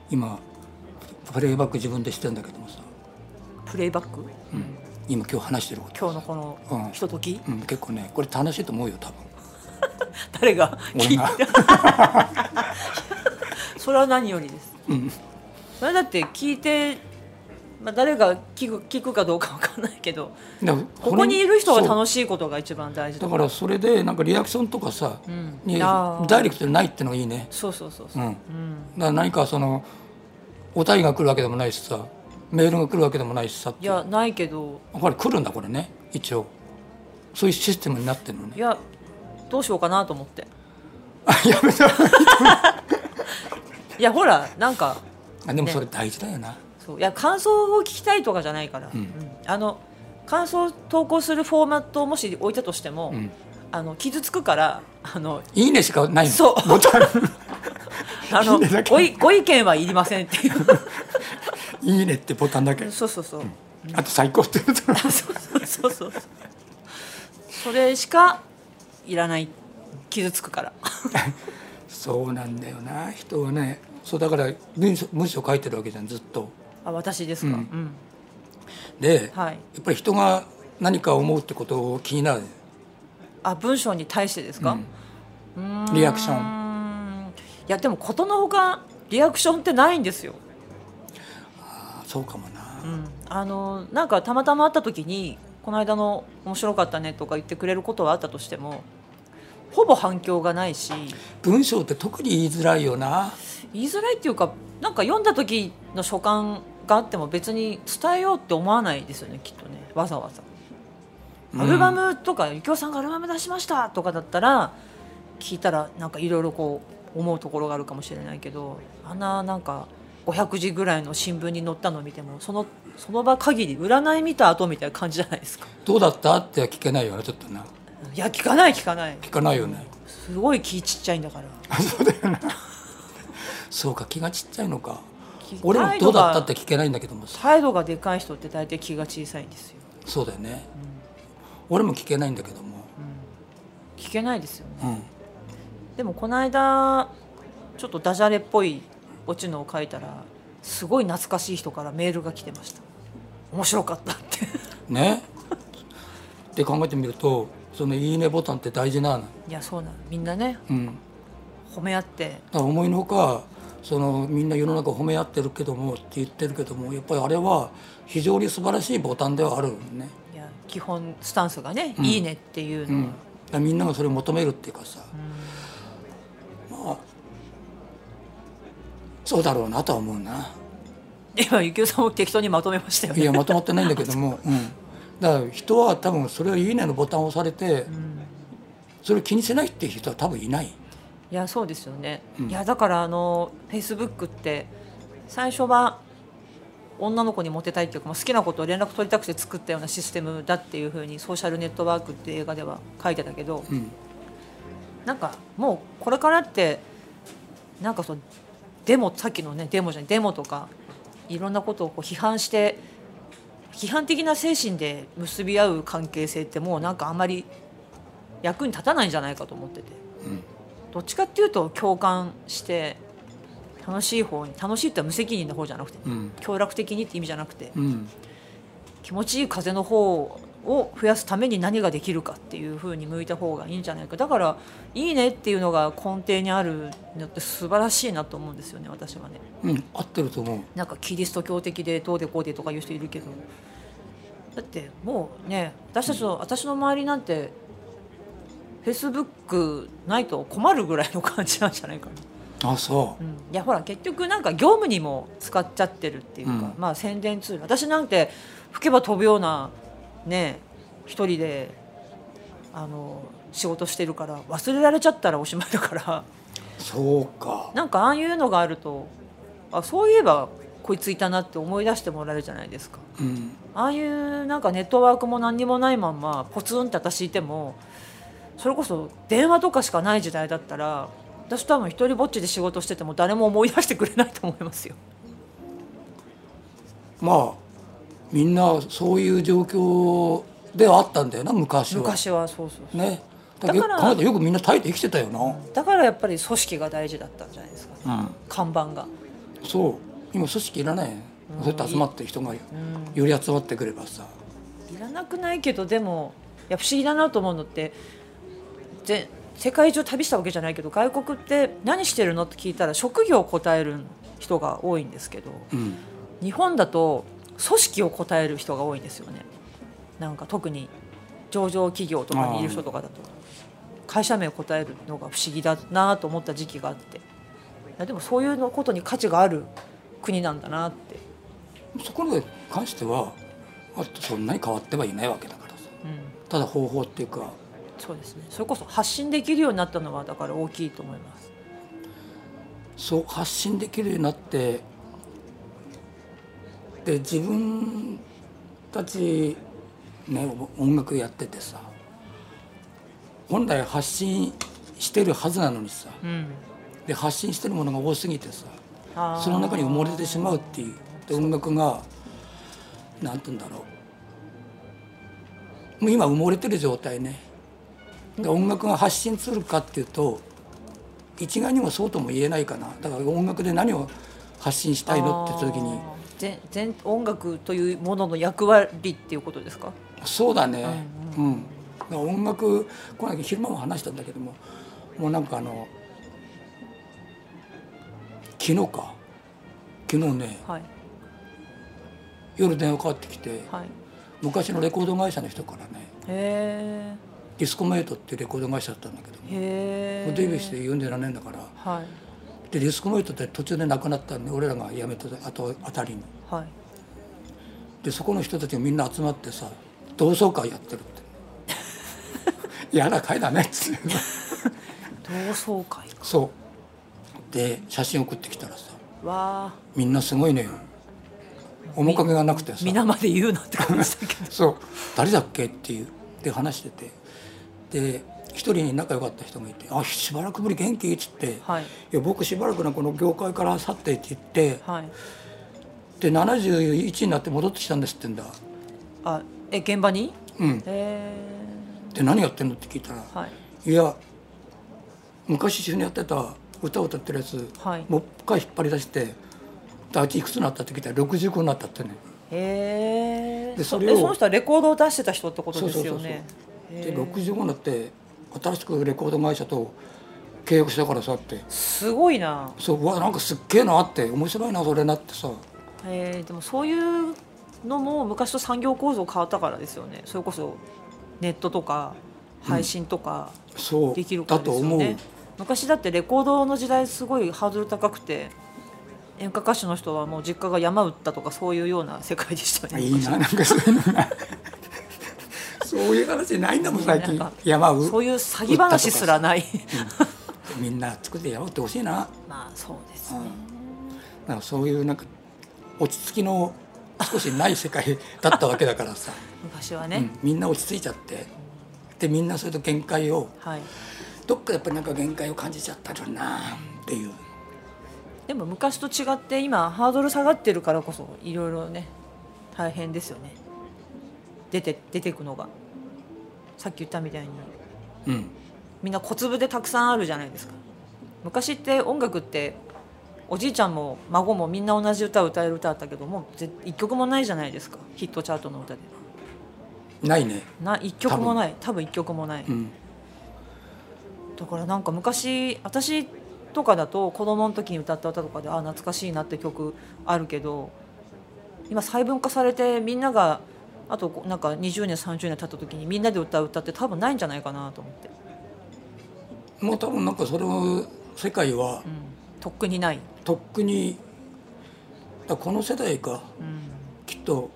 [SPEAKER 1] 今プレイバック自分でしてんだけどもさ、
[SPEAKER 2] プレイバック
[SPEAKER 1] うん、今今日話してること、
[SPEAKER 2] 今日のこ
[SPEAKER 1] うん
[SPEAKER 2] のひととき、 <laughs>
[SPEAKER 1] うん、結構ねこれ楽しいと思うよ多分
[SPEAKER 2] 誰が
[SPEAKER 1] 俺
[SPEAKER 2] 聞い
[SPEAKER 1] が
[SPEAKER 2] た <laughs> それは何よりです、それだって聞いて、まあ、誰が聞く聞くかどうかわかんないけど
[SPEAKER 1] だから
[SPEAKER 2] ここにいる人が
[SPEAKER 1] そう
[SPEAKER 2] 楽しいことが一番大事だ
[SPEAKER 1] だからそれでなんかリアクションとかさ、
[SPEAKER 2] ん
[SPEAKER 1] に
[SPEAKER 2] あー
[SPEAKER 1] ダイレクトでないってのがいいね
[SPEAKER 2] そうそうそう
[SPEAKER 1] う
[SPEAKER 2] そう、
[SPEAKER 1] ん、だから何かそのお便りが来るわけでもないしさメールが来るわけでもないしさって
[SPEAKER 2] いやないけど
[SPEAKER 1] これ来るんだこれね一応そういうシステムになってるの
[SPEAKER 2] い
[SPEAKER 1] ね
[SPEAKER 2] やどうしようかなと思って
[SPEAKER 1] あ <laughs> やめた
[SPEAKER 2] <laughs> いやほらなんか
[SPEAKER 1] あでもそれ大事だよな、
[SPEAKER 2] そういや感想を聞きたいとかじゃないから、うんあの感想を投稿するフォーマットをもし置いたとしても、
[SPEAKER 1] ん
[SPEAKER 2] あの傷つくからあの
[SPEAKER 1] いいねしかないの
[SPEAKER 2] そう
[SPEAKER 1] ボタン
[SPEAKER 2] あの
[SPEAKER 1] いいねだけ
[SPEAKER 2] ごいご意見はいりませんっていう
[SPEAKER 1] <laughs> いいねってボタンだけ
[SPEAKER 2] そうそうそう、
[SPEAKER 1] あと最高って言うと
[SPEAKER 2] そうそうそうそうそれしかいらない傷つくから
[SPEAKER 1] そうなんだよな人はねそうだから文章文章書いてるわけじゃんずっと
[SPEAKER 2] あ私です
[SPEAKER 1] う
[SPEAKER 2] か、うんん
[SPEAKER 1] で、
[SPEAKER 2] はい
[SPEAKER 1] やっぱり人が何か思うってことを気になる
[SPEAKER 2] あ文章に対してですか、うーん
[SPEAKER 1] リアクション
[SPEAKER 2] いやでもことのほかリアクションってないんですよ、
[SPEAKER 1] あそうかもな、
[SPEAKER 2] うん、あのなんかたまたま会った時にこの間の面白かったねとか言ってくれることはあったとしてもほぼ反響がないし
[SPEAKER 1] 文章って特に言いづらいよな
[SPEAKER 2] 言いづらいっていうかなんか読んだ時の所感があっても別に伝えようって思わないですよねきっとねわざわざ。アルバムとか、ゆきおさんがアルバム出しましたとかだったら聞いたらなんかいろいろこう思うところがあるかもしれないけどあんななんか500字ぐらいの新聞に載ったのを見てもそのその場限り占い見た後みたいな感じじゃないですか
[SPEAKER 1] どうだったっては聞けないよねちょっとない
[SPEAKER 2] や聞かない聞かない
[SPEAKER 1] 聞かないよね
[SPEAKER 2] すごい気ちっちゃいんだから
[SPEAKER 1] そうか気がちっちゃいのか
[SPEAKER 2] 気
[SPEAKER 1] 俺も
[SPEAKER 2] 態
[SPEAKER 1] ど
[SPEAKER 2] 度
[SPEAKER 1] うだ
[SPEAKER 2] が
[SPEAKER 1] ったって聞けないんだけどもさ
[SPEAKER 2] 態度がでかい人って大体気が小さいんですよ
[SPEAKER 1] そうだよね、俺も聞けないんだけども
[SPEAKER 2] 聞けないですよね
[SPEAKER 1] うん
[SPEAKER 2] でもこの間ちょっとダジャレっぽいオチのを書いたらすごい懐かしい人からメールが来てました面白かったって
[SPEAKER 1] ねって考えてみるとその「いいね」ボタンって大事なの
[SPEAKER 2] <laughs> いやそうなのみんなね
[SPEAKER 1] うんだか
[SPEAKER 2] 褒め合って
[SPEAKER 1] ら思いのほかそのみんな世の中褒め合ってるけどもって言ってるけどもやっぱりあれは非常に素晴らしいボタンではあるよね
[SPEAKER 2] いや基本スタンスがね、いいねっていうのは、
[SPEAKER 1] だからみんながそれを求めるっていうかさ、まあそうだろうなとは思うな
[SPEAKER 2] 今ゆきおさんも適当にまとめましたよ
[SPEAKER 1] い
[SPEAKER 2] ね <laughs>
[SPEAKER 1] やまとまってないんだけども、うん、だから人は多分それを「いいね」のボタンを押されて、
[SPEAKER 2] ん
[SPEAKER 1] それを気にせないっていう人は多分いない。
[SPEAKER 2] いやそうですよね、
[SPEAKER 1] うん
[SPEAKER 2] いやだからあのフェイスブックって最初は女の子にモテたいっていうかもう好きなことを連絡取りたくて作ったようなシステムだっていうふうにソーシャルネットワークって映画では書いてたけど
[SPEAKER 1] うん
[SPEAKER 2] なんかもうこれからってなんかそのデモさっきのねデモじゃないデモとかいろんなことをこう批判して批判的な精神で結び合う関係性ってもうなんかあんまり役に立たないんじゃないかと思ってて。
[SPEAKER 1] うん
[SPEAKER 2] どっちかっていうと共感して楽しい方に楽しいってのは無責任の方じゃなくて
[SPEAKER 1] うん
[SPEAKER 2] 協力的にって意味じゃなくて
[SPEAKER 1] うん
[SPEAKER 2] 気持ちいい風の方を増やすために何ができるかっていう風に向いた方がいいんじゃないかだから「いいね」っていうのが根底にあるのって素晴らしいなと思うんですよね私はね。
[SPEAKER 1] うん、合ってると思う。
[SPEAKER 2] なんかキリスト教的でどうでこうでとか言う人いるけどだってもうね私たちの私の周りなんてフェイスブックないと困るぐらいの感じなんじゃないかな。
[SPEAKER 1] あ、そ
[SPEAKER 2] うんいやほら結局なんか業務にも使っちゃってるっていうか、
[SPEAKER 1] うん
[SPEAKER 2] まあ宣伝ツール私なんて吹けば飛ぶようなね一人であの仕事してるから忘れられちゃったらおしまいだから <laughs>
[SPEAKER 1] う。そうか。
[SPEAKER 2] なんかああいうのがあるとあそういえばこいついたなって思い出してもらえるじゃないですか
[SPEAKER 1] うん。
[SPEAKER 2] ああいうなんかネットワークも何にもないまんまポツンって私いてもそれこそ電話とかしかない時代だったら私多分一人ぼっちで仕事してても誰も思い出してくれないと思いますよ。
[SPEAKER 1] まあ。みんなそういう状況ではあったんだよな、昔は。
[SPEAKER 2] 昔はそうそうそう
[SPEAKER 1] ね。だけど
[SPEAKER 2] だから
[SPEAKER 1] 考えたらよくみんな耐えて生きてたよな。
[SPEAKER 2] だからやっぱり組織が大事だったんじゃないですか
[SPEAKER 1] うん。
[SPEAKER 2] 看板が。
[SPEAKER 1] そう。今組織いらない。そうやって集まって人がよ
[SPEAKER 2] うん
[SPEAKER 1] より集まってくればさ。
[SPEAKER 2] いらなくないけどでもいや不思議だなと思うのってぜ世界中旅したわけじゃないけど外国って何してるのって聞いたら職業を答える人が多いんですけど。
[SPEAKER 1] うん。
[SPEAKER 2] 日本だと組織を答える人が多いんですよねなんか特に上場企業とかにいる人とかだと会社名を答えるのが不思議だなと思った時期があっていやでもそういうのことに価値がある国なんだなって、
[SPEAKER 1] そこに関しては。あとそんなに変わってはいないわけだからさ。
[SPEAKER 2] うん、
[SPEAKER 1] ただ方法っていうか。
[SPEAKER 2] そうですねそれこそ発信できるようになったのはだから大きいと思います
[SPEAKER 1] そう発信できるようになってで自分たち、ね、お音楽やっててさ本来発信してるはずなのにさ
[SPEAKER 2] うん
[SPEAKER 1] で発信してるものが多すぎてさ
[SPEAKER 2] あー
[SPEAKER 1] その中に埋もれてしまうっていうで音楽が何て言うんだろうもう今埋もれてる状態ねで音楽が発信するかっていうと一概にもそうとも言えないかなだから音楽で何を発信したいのって時に
[SPEAKER 2] あー全全音楽というものの役割っていうことですか
[SPEAKER 1] そうだねうん、だから音楽この間昼間も話したんだけどももうなんかあの昨日か昨日ね
[SPEAKER 2] はい
[SPEAKER 1] 夜電話かかってきて
[SPEAKER 2] はい
[SPEAKER 1] 昔のレコード会社の人からね
[SPEAKER 2] へ
[SPEAKER 1] ディスコメイトっていうレコード会社だったんだけど
[SPEAKER 2] えへ
[SPEAKER 1] も
[SPEAKER 2] え
[SPEAKER 1] うデビューして47年だから
[SPEAKER 2] はい
[SPEAKER 1] でディスコメイトって途中でなくなったんで俺らが辞めたあとあたりに
[SPEAKER 2] はい
[SPEAKER 1] でそこの人たちがみんな集まってさ同窓会やってるって <laughs> やらかいだねっつって
[SPEAKER 2] 同窓会か
[SPEAKER 1] そうで写真送ってきたらさ
[SPEAKER 2] わあ
[SPEAKER 1] みんなすごいのよ面影がなくてさ
[SPEAKER 2] 皆まで言うなって感じだけど
[SPEAKER 1] そう誰だっけっていうで話しててで一人仲良かった人がいて「あしばらくぶり元気?」っつって、
[SPEAKER 2] <laughs> はい
[SPEAKER 1] や僕しばらくのこの業界から去ってって言って
[SPEAKER 2] はい
[SPEAKER 1] で71になって戻ってきたんですってんだ
[SPEAKER 2] あえ現場に
[SPEAKER 1] うん
[SPEAKER 2] え
[SPEAKER 1] で何やってんのって聞いたら
[SPEAKER 2] ー、は
[SPEAKER 1] 「
[SPEAKER 2] い
[SPEAKER 1] いや昔一緒にやってた歌を歌ってるやつ、
[SPEAKER 2] はい
[SPEAKER 1] もう一回引っ張り出してであいついくつになったって聞いたら65になったってね
[SPEAKER 2] へえ
[SPEAKER 1] で
[SPEAKER 2] そ
[SPEAKER 1] それを
[SPEAKER 2] えその人はレコードを出してた人ってことですよね
[SPEAKER 1] で
[SPEAKER 2] へー
[SPEAKER 1] 65になって新しくレコード会社と契約したからさって
[SPEAKER 2] すごいな
[SPEAKER 1] そううわなんかすっげえなって面白いなそれなってさ
[SPEAKER 2] えー、でもそういうのも昔と産業構造変わったからですよねそれこそネットとか配信とか、
[SPEAKER 1] そう
[SPEAKER 2] できるか
[SPEAKER 1] だ
[SPEAKER 2] らで
[SPEAKER 1] と
[SPEAKER 2] すよ
[SPEAKER 1] 思う
[SPEAKER 2] ね昔だってレコードの時代すごいハードル高くて演歌歌手の人はもう実家が山打ったとかそういうような世界でしたよね
[SPEAKER 1] いいななんかそういうのがそういう話ないんだもん最
[SPEAKER 2] な
[SPEAKER 1] 近
[SPEAKER 2] んか
[SPEAKER 1] 山う
[SPEAKER 2] そういう詐欺話すらない。
[SPEAKER 1] みんな作ってやろうってほしいな
[SPEAKER 2] まあそうですね。
[SPEAKER 1] なんかそういうなんか落ち着きの少しない世界だったわけだからさ、
[SPEAKER 2] 昔は
[SPEAKER 1] う
[SPEAKER 2] ね
[SPEAKER 1] ん、みんな落ち着いちゃってでみんなそれと限界を
[SPEAKER 2] はい。
[SPEAKER 1] どっかやっぱりなんか限界を感じちゃったよなっていう
[SPEAKER 2] でも昔と違って今ハードル下がってるからこそいろいろね大変ですよね。出て出てくのがさっき言ったみたいに
[SPEAKER 1] うん
[SPEAKER 2] みんな小粒でたくさんあるじゃないですか。昔って音楽っておじいちゃんも孫もみんな同じ歌を歌える歌だったけどもうぜ一曲もないじゃないですかヒットチャートの歌で
[SPEAKER 1] ないね
[SPEAKER 2] な一曲もない多分一曲もない、
[SPEAKER 1] うん
[SPEAKER 2] だからなんか昔私とかだと子供の時に歌った歌とかでああ懐かしいなって曲あるけど今細分化されてみんながあとこうなんか20年30年経った時にみんなで歌う歌って多分ないんじゃないかなと思って、
[SPEAKER 1] もう多分なんかその世界は
[SPEAKER 2] うん、とっくにない、
[SPEAKER 1] とっくにだからこの世代か
[SPEAKER 2] うん
[SPEAKER 1] きっと
[SPEAKER 2] うん、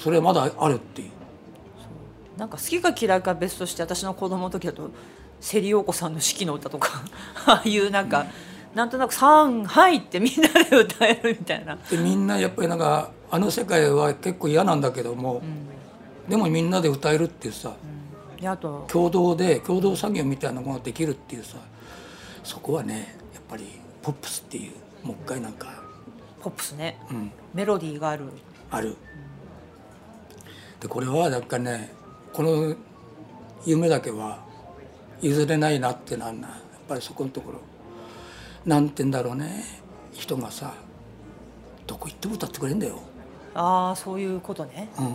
[SPEAKER 1] それはまだあるっていう
[SPEAKER 2] なんか好きか嫌いか別として私の子供の時だとセリオ子さんの「四季の歌」とか <laughs> ああいうなんか、なんとなく「上海」ってみんなで歌えるみたいな、 <laughs>
[SPEAKER 1] でみんなやっぱりなんかあの世界は結構嫌なんだけども、でもみんなで歌えるっていうさ
[SPEAKER 2] であと
[SPEAKER 1] 共同で共同作業みたいなものができるっていうさそこはねやっぱりポップスっていうもう一回なんか、
[SPEAKER 2] ポップスね
[SPEAKER 1] うん、
[SPEAKER 2] メロディーがある
[SPEAKER 1] ある。でこれはなんかねこの夢だけは譲れないなってなんなやっぱりそこのところなんて言うんだろうね人がさどこ行っても歌ってくれんだよ。
[SPEAKER 2] ああそういうことね
[SPEAKER 1] うん、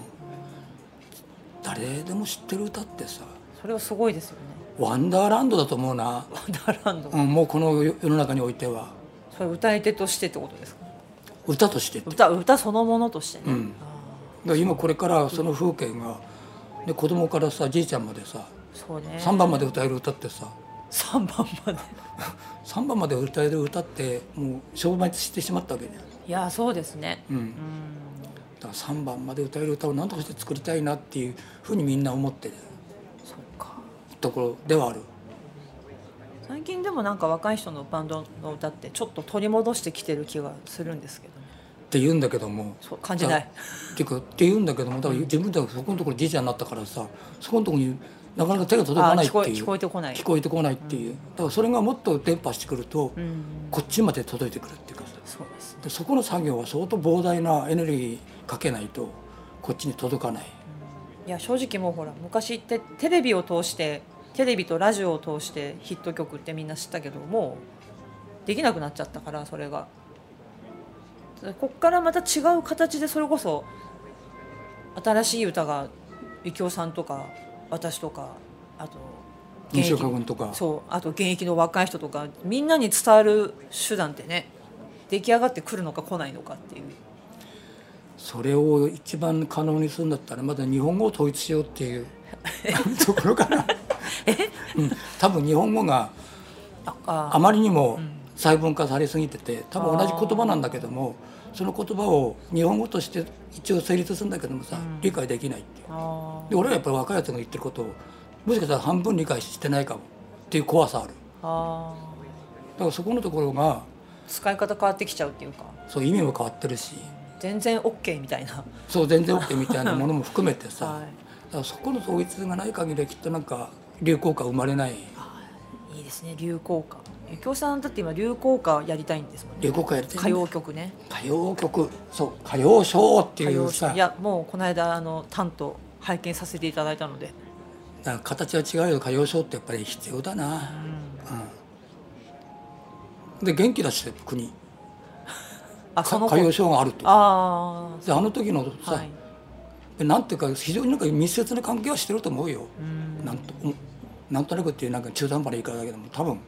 [SPEAKER 1] 誰でも知ってる歌ってさ
[SPEAKER 2] それはすごいですよね
[SPEAKER 1] ワンダーランドだと思うな、
[SPEAKER 2] ワンダーランド、
[SPEAKER 1] うん、もうこの世世の中においては
[SPEAKER 2] それ歌い手としてってことですか
[SPEAKER 1] 歌としてってだか
[SPEAKER 2] 歌歌そのものとしてね、
[SPEAKER 1] ん
[SPEAKER 2] あ
[SPEAKER 1] ら今これからその風景がで子供からさじいちゃんまでさ
[SPEAKER 2] あそうね
[SPEAKER 1] 3番まで歌える歌ってさ
[SPEAKER 2] 三番まで
[SPEAKER 1] 3番まで歌える歌ってもう消滅してしまったわけね、
[SPEAKER 2] いやそうですね
[SPEAKER 1] うん、だから3番まで歌える歌を何とかして作りたいなっていうふうにみんな思ってる
[SPEAKER 2] そうか
[SPEAKER 1] ところではある
[SPEAKER 2] 最近でもなんか若い人のバンドの歌ってちょっと取り戻してきてる気がするんですけど、ね、
[SPEAKER 1] って言うんだけども
[SPEAKER 2] そう感じない
[SPEAKER 1] だっていうかって言うんだけどもだから自分たちそこのところじいちゃんになったからさそこのところになかなか手が届かない
[SPEAKER 2] あー聞
[SPEAKER 1] って
[SPEAKER 2] こえ
[SPEAKER 1] いう
[SPEAKER 2] 聞こえてこない
[SPEAKER 1] 聞こえてこないっていう、だからそれがもっと伝播してくると、
[SPEAKER 2] うん
[SPEAKER 1] こっちまで届いてくるっていうかさ
[SPEAKER 2] そうですね
[SPEAKER 1] でそこの作業は相当膨大なエネルギーかけないとこっちに届かない、
[SPEAKER 2] いや正直もうほら昔ってテレビを通してテレビとラジオを通してヒット曲ってみんな知ったけどもうできなくなっちゃったからそれがこっからまた違う形でそれこそ新しい歌がゆきおさんとか私とかあと現
[SPEAKER 1] 西
[SPEAKER 2] 役
[SPEAKER 1] 岡君とか
[SPEAKER 2] そうあと現役の若い人とかみんなに伝わる手段ってね出来上がってくるのか来ないのかっていう
[SPEAKER 1] それを一番可能にするんだったらまだ日本語を統一しようっていうところかな、うん、多分日本語が
[SPEAKER 2] ああ
[SPEAKER 1] あまりにも細分化されすぎてて多分同じ言葉なんだけどもその言葉を日本語として一応成立するんだけどもさ、理解できないっていう
[SPEAKER 2] あー
[SPEAKER 1] で俺はやっぱり若いやつが言ってることをもしかしたら半分理解してないかもっていう怖さある
[SPEAKER 2] あ
[SPEAKER 1] だからそこのところが
[SPEAKER 2] ー使い方変わってきちゃうっていうか
[SPEAKER 1] そう意味も変わってるし
[SPEAKER 2] 全然 OK みたいな
[SPEAKER 1] そう全然 OK みたいなものも含めて
[SPEAKER 2] <laughs>
[SPEAKER 1] さ、
[SPEAKER 2] は
[SPEAKER 1] だからそこの統一がない限りはきっとなんか流行感生まれない
[SPEAKER 2] いいですね流行歌ゆきおさんだって今流行歌やりたいんですもんね
[SPEAKER 1] 流行感やりた
[SPEAKER 2] 歌
[SPEAKER 1] いね
[SPEAKER 2] 謡曲ね
[SPEAKER 1] 歌謡曲そう歌謡ショーって
[SPEAKER 2] 歌
[SPEAKER 1] いう
[SPEAKER 2] 謡
[SPEAKER 1] さ
[SPEAKER 2] いやもうこの間あの担当拝見させていただいたので
[SPEAKER 1] なんか形は違うけど歌謡ショーってやっぱり必要だな、うんで元気だし国
[SPEAKER 2] あ
[SPEAKER 1] か
[SPEAKER 2] その
[SPEAKER 1] 歌
[SPEAKER 2] 子
[SPEAKER 1] 謡ショーがあると
[SPEAKER 2] あ
[SPEAKER 1] であの時の
[SPEAKER 2] あ
[SPEAKER 1] さ、
[SPEAKER 2] はい
[SPEAKER 1] なんていうか非常になんか密接な関係はしてると思うよ、なんとうんなんとなくっていうなんか中途半端な言い方だけども多分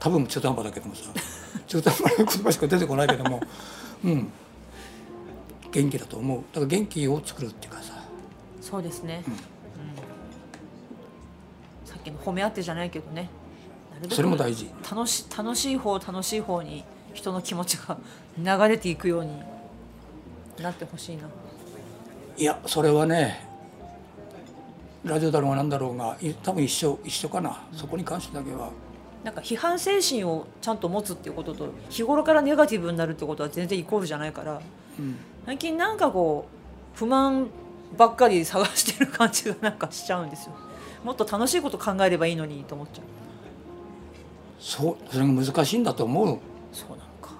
[SPEAKER 1] 多分中途半端だけども <laughs> さ中途半端な言葉しか出てこないけどもうん元気だと思うだから元気を作るっていうかさ
[SPEAKER 2] そうですね、うんさっきの褒め合ってじゃないけどねなるべく
[SPEAKER 1] それも大事
[SPEAKER 2] 楽し楽しい方楽しい方に人の気持ちが <laughs> 流れていくようになってほしいない
[SPEAKER 1] やそれはねラジオだろうがなんだろうがい多分一緒一緒かな、そこに関してだけは
[SPEAKER 2] なんか批判精神をちゃんと持つっていうことと日頃からネガティブになるってことは全然イコールじゃないから
[SPEAKER 1] うん
[SPEAKER 2] 最近なんかこう不満ばっかり探してる感じがなんかしちゃうんですよもっと楽しいこと考えればいいのにと思っちゃう
[SPEAKER 1] そうそれが難しいんだと思う
[SPEAKER 2] そうなのか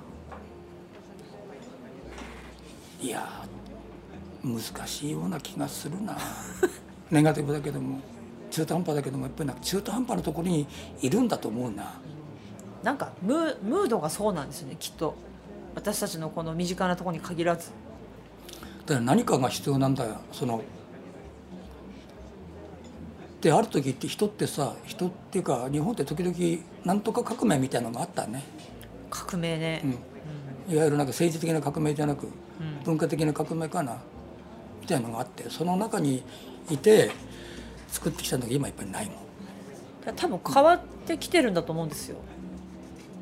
[SPEAKER 1] いやー難しいような気がするな <laughs> ネガティブだけども中途半端だけどもやっぱりなんか中途半端なところにいるんだと思うな
[SPEAKER 2] なんかムームードがそうなんですよねきっと私たちのこの身近なところに限らず
[SPEAKER 1] だから何かが必要なんだよそのである時って人ってさ人っていうか日本って時々なんとか革命みたいなのがあったね、
[SPEAKER 2] 革命ね、
[SPEAKER 1] うん、いわゆるなんか政治的な革命じゃなく文化的な革命かなみたいなのがあってその中にいて作ってきたのが今やっぱりないもん。
[SPEAKER 2] 多分変わってきてるんだと思うんですよ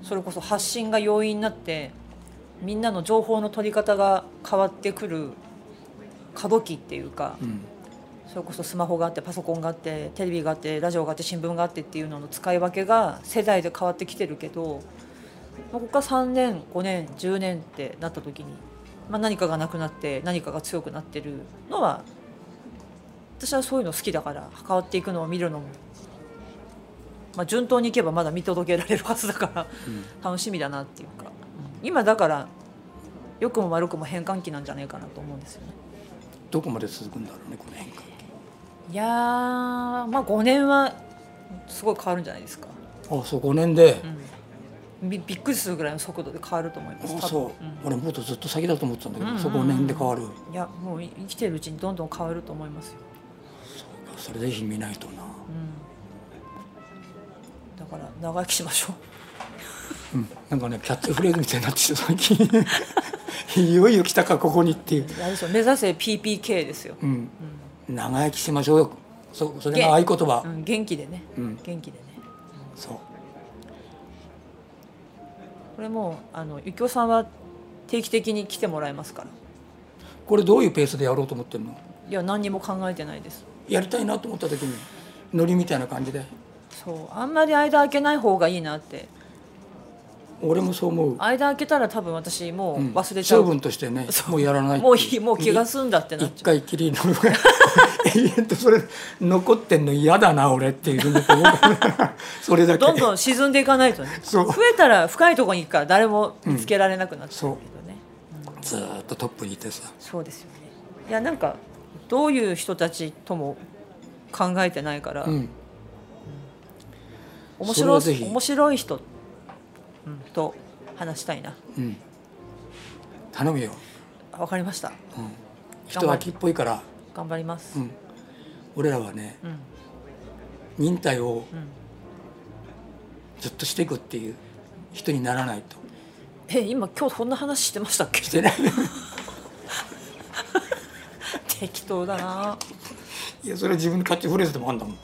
[SPEAKER 2] それこそ発信が容易になってみんなの情報の取り方が変わってくる過渡期っていうか、
[SPEAKER 1] うん
[SPEAKER 2] それこそスマホがあってパソコンがあってテレビがあってラジオがあって新聞があってっていうのの使い分けが世代で変わってきてるけどここから3年5年10年ってなった時に、まあ、何かがなくなって何かが強くなってるのは私はそういうの好きだから変わっていくのを見るのも、まあ、順当にいけばまだ見届けられるはずだから、楽しみだなっていうか今だから良くも悪くも変換期なんじゃないかなと思うんですよね。
[SPEAKER 1] どこまで続くんだろうねこの変化
[SPEAKER 2] いやーまあ5年はすごい変わるんじゃないですか、
[SPEAKER 1] あそう5年で、
[SPEAKER 2] うん、びびっくりするぐらいの速度で変わると思います
[SPEAKER 1] あ
[SPEAKER 2] 多分
[SPEAKER 1] そう、
[SPEAKER 2] ん
[SPEAKER 1] 俺もっとずっと先だと思ってたんだけど、
[SPEAKER 2] うんうんうん
[SPEAKER 1] そこ5年で変わる
[SPEAKER 2] いやもうい生きてるうちにどんどん変わると思いますよ、
[SPEAKER 1] それぜひ見ないとな
[SPEAKER 2] うん、だから長生きしましょう
[SPEAKER 1] うんなんかねキャッチフレーズみたいになってきて最近 <laughs> いよいよ来たかここにっていう、
[SPEAKER 2] いやあれですよ目指せ PPK ですよ、
[SPEAKER 1] うん、長生きしましょうよそそれが合言葉、
[SPEAKER 2] うん、元気でね、
[SPEAKER 1] うん
[SPEAKER 2] 元気でね
[SPEAKER 1] そう
[SPEAKER 2] これもうあのゆきおさんは定期的に来てもらえますから
[SPEAKER 1] これどういうペースでやろうと思ってるの
[SPEAKER 2] いや何にも考えてないです
[SPEAKER 1] やりたいなと思った時にノリみたいな感じで
[SPEAKER 2] そうあんまり間空けない方がいいなって
[SPEAKER 1] 俺もそう思う、
[SPEAKER 2] 間空けたら多分私もう
[SPEAKER 1] うん
[SPEAKER 2] 忘れちゃ
[SPEAKER 1] 性
[SPEAKER 2] う、
[SPEAKER 1] 分としてねもうやらないってい
[SPEAKER 2] もういいもう気が済んだってなっ
[SPEAKER 1] 一
[SPEAKER 2] ちゃう
[SPEAKER 1] 回きりの <laughs> 永遠とそれ残ってんの嫌だな俺っていうふうに思う <laughs> それだけ
[SPEAKER 2] どんどん沈んでいかないとね
[SPEAKER 1] <laughs> そ
[SPEAKER 2] 増
[SPEAKER 1] う
[SPEAKER 2] えたら深いところに行くから誰も見つけられなくなっちゃうけどね、
[SPEAKER 1] ずーっとトップにいてさ
[SPEAKER 2] そうですよねいやなんかどういう人たちとも考えてないから、
[SPEAKER 1] うん
[SPEAKER 2] 面
[SPEAKER 1] それは
[SPEAKER 2] 白
[SPEAKER 1] ぜひ
[SPEAKER 2] 面白い人、うん、と話したいな
[SPEAKER 1] うん頼むよ
[SPEAKER 2] あわかりました
[SPEAKER 1] 人は秋っぽいから、
[SPEAKER 2] 頑張ります、
[SPEAKER 1] うん、俺らはね
[SPEAKER 2] うん
[SPEAKER 1] 忍耐をずっとしていくっていう人にならないと
[SPEAKER 2] え今今日そんな話してましたっけ
[SPEAKER 1] <laughs> してない
[SPEAKER 2] <laughs> 適当だない
[SPEAKER 1] やそれは自分のキャッチフレーズでもあんだもん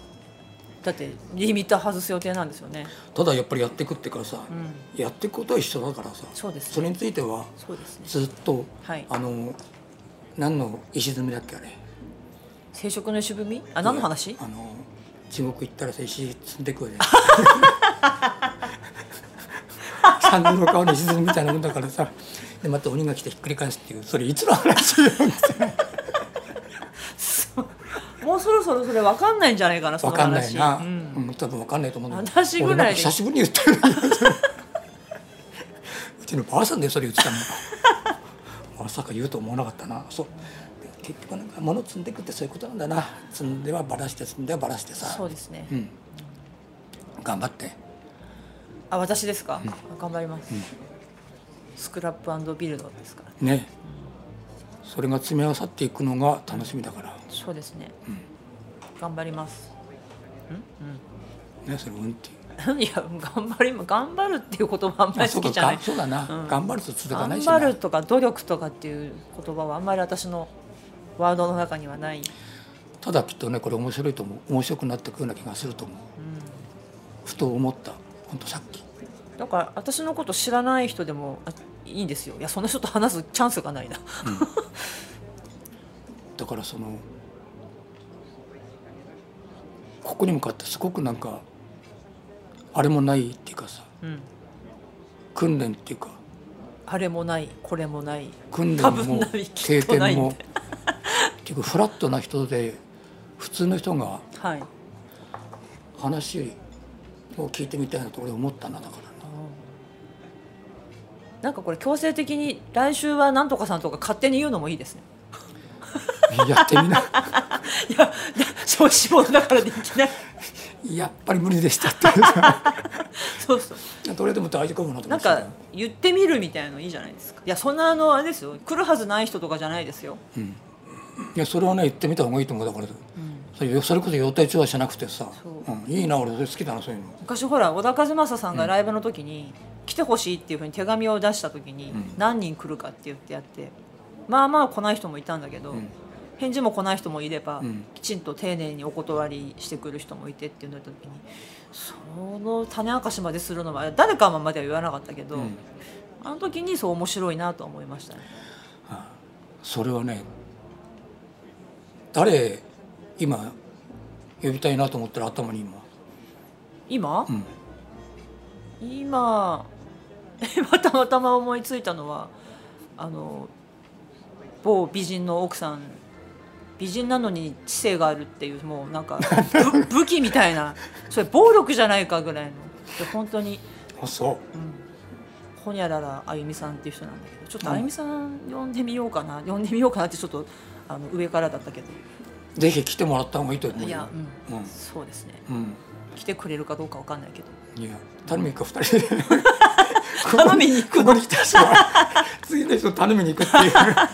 [SPEAKER 2] だってリミッター外す予定なんですよね
[SPEAKER 1] ただやっぱりやっていくってからさ、
[SPEAKER 2] ん
[SPEAKER 1] やっていくことは一緒だからさ
[SPEAKER 2] そうですね
[SPEAKER 1] れについては
[SPEAKER 2] そうですね
[SPEAKER 1] ずっと、
[SPEAKER 2] はい
[SPEAKER 1] あの何の石積みだっけあれ
[SPEAKER 2] 生殖の渋みあ何の話
[SPEAKER 1] いやあの地獄行ったらさ石積んでく
[SPEAKER 2] <laughs>
[SPEAKER 1] よねサンドの顔に石積みみたいなもんだからさでまた鬼が来てひっくり返すっていうそれいつの話よ
[SPEAKER 2] もうそろそろそれ分かんないんじゃないかなそ
[SPEAKER 1] わ
[SPEAKER 2] の
[SPEAKER 1] かんない
[SPEAKER 2] 話
[SPEAKER 1] な、う
[SPEAKER 2] うんん
[SPEAKER 1] 多分わかんないと思うんだ
[SPEAKER 2] 私ぐら
[SPEAKER 1] 俺
[SPEAKER 2] いで
[SPEAKER 1] なんか久しぶりに言ったようちのばあさんでそれ言ってたのまさか言うと思わなかったなそう結局なんか物積んでいくってそういうことなんだな積んではばらして積んではばらしてさ
[SPEAKER 2] そうですね、
[SPEAKER 1] うん頑張って
[SPEAKER 2] あ私ですか、頑張ります、スクラップビルドですから
[SPEAKER 1] ねそれが詰め合わさっていくのが楽しみだから、
[SPEAKER 2] そうですね、頑張ります <laughs>
[SPEAKER 1] ね、それうんっていう
[SPEAKER 2] いや頑張り頑張るっていう言葉あんま
[SPEAKER 1] あ
[SPEAKER 2] り
[SPEAKER 1] そ
[SPEAKER 2] 好
[SPEAKER 1] うか
[SPEAKER 2] きじゃない
[SPEAKER 1] がそうだな、
[SPEAKER 2] うん
[SPEAKER 1] 頑張ると続かない
[SPEAKER 2] 頑
[SPEAKER 1] し
[SPEAKER 2] 張
[SPEAKER 1] な
[SPEAKER 2] るとか努力とかっていう言葉はあんまり私のワードの中にはない
[SPEAKER 1] ただきっとねこれ面白いと思う面白くなってくような気がすると思う、ふと思ったほんとさっき
[SPEAKER 2] だから私のこと知らない人でもあいいんですよいやそんな人と話すチャンスがないな
[SPEAKER 1] だからそのこに向かってすごくなんかあれもないっていうかさ
[SPEAKER 2] うん、
[SPEAKER 1] 訓練っていうか
[SPEAKER 2] あれもないこれもない
[SPEAKER 1] 訓
[SPEAKER 2] 多
[SPEAKER 1] 練
[SPEAKER 2] 分
[SPEAKER 1] も
[SPEAKER 2] ないき
[SPEAKER 1] 経
[SPEAKER 2] っとない
[SPEAKER 1] 験
[SPEAKER 2] ん
[SPEAKER 1] も
[SPEAKER 2] で
[SPEAKER 1] 結構フラットな人で普通の人が
[SPEAKER 2] はい
[SPEAKER 1] 話を聞いてみたいなと俺思ったなだからな
[SPEAKER 2] なんかこれ強制的に来週はなんとかさんとか勝手に言うのもいいですね
[SPEAKER 1] やってみ
[SPEAKER 2] <laughs>
[SPEAKER 1] ない
[SPEAKER 2] やいや小志望だからできない
[SPEAKER 1] いやっぱり無理でしたって
[SPEAKER 2] そうそう
[SPEAKER 1] どれでも大丈夫かなと思
[SPEAKER 2] な
[SPEAKER 1] っ
[SPEAKER 2] ん
[SPEAKER 1] てた
[SPEAKER 2] か言ってみるみたいのいいじゃないですかいやそんなあのあれですよ来るはずない人とかじゃないですよ
[SPEAKER 1] いやそれはね言ってみた方がいいと思うだから、それそれこそ予定調和しなくてさ
[SPEAKER 2] そう、
[SPEAKER 1] ん、いいな俺それ好きだなそういうの
[SPEAKER 2] 昔ほら小田和正さんがライブの時に、来てほしいっていうふうに手紙を出した時に、何人来るかって言ってやってまあまあ来ない人もいたんだけど、返事も来ない人もいれば、
[SPEAKER 1] ん
[SPEAKER 2] きちんと丁寧にお断りしてくる人もいてっていうのを言った時にその種明かしまでするのは誰かまでは言わなかったけど、
[SPEAKER 1] ん
[SPEAKER 2] あの時にそう面白いなと思いましたね。
[SPEAKER 1] それはね誰今呼びたいなと思ってる頭に今
[SPEAKER 2] 今、
[SPEAKER 1] ん
[SPEAKER 2] 今 <laughs> 今たまたま思いついたのはあの某美人の奥さん美人なのに知性があるっていうもうなんか <laughs> ぶ武器みたいなそれ暴力じゃないかぐらいので本当に
[SPEAKER 1] あそう
[SPEAKER 2] ほにゃららあゆみさんっていう人なんだけどちょっとあゆみさん呼んでみようかな、呼んでみようかなってちょっとあの上からだったけど
[SPEAKER 1] ぜひ来てもらった方がいいと思うよ
[SPEAKER 2] いや、うん
[SPEAKER 1] うん
[SPEAKER 2] そうですね
[SPEAKER 1] うん
[SPEAKER 2] 来てくれるかどうかわかんないけど
[SPEAKER 1] いや頼みに行くか二人で
[SPEAKER 2] 頼みに行く
[SPEAKER 1] ここに来た人は次の人頼みに行くっていう <laughs> あ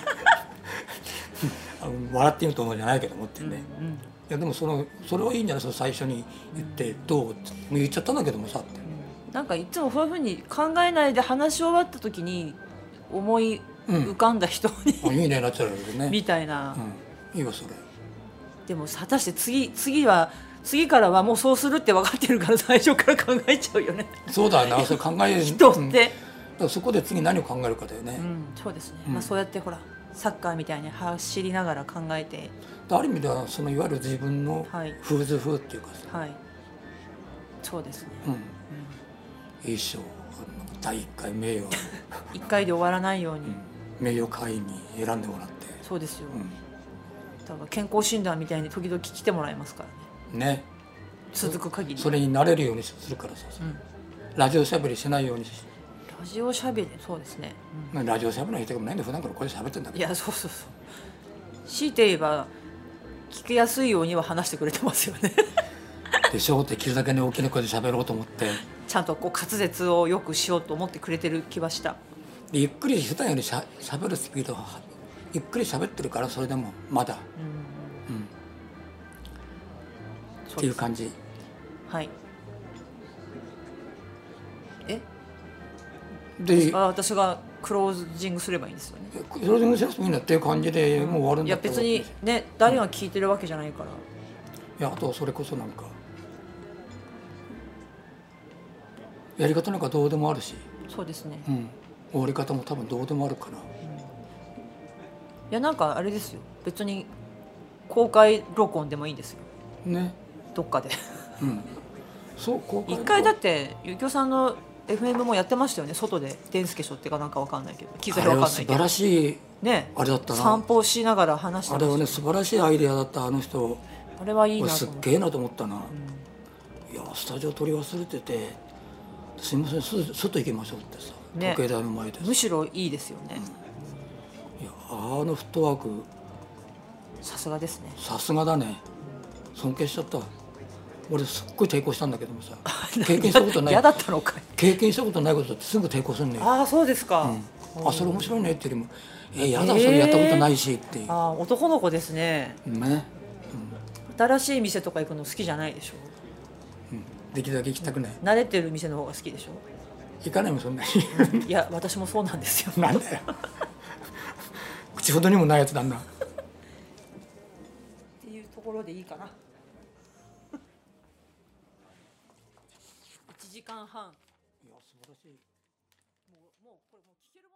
[SPEAKER 1] の笑っていいと思うんじゃないけど思ってね、
[SPEAKER 2] うん
[SPEAKER 1] いやでもそのそれはいいんじゃないその最初に言って「どう?」って言っちゃったんだけどもさって
[SPEAKER 2] なんかいつもそういうふうに考えないで話し終わった時に思い浮かんだ人に、
[SPEAKER 1] 「あいいね」なっちゃうけどね、
[SPEAKER 2] みたいな、
[SPEAKER 1] うん、いいわそれ
[SPEAKER 2] でも果たして次次は次からはもうそうするって分かってるから最初から考えちゃうよね
[SPEAKER 1] そうだ
[SPEAKER 2] <laughs>
[SPEAKER 1] よなそれ考える
[SPEAKER 2] 人っ
[SPEAKER 1] うんだか
[SPEAKER 2] て、
[SPEAKER 1] らそこで次何を考えるかだよね、
[SPEAKER 2] うん
[SPEAKER 1] だか
[SPEAKER 2] そうですね、
[SPEAKER 1] うん
[SPEAKER 2] まあ、そうやってほらサッカーみたいに走りながら考えて
[SPEAKER 1] らある意味ではそのいわゆる自分の
[SPEAKER 2] はい
[SPEAKER 1] フーズ風っていうかさ、
[SPEAKER 2] はいそうですね
[SPEAKER 1] うん、いいっしょ第1回名誉
[SPEAKER 2] 一回で終わらないように、
[SPEAKER 1] 名誉会員に選んでもらって、
[SPEAKER 2] そうですよ、
[SPEAKER 1] う
[SPEAKER 2] だから健康診断みたいに時々来てもらいますからね
[SPEAKER 1] ん、ね
[SPEAKER 2] 続く限り
[SPEAKER 1] それに慣れるようにするからさ、
[SPEAKER 2] ん
[SPEAKER 1] ラジオしゃべりしないようにし
[SPEAKER 2] ラジオしゃべりそうですね、うん
[SPEAKER 1] まあラジオしゃべりの人でもないんで普段からこれしゃべってんだけ
[SPEAKER 2] い
[SPEAKER 1] ど
[SPEAKER 2] やそうそうそう強いて言えば聞きやすいようには話してくれてますよ <laughs> ね
[SPEAKER 1] でしょうってできるだけね大きな声でしゃべろうと思って
[SPEAKER 2] ちゃんとこう滑舌をよくしようと思ってくれてる気はした
[SPEAKER 1] でゆっくり普段よりしゃしゃべるスピードはゆっくりしゃべってるからそれでもまだっ
[SPEAKER 2] そう
[SPEAKER 1] てい
[SPEAKER 2] で
[SPEAKER 1] う
[SPEAKER 2] す
[SPEAKER 1] 感じ
[SPEAKER 2] はいえ
[SPEAKER 1] で
[SPEAKER 2] あ私がクロージングすればいいんですよね
[SPEAKER 1] クロージングしなくてもいいんだっていう感じでもう終わるん
[SPEAKER 2] い
[SPEAKER 1] だ
[SPEAKER 2] や
[SPEAKER 1] ったら
[SPEAKER 2] 別にね誰が聞いてるわけじゃないから、
[SPEAKER 1] いやあとそれこそなんかやり方なんかどうでもあるし、
[SPEAKER 2] そうですね
[SPEAKER 1] うん、終わり方も多分どうでもあるから
[SPEAKER 2] いやなんかあれですよ別に公開録音でもいいんですよ
[SPEAKER 1] ね
[SPEAKER 2] どっか <laughs> で
[SPEAKER 1] うんそう公開
[SPEAKER 2] 一回だってゆきおさんの FM もやってましたよね外で「デンスケショ」ってかなんかわかんないけど機
[SPEAKER 1] あ
[SPEAKER 2] 材
[SPEAKER 1] れ
[SPEAKER 2] わ
[SPEAKER 1] は
[SPEAKER 2] かんな
[SPEAKER 1] 素
[SPEAKER 2] いけ
[SPEAKER 1] 晴
[SPEAKER 2] ど
[SPEAKER 1] らしい
[SPEAKER 2] ね
[SPEAKER 1] あれだったな
[SPEAKER 2] 散歩しながら話して
[SPEAKER 1] あ
[SPEAKER 2] ま
[SPEAKER 1] れは
[SPEAKER 2] し
[SPEAKER 1] ね素晴らしいアイデアだったあの人
[SPEAKER 2] たあれはいい
[SPEAKER 1] 俺
[SPEAKER 2] な
[SPEAKER 1] すっ
[SPEAKER 2] と思って
[SPEAKER 1] げえなと思ったな、いやスタジオ取り忘れてて「すいませんす外行きましょう」ってさ、
[SPEAKER 2] ね
[SPEAKER 1] 時計台の前でい
[SPEAKER 2] むしろいいですよね
[SPEAKER 1] やあのフットワーク
[SPEAKER 2] さすがですね
[SPEAKER 1] さすがだね尊敬しちゃった俺すっごい抵抗したんだけども
[SPEAKER 2] <laughs>
[SPEAKER 1] さ経験したことな
[SPEAKER 2] 嫌だ
[SPEAKER 1] い
[SPEAKER 2] ったのかい
[SPEAKER 1] 経験したことないことだってすぐ抵抗すんねよ
[SPEAKER 2] ああそうですか、
[SPEAKER 1] あそれ面白いねっていうよりも「えやだそれやったことないし」っていう、
[SPEAKER 2] ああ男の子ですね
[SPEAKER 1] ね、
[SPEAKER 2] 新しい店とか行くの好きじゃないでしょ
[SPEAKER 1] できるだけ行きたくない
[SPEAKER 2] 慣れてる店の方が好きでしょ
[SPEAKER 1] 行かないもんそんなに <laughs>
[SPEAKER 2] いや私もそうなんですよ
[SPEAKER 1] なんだよ口ほどにもないやつだな
[SPEAKER 2] っていうところでいいかな1時間半もうもうこれもう聞けるもん